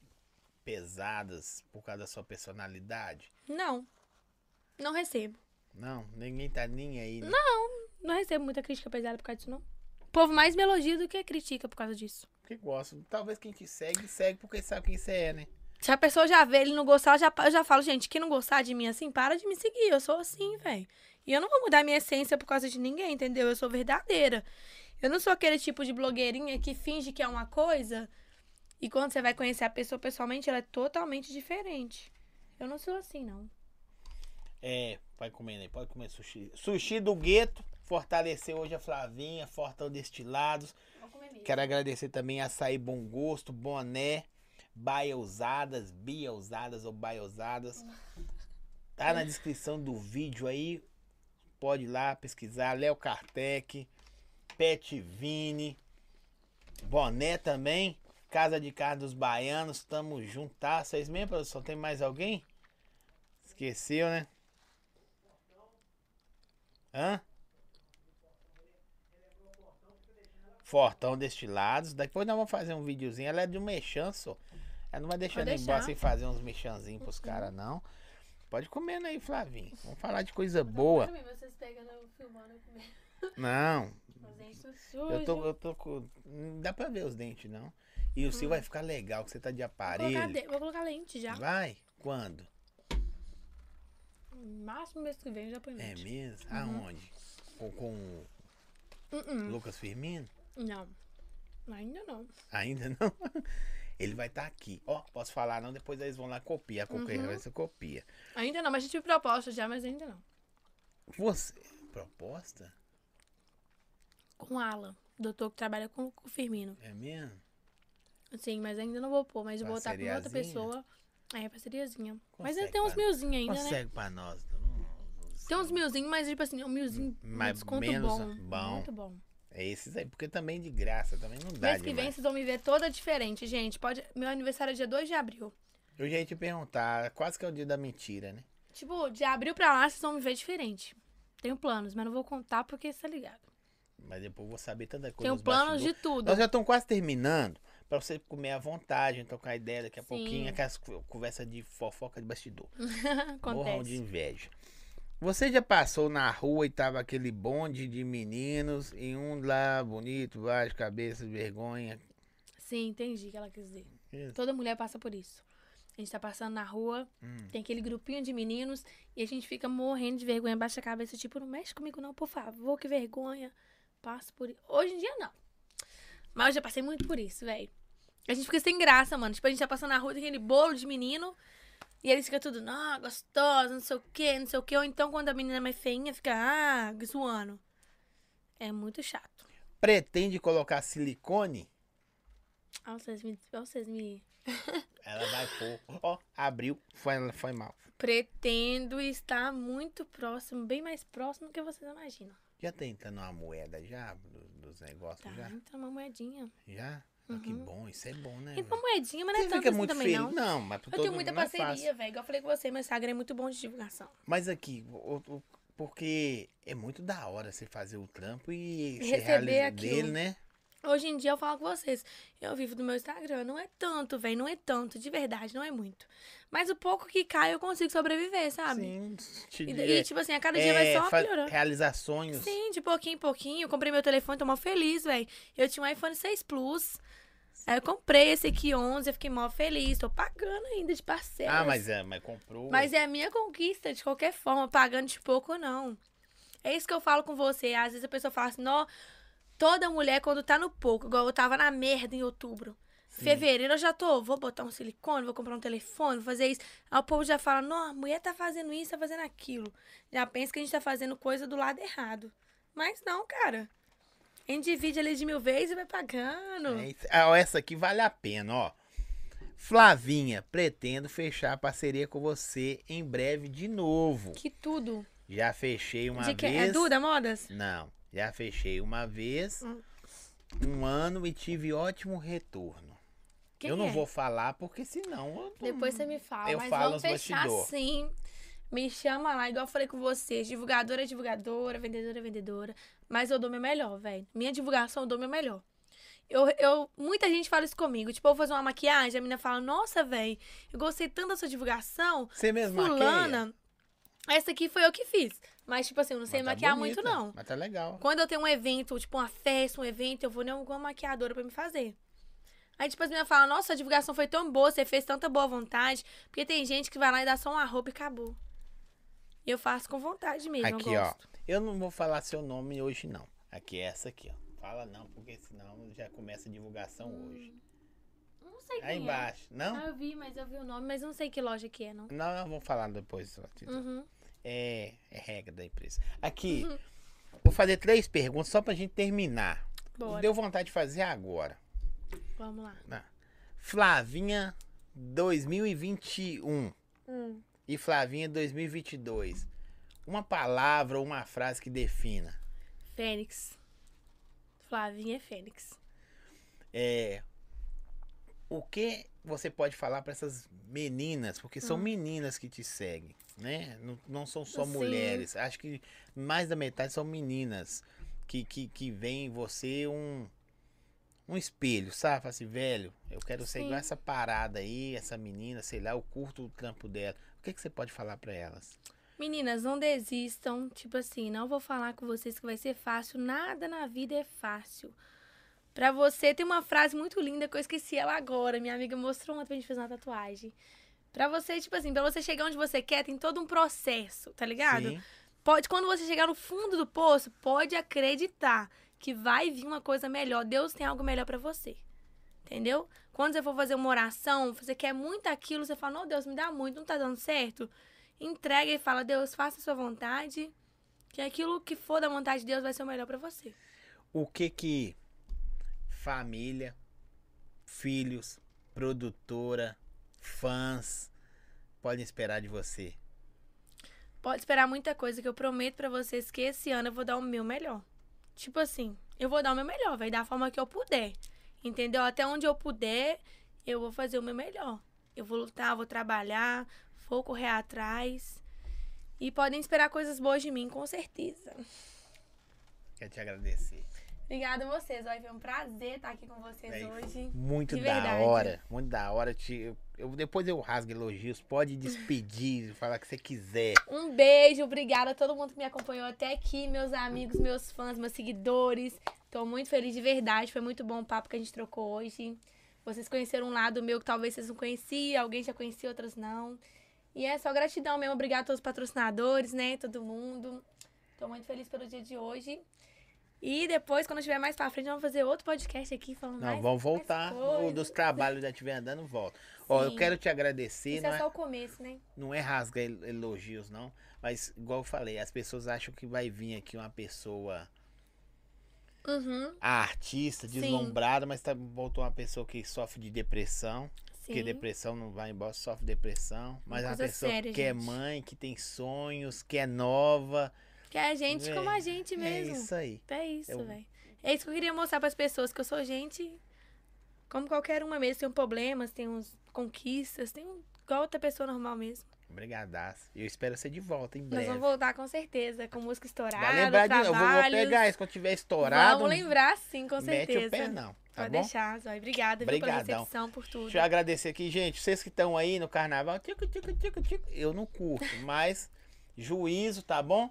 [SPEAKER 1] pesadas por causa da sua personalidade?
[SPEAKER 2] Não. Não recebo.
[SPEAKER 1] Não, ninguém tá nem aí. Né?
[SPEAKER 2] Não recebo muita crítica pesada por causa disso, não. O povo mais me elogia do que critica por causa disso.
[SPEAKER 1] Porque gosta. Talvez quem te segue, segue porque sabe quem você é, né?
[SPEAKER 2] Se a pessoa já vê ele não gostar, eu já, eu já falo, gente, quem não gostar de mim assim, para de me seguir. Eu sou assim, velho. E eu não vou mudar minha essência por causa de ninguém, entendeu? Eu sou verdadeira. Eu não sou aquele tipo de blogueirinha que finge que é uma coisa e quando você vai conhecer a pessoa pessoalmente, ela é totalmente diferente. Eu não sou assim, não.
[SPEAKER 1] É, vai comendo aí, pode comer sushi. Sushi do Gueto fortaleceu hoje a Flavinha, Fortão Destilados.
[SPEAKER 7] Vamos comer mesmo.
[SPEAKER 1] Quero agradecer também a Açaí Bom Gosto, Boné, Baia Usadas, Bia Usadas ou Baia Usadas. Tá na descrição do vídeo aí. Pode ir lá pesquisar. Léo Kartek, Pet Vini, Boné também. Casa de Carne dos Baianos, tamo junto, tá? Vocês mesmo, produção? Tem mais alguém? Esqueceu, né? Hã? Fortão Destilados. Depois nós vamos fazer um videozinho. Ela é de um mechan, só. Ela não vai deixar
[SPEAKER 2] Pode
[SPEAKER 1] nem embora
[SPEAKER 2] deixar. Uhum.
[SPEAKER 1] sem fazer uns mechanzinhos pros caras, não. Pode comer né, aí, Flavinho. Vamos falar de coisa boa.
[SPEAKER 2] Vocês pegando, filmando, eu Tá comendo.
[SPEAKER 1] Não, eu
[SPEAKER 2] Eu
[SPEAKER 1] tô, eu tô com. Não dá pra ver os dentes, não. E o seu vai ficar legal, que você tá de
[SPEAKER 2] Hum. Vou colocar,
[SPEAKER 1] aparelho.
[SPEAKER 2] de- vou colocar lente já.
[SPEAKER 1] Vai? Quando?
[SPEAKER 2] No Máximo mês que vem eu já põe
[SPEAKER 1] É
[SPEAKER 2] lente.
[SPEAKER 1] mesmo? Aonde? Com, com
[SPEAKER 2] Uhum. Uh-uh.
[SPEAKER 1] Lucas Firmino?
[SPEAKER 2] Não. Ainda não.
[SPEAKER 1] Ainda não. Ele vai estar aqui. Ó, posso falar não, depois eles vão lá copiar. Qualquer
[SPEAKER 2] Uhum.
[SPEAKER 1] coisa copia.
[SPEAKER 2] Ainda não, mas já tive proposta já, mas ainda não.
[SPEAKER 1] Você. Proposta?
[SPEAKER 2] Com Alan, doutor que trabalha com com o Firmino.
[SPEAKER 1] É mesmo?
[SPEAKER 2] Sim, mas ainda não vou pôr, mas vou botar com outra
[SPEAKER 1] seriazinha?
[SPEAKER 2] pessoa. É, parceriazinha. mas
[SPEAKER 1] Consegue,
[SPEAKER 2] ainda tem uns
[SPEAKER 1] cara.
[SPEAKER 2] milzinhos ainda, né?
[SPEAKER 1] Consegue pra nós. não.
[SPEAKER 2] Tem uns milzinhos, mas tipo assim, um milzinho
[SPEAKER 1] é Mas
[SPEAKER 2] um desconto
[SPEAKER 1] menos
[SPEAKER 2] bom.
[SPEAKER 1] bom.
[SPEAKER 2] Muito bom.
[SPEAKER 1] É esses aí, porque também de graça, também não dá
[SPEAKER 2] Mês que vem
[SPEAKER 1] demais.
[SPEAKER 2] vocês vão me ver toda diferente, gente. Pode... Meu aniversário é dia 2 de abril.
[SPEAKER 1] Eu já ia te perguntar, quase que é o dia da mentira, né?
[SPEAKER 2] Tipo, de abril pra lá vocês vão me ver diferente. Tenho planos, mas não vou contar porque você tá ligado.
[SPEAKER 1] Mas depois eu vou saber tanta coisa.
[SPEAKER 2] Tenho
[SPEAKER 1] dos
[SPEAKER 2] planos
[SPEAKER 1] bastidores.
[SPEAKER 2] de tudo.
[SPEAKER 1] Nós já estamos quase terminando pra você comer à vontade, trocar ideia daqui a
[SPEAKER 2] Sim.
[SPEAKER 1] pouquinho, aquelas co- conversa de fofoca de bastidor. Morram de
[SPEAKER 2] Acontece.
[SPEAKER 1] inveja. Você já passou na rua e tava aquele bonde de meninos e um lá bonito, baixo, cabeça, vergonha.
[SPEAKER 2] Sim, entendi o que ela quis dizer.
[SPEAKER 1] Isso.
[SPEAKER 2] Toda mulher passa por isso. A gente tá passando na rua, tem aquele grupinho de meninos e a gente fica morrendo de vergonha, baixa a cabeça, tipo, não mexe comigo não, por favor, que vergonha. Passo por isso. Hoje em dia não. Mas eu já passei muito por isso, velho. A gente fica sem graça, mano. Tipo, a gente tá passando na rua, tem aquele bolo de menino e eles ficam tudo, não, gostosa, não sei o quê, não sei o quê. Ou então quando a menina é mais feinha, fica, ah, zoando. É muito chato.
[SPEAKER 1] Pretende colocar silicone?
[SPEAKER 2] Ah, vocês me. ah, Vocês me...
[SPEAKER 1] Ela vai pôr. Ó, abriu. Foi, foi mal.
[SPEAKER 2] Pretendo estar muito próximo, bem mais próximo do que vocês imaginam.
[SPEAKER 1] Já tentando uma moeda já? do- Dos negócios
[SPEAKER 2] Tá,
[SPEAKER 1] já?
[SPEAKER 2] então uma moedinha.
[SPEAKER 1] Já? Ah, que bom, isso é bom, né?
[SPEAKER 2] Então
[SPEAKER 1] velho?
[SPEAKER 2] uma moedinha, mas não
[SPEAKER 1] Você
[SPEAKER 2] é tanto
[SPEAKER 1] fica
[SPEAKER 2] assim
[SPEAKER 1] muito
[SPEAKER 2] também,
[SPEAKER 1] feliz.
[SPEAKER 2] não.
[SPEAKER 1] Não, mas pra
[SPEAKER 2] Eu
[SPEAKER 1] todo
[SPEAKER 2] tenho muita
[SPEAKER 1] mundo não é fácil.
[SPEAKER 2] parceria, velho. Igual eu falei com você, meu Instagram é muito bom de divulgação.
[SPEAKER 1] Mas aqui, o- o- porque é muito da hora você fazer o trampo e,
[SPEAKER 2] E
[SPEAKER 1] se
[SPEAKER 2] receber
[SPEAKER 1] realizar
[SPEAKER 2] aquilo.
[SPEAKER 1] dele, né?
[SPEAKER 2] Hoje em dia eu falo com vocês, eu vivo do meu Instagram, não é tanto, velho, não é tanto, de verdade, não é muito. Mas o pouco que cai eu consigo sobreviver, sabe?
[SPEAKER 1] Sim, te-
[SPEAKER 2] E,
[SPEAKER 1] é-
[SPEAKER 2] e, tipo assim, a cada dia vai
[SPEAKER 1] é,
[SPEAKER 2] só
[SPEAKER 1] fa-
[SPEAKER 2] piorando.
[SPEAKER 1] Realizar sonhos.
[SPEAKER 2] Sim, de pouquinho em pouquinho. Eu comprei meu telefone, tô mó feliz, velho. Eu tinha um iPhone 6 Plus. Aí eu comprei esse aqui 11, eu fiquei mó feliz. Tô pagando ainda de parcelas.
[SPEAKER 1] Ah, mas, é, mas comprou.
[SPEAKER 2] Mas é a minha conquista, de qualquer forma, pagando de pouco, não. É isso que eu falo com você. Às vezes a pessoa fala assim, ó, toda mulher quando tá no pouco, igual eu tava na merda em outubro. Fevereiro eu já tô, vou botar um silicone, vou comprar um telefone, vou fazer isso. Aí o povo já fala, não, a mulher tá fazendo isso, tá fazendo aquilo. Já pensa que a gente tá fazendo coisa do lado errado. Mas não, cara. A gente divide ali de mil vezes e vai pagando.
[SPEAKER 1] É isso. Ah, ó, essa aqui vale a pena, ó. Flavinha, pretendo fechar a parceria com você em breve de novo.
[SPEAKER 2] Que tudo.
[SPEAKER 1] Já fechei uma
[SPEAKER 2] de quem?
[SPEAKER 1] vez.
[SPEAKER 2] É Duda Modas?
[SPEAKER 1] Não, já fechei uma vez.
[SPEAKER 2] Hum.
[SPEAKER 1] Um ano e tive ótimo retorno.
[SPEAKER 2] Quem
[SPEAKER 1] eu não
[SPEAKER 2] é?
[SPEAKER 1] vou falar porque senão eu não-
[SPEAKER 2] Depois você me fala,
[SPEAKER 1] Eu
[SPEAKER 2] Hum. mas
[SPEAKER 1] falo
[SPEAKER 2] vamos
[SPEAKER 1] os
[SPEAKER 2] fechar
[SPEAKER 1] bastidor.
[SPEAKER 2] sim. Me chama lá, igual eu falei com vocês. Divulgadora é divulgadora, vendedora é vendedora. Mas eu dou meu melhor, velho. Minha divulgação eu dou meu melhor. Eu, eu, muita gente fala isso comigo. Tipo, eu vou fazer uma maquiagem, a menina fala, nossa, velho, eu gostei tanto da sua divulgação.
[SPEAKER 1] Você mesmo maqueia?
[SPEAKER 2] Fulana, essa aqui foi eu que fiz. Mas, tipo assim, eu não sei
[SPEAKER 1] Mas tá
[SPEAKER 2] maquiar
[SPEAKER 1] bonita,
[SPEAKER 2] muito, não.
[SPEAKER 1] Mas tá legal.
[SPEAKER 2] Quando eu tenho um evento, tipo uma festa, um evento, eu vou em alguma maquiadora pra me fazer. Aí, tipo, as meninas falam, nossa, a divulgação foi tão boa, você fez tanta boa vontade. Porque tem gente que vai lá e dá só uma roupa e acabou. E eu faço com vontade mesmo,
[SPEAKER 1] Aqui,
[SPEAKER 2] eu
[SPEAKER 1] ó.
[SPEAKER 2] assim? gosto.
[SPEAKER 1] Eu não vou falar seu nome hoje, não. Aqui é essa aqui, ó. Fala não, porque senão já começa a divulgação hoje.
[SPEAKER 2] Não sei Hum, quem
[SPEAKER 1] Aí embaixo.
[SPEAKER 2] é.
[SPEAKER 1] Não?
[SPEAKER 2] Ah, eu vi, mas eu vi o nome, mas não sei que loja que é, não.
[SPEAKER 1] Não, não, vou falar depois. só, Tito.
[SPEAKER 2] Uhum.
[SPEAKER 1] É, é regra da empresa. Aqui, vou fazer três perguntas só pra gente terminar.
[SPEAKER 2] Bora,
[SPEAKER 1] Deu vontade de fazer agora.
[SPEAKER 2] vamos lá.
[SPEAKER 1] Flavinha 2021
[SPEAKER 2] Hum.
[SPEAKER 1] e Flavinha 2022. Uma palavra ou uma frase que defina.
[SPEAKER 2] Fênix. Flavinha é Fênix.
[SPEAKER 1] É, o que você pode falar pra essas meninas? Porque são meninas que te seguem, né? Não, não são só
[SPEAKER 2] Hum. Sim.
[SPEAKER 1] mulheres. Acho que mais da metade são meninas que, que, que veem em você um, um espelho, sabe? Fala assim, velho, eu quero ser igual
[SPEAKER 2] Sim.
[SPEAKER 1] essa parada aí, essa menina, sei lá, eu curto o trampo dela. O que, que você pode falar pra elas?
[SPEAKER 2] Meninas, não desistam. Tipo assim, não vou falar com vocês que vai ser fácil. Nada na vida é fácil. Pra você, tem uma frase muito linda que eu esqueci ela agora. Minha amiga mostrou ontem pra gente fazer uma tatuagem. Pra você, tipo assim, pra você chegar onde você quer, tem todo um processo, tá ligado?
[SPEAKER 1] Sim.
[SPEAKER 2] Pode, quando você chegar no fundo do poço, pode acreditar que vai vir uma coisa melhor. Deus tem algo melhor pra você. Entendeu? Quando você for fazer uma oração, você quer muito aquilo, você fala, não, Deus, me dá muito, não tá dando certo. Entrega e fala, Deus, faça a sua vontade. Que aquilo que for da vontade de Deus vai ser o melhor pra você.
[SPEAKER 1] O que que família, filhos, produtora, fãs podem esperar de você?
[SPEAKER 2] Pode esperar muita coisa que eu prometo pra vocês que esse ano eu vou dar o meu melhor. Tipo assim, eu vou dar o meu melhor, vai dar a forma que eu puder. Entendeu? Até onde eu puder, eu vou fazer o meu melhor. Eu vou lutar, vou trabalhar, vou correr atrás. E podem esperar coisas boas de mim, com certeza.
[SPEAKER 1] Quero te agradecer.
[SPEAKER 2] Obrigada a vocês, ó. Foi um prazer estar aqui com vocês
[SPEAKER 1] Véi,
[SPEAKER 2] hoje.
[SPEAKER 1] Muito
[SPEAKER 2] De
[SPEAKER 1] da
[SPEAKER 2] verdade.
[SPEAKER 1] hora, muito da hora. Te, eu- eu- depois eu rasgo elogios, pode despedir, falar o que você quiser.
[SPEAKER 2] Um beijo, obrigada a todo mundo que me acompanhou até aqui, meus amigos, meus fãs, meus seguidores. Tô muito feliz de verdade, foi muito bom o papo que a gente trocou hoje. Vocês conheceram um lado meu que talvez vocês não conheciam, alguém já conhecia, outros não. E é só gratidão mesmo, obrigado a todos os patrocinadores, né, todo mundo. Tô muito feliz pelo dia de hoje. E depois, quando eu estiver mais pra frente, vamos fazer outro podcast aqui falando
[SPEAKER 1] Não,
[SPEAKER 2] mais.
[SPEAKER 1] vão voltar.
[SPEAKER 2] coisas.
[SPEAKER 1] O dos trabalhos já estiver andando, volta. Ó, eu
[SPEAKER 2] Sim.
[SPEAKER 1] quero te agradecer.
[SPEAKER 2] Isso
[SPEAKER 1] Não
[SPEAKER 2] é
[SPEAKER 1] é,
[SPEAKER 2] só o começo, né?
[SPEAKER 1] não é rasgar el- elogios, não. Mas, igual eu falei, as pessoas acham que vai vir aqui uma pessoa
[SPEAKER 2] Uhum,
[SPEAKER 1] a artista,
[SPEAKER 2] Sim.
[SPEAKER 1] deslumbrada, mas tá, voltou uma pessoa que sofre de depressão.
[SPEAKER 2] sim.
[SPEAKER 1] Porque depressão não vai embora, sofre depressão. Mas uma
[SPEAKER 2] coisa
[SPEAKER 1] pessoa
[SPEAKER 2] séria,
[SPEAKER 1] que é
[SPEAKER 2] gente.
[SPEAKER 1] mãe, que tem sonhos, que é nova.
[SPEAKER 2] Que é a gente como a gente mesmo.
[SPEAKER 1] É isso aí.
[SPEAKER 2] É isso,
[SPEAKER 1] Eu-
[SPEAKER 2] velho. É isso que eu queria mostrar pras pessoas, que eu sou gente como qualquer uma mesmo. Tem problemas, tem uns conquistas, tem um, igual outra pessoa normal mesmo.
[SPEAKER 1] Obrigadaço. Eu espero você de volta em
[SPEAKER 2] Nós
[SPEAKER 1] breve.
[SPEAKER 2] vamos voltar com certeza, com música estourada,
[SPEAKER 1] Vai lembrar de eu vou, vou
[SPEAKER 2] trabalhos.
[SPEAKER 1] pegar isso quando tiver estourado.
[SPEAKER 2] Vamos lembrar sim, com
[SPEAKER 1] mete
[SPEAKER 2] certeza.
[SPEAKER 1] o pé não, tá
[SPEAKER 2] Pode
[SPEAKER 1] bom?
[SPEAKER 2] deixar, Zói. Obrigada viu, pela
[SPEAKER 1] Brigadão.
[SPEAKER 2] recepção, por tudo.
[SPEAKER 1] Deixa eu agradecer aqui, gente. Vocês que estão aí no carnaval, tico, tico, tico, tico. Eu não curto, mas juízo, tá bom?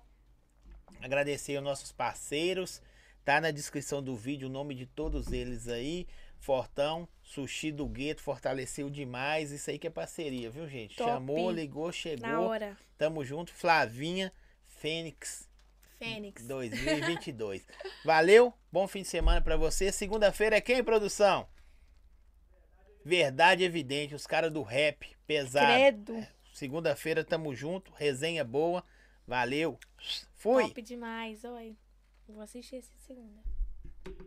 [SPEAKER 1] Agradecer aos nossos parceiros. Tá na descrição do vídeo o nome de todos eles aí. Fortão, Sushi do Gueto, fortaleceu demais. Isso aí que é parceria, viu, gente?
[SPEAKER 2] Top.
[SPEAKER 1] Chamou, ligou,
[SPEAKER 2] Na
[SPEAKER 1] chegou.
[SPEAKER 2] hora.
[SPEAKER 1] Tamo junto. Flavinha, Fênix.
[SPEAKER 2] Fênix.
[SPEAKER 1] 2022. Valeu, bom fim de semana pra você. Segunda-feira é quem, produção? Verdade Evidente, os caras do rap, pesado.
[SPEAKER 2] Credo.
[SPEAKER 1] Segunda-feira tamo junto, resenha boa. Valeu. Fui.
[SPEAKER 2] Top demais, Zói. Vou assistir esse segunda.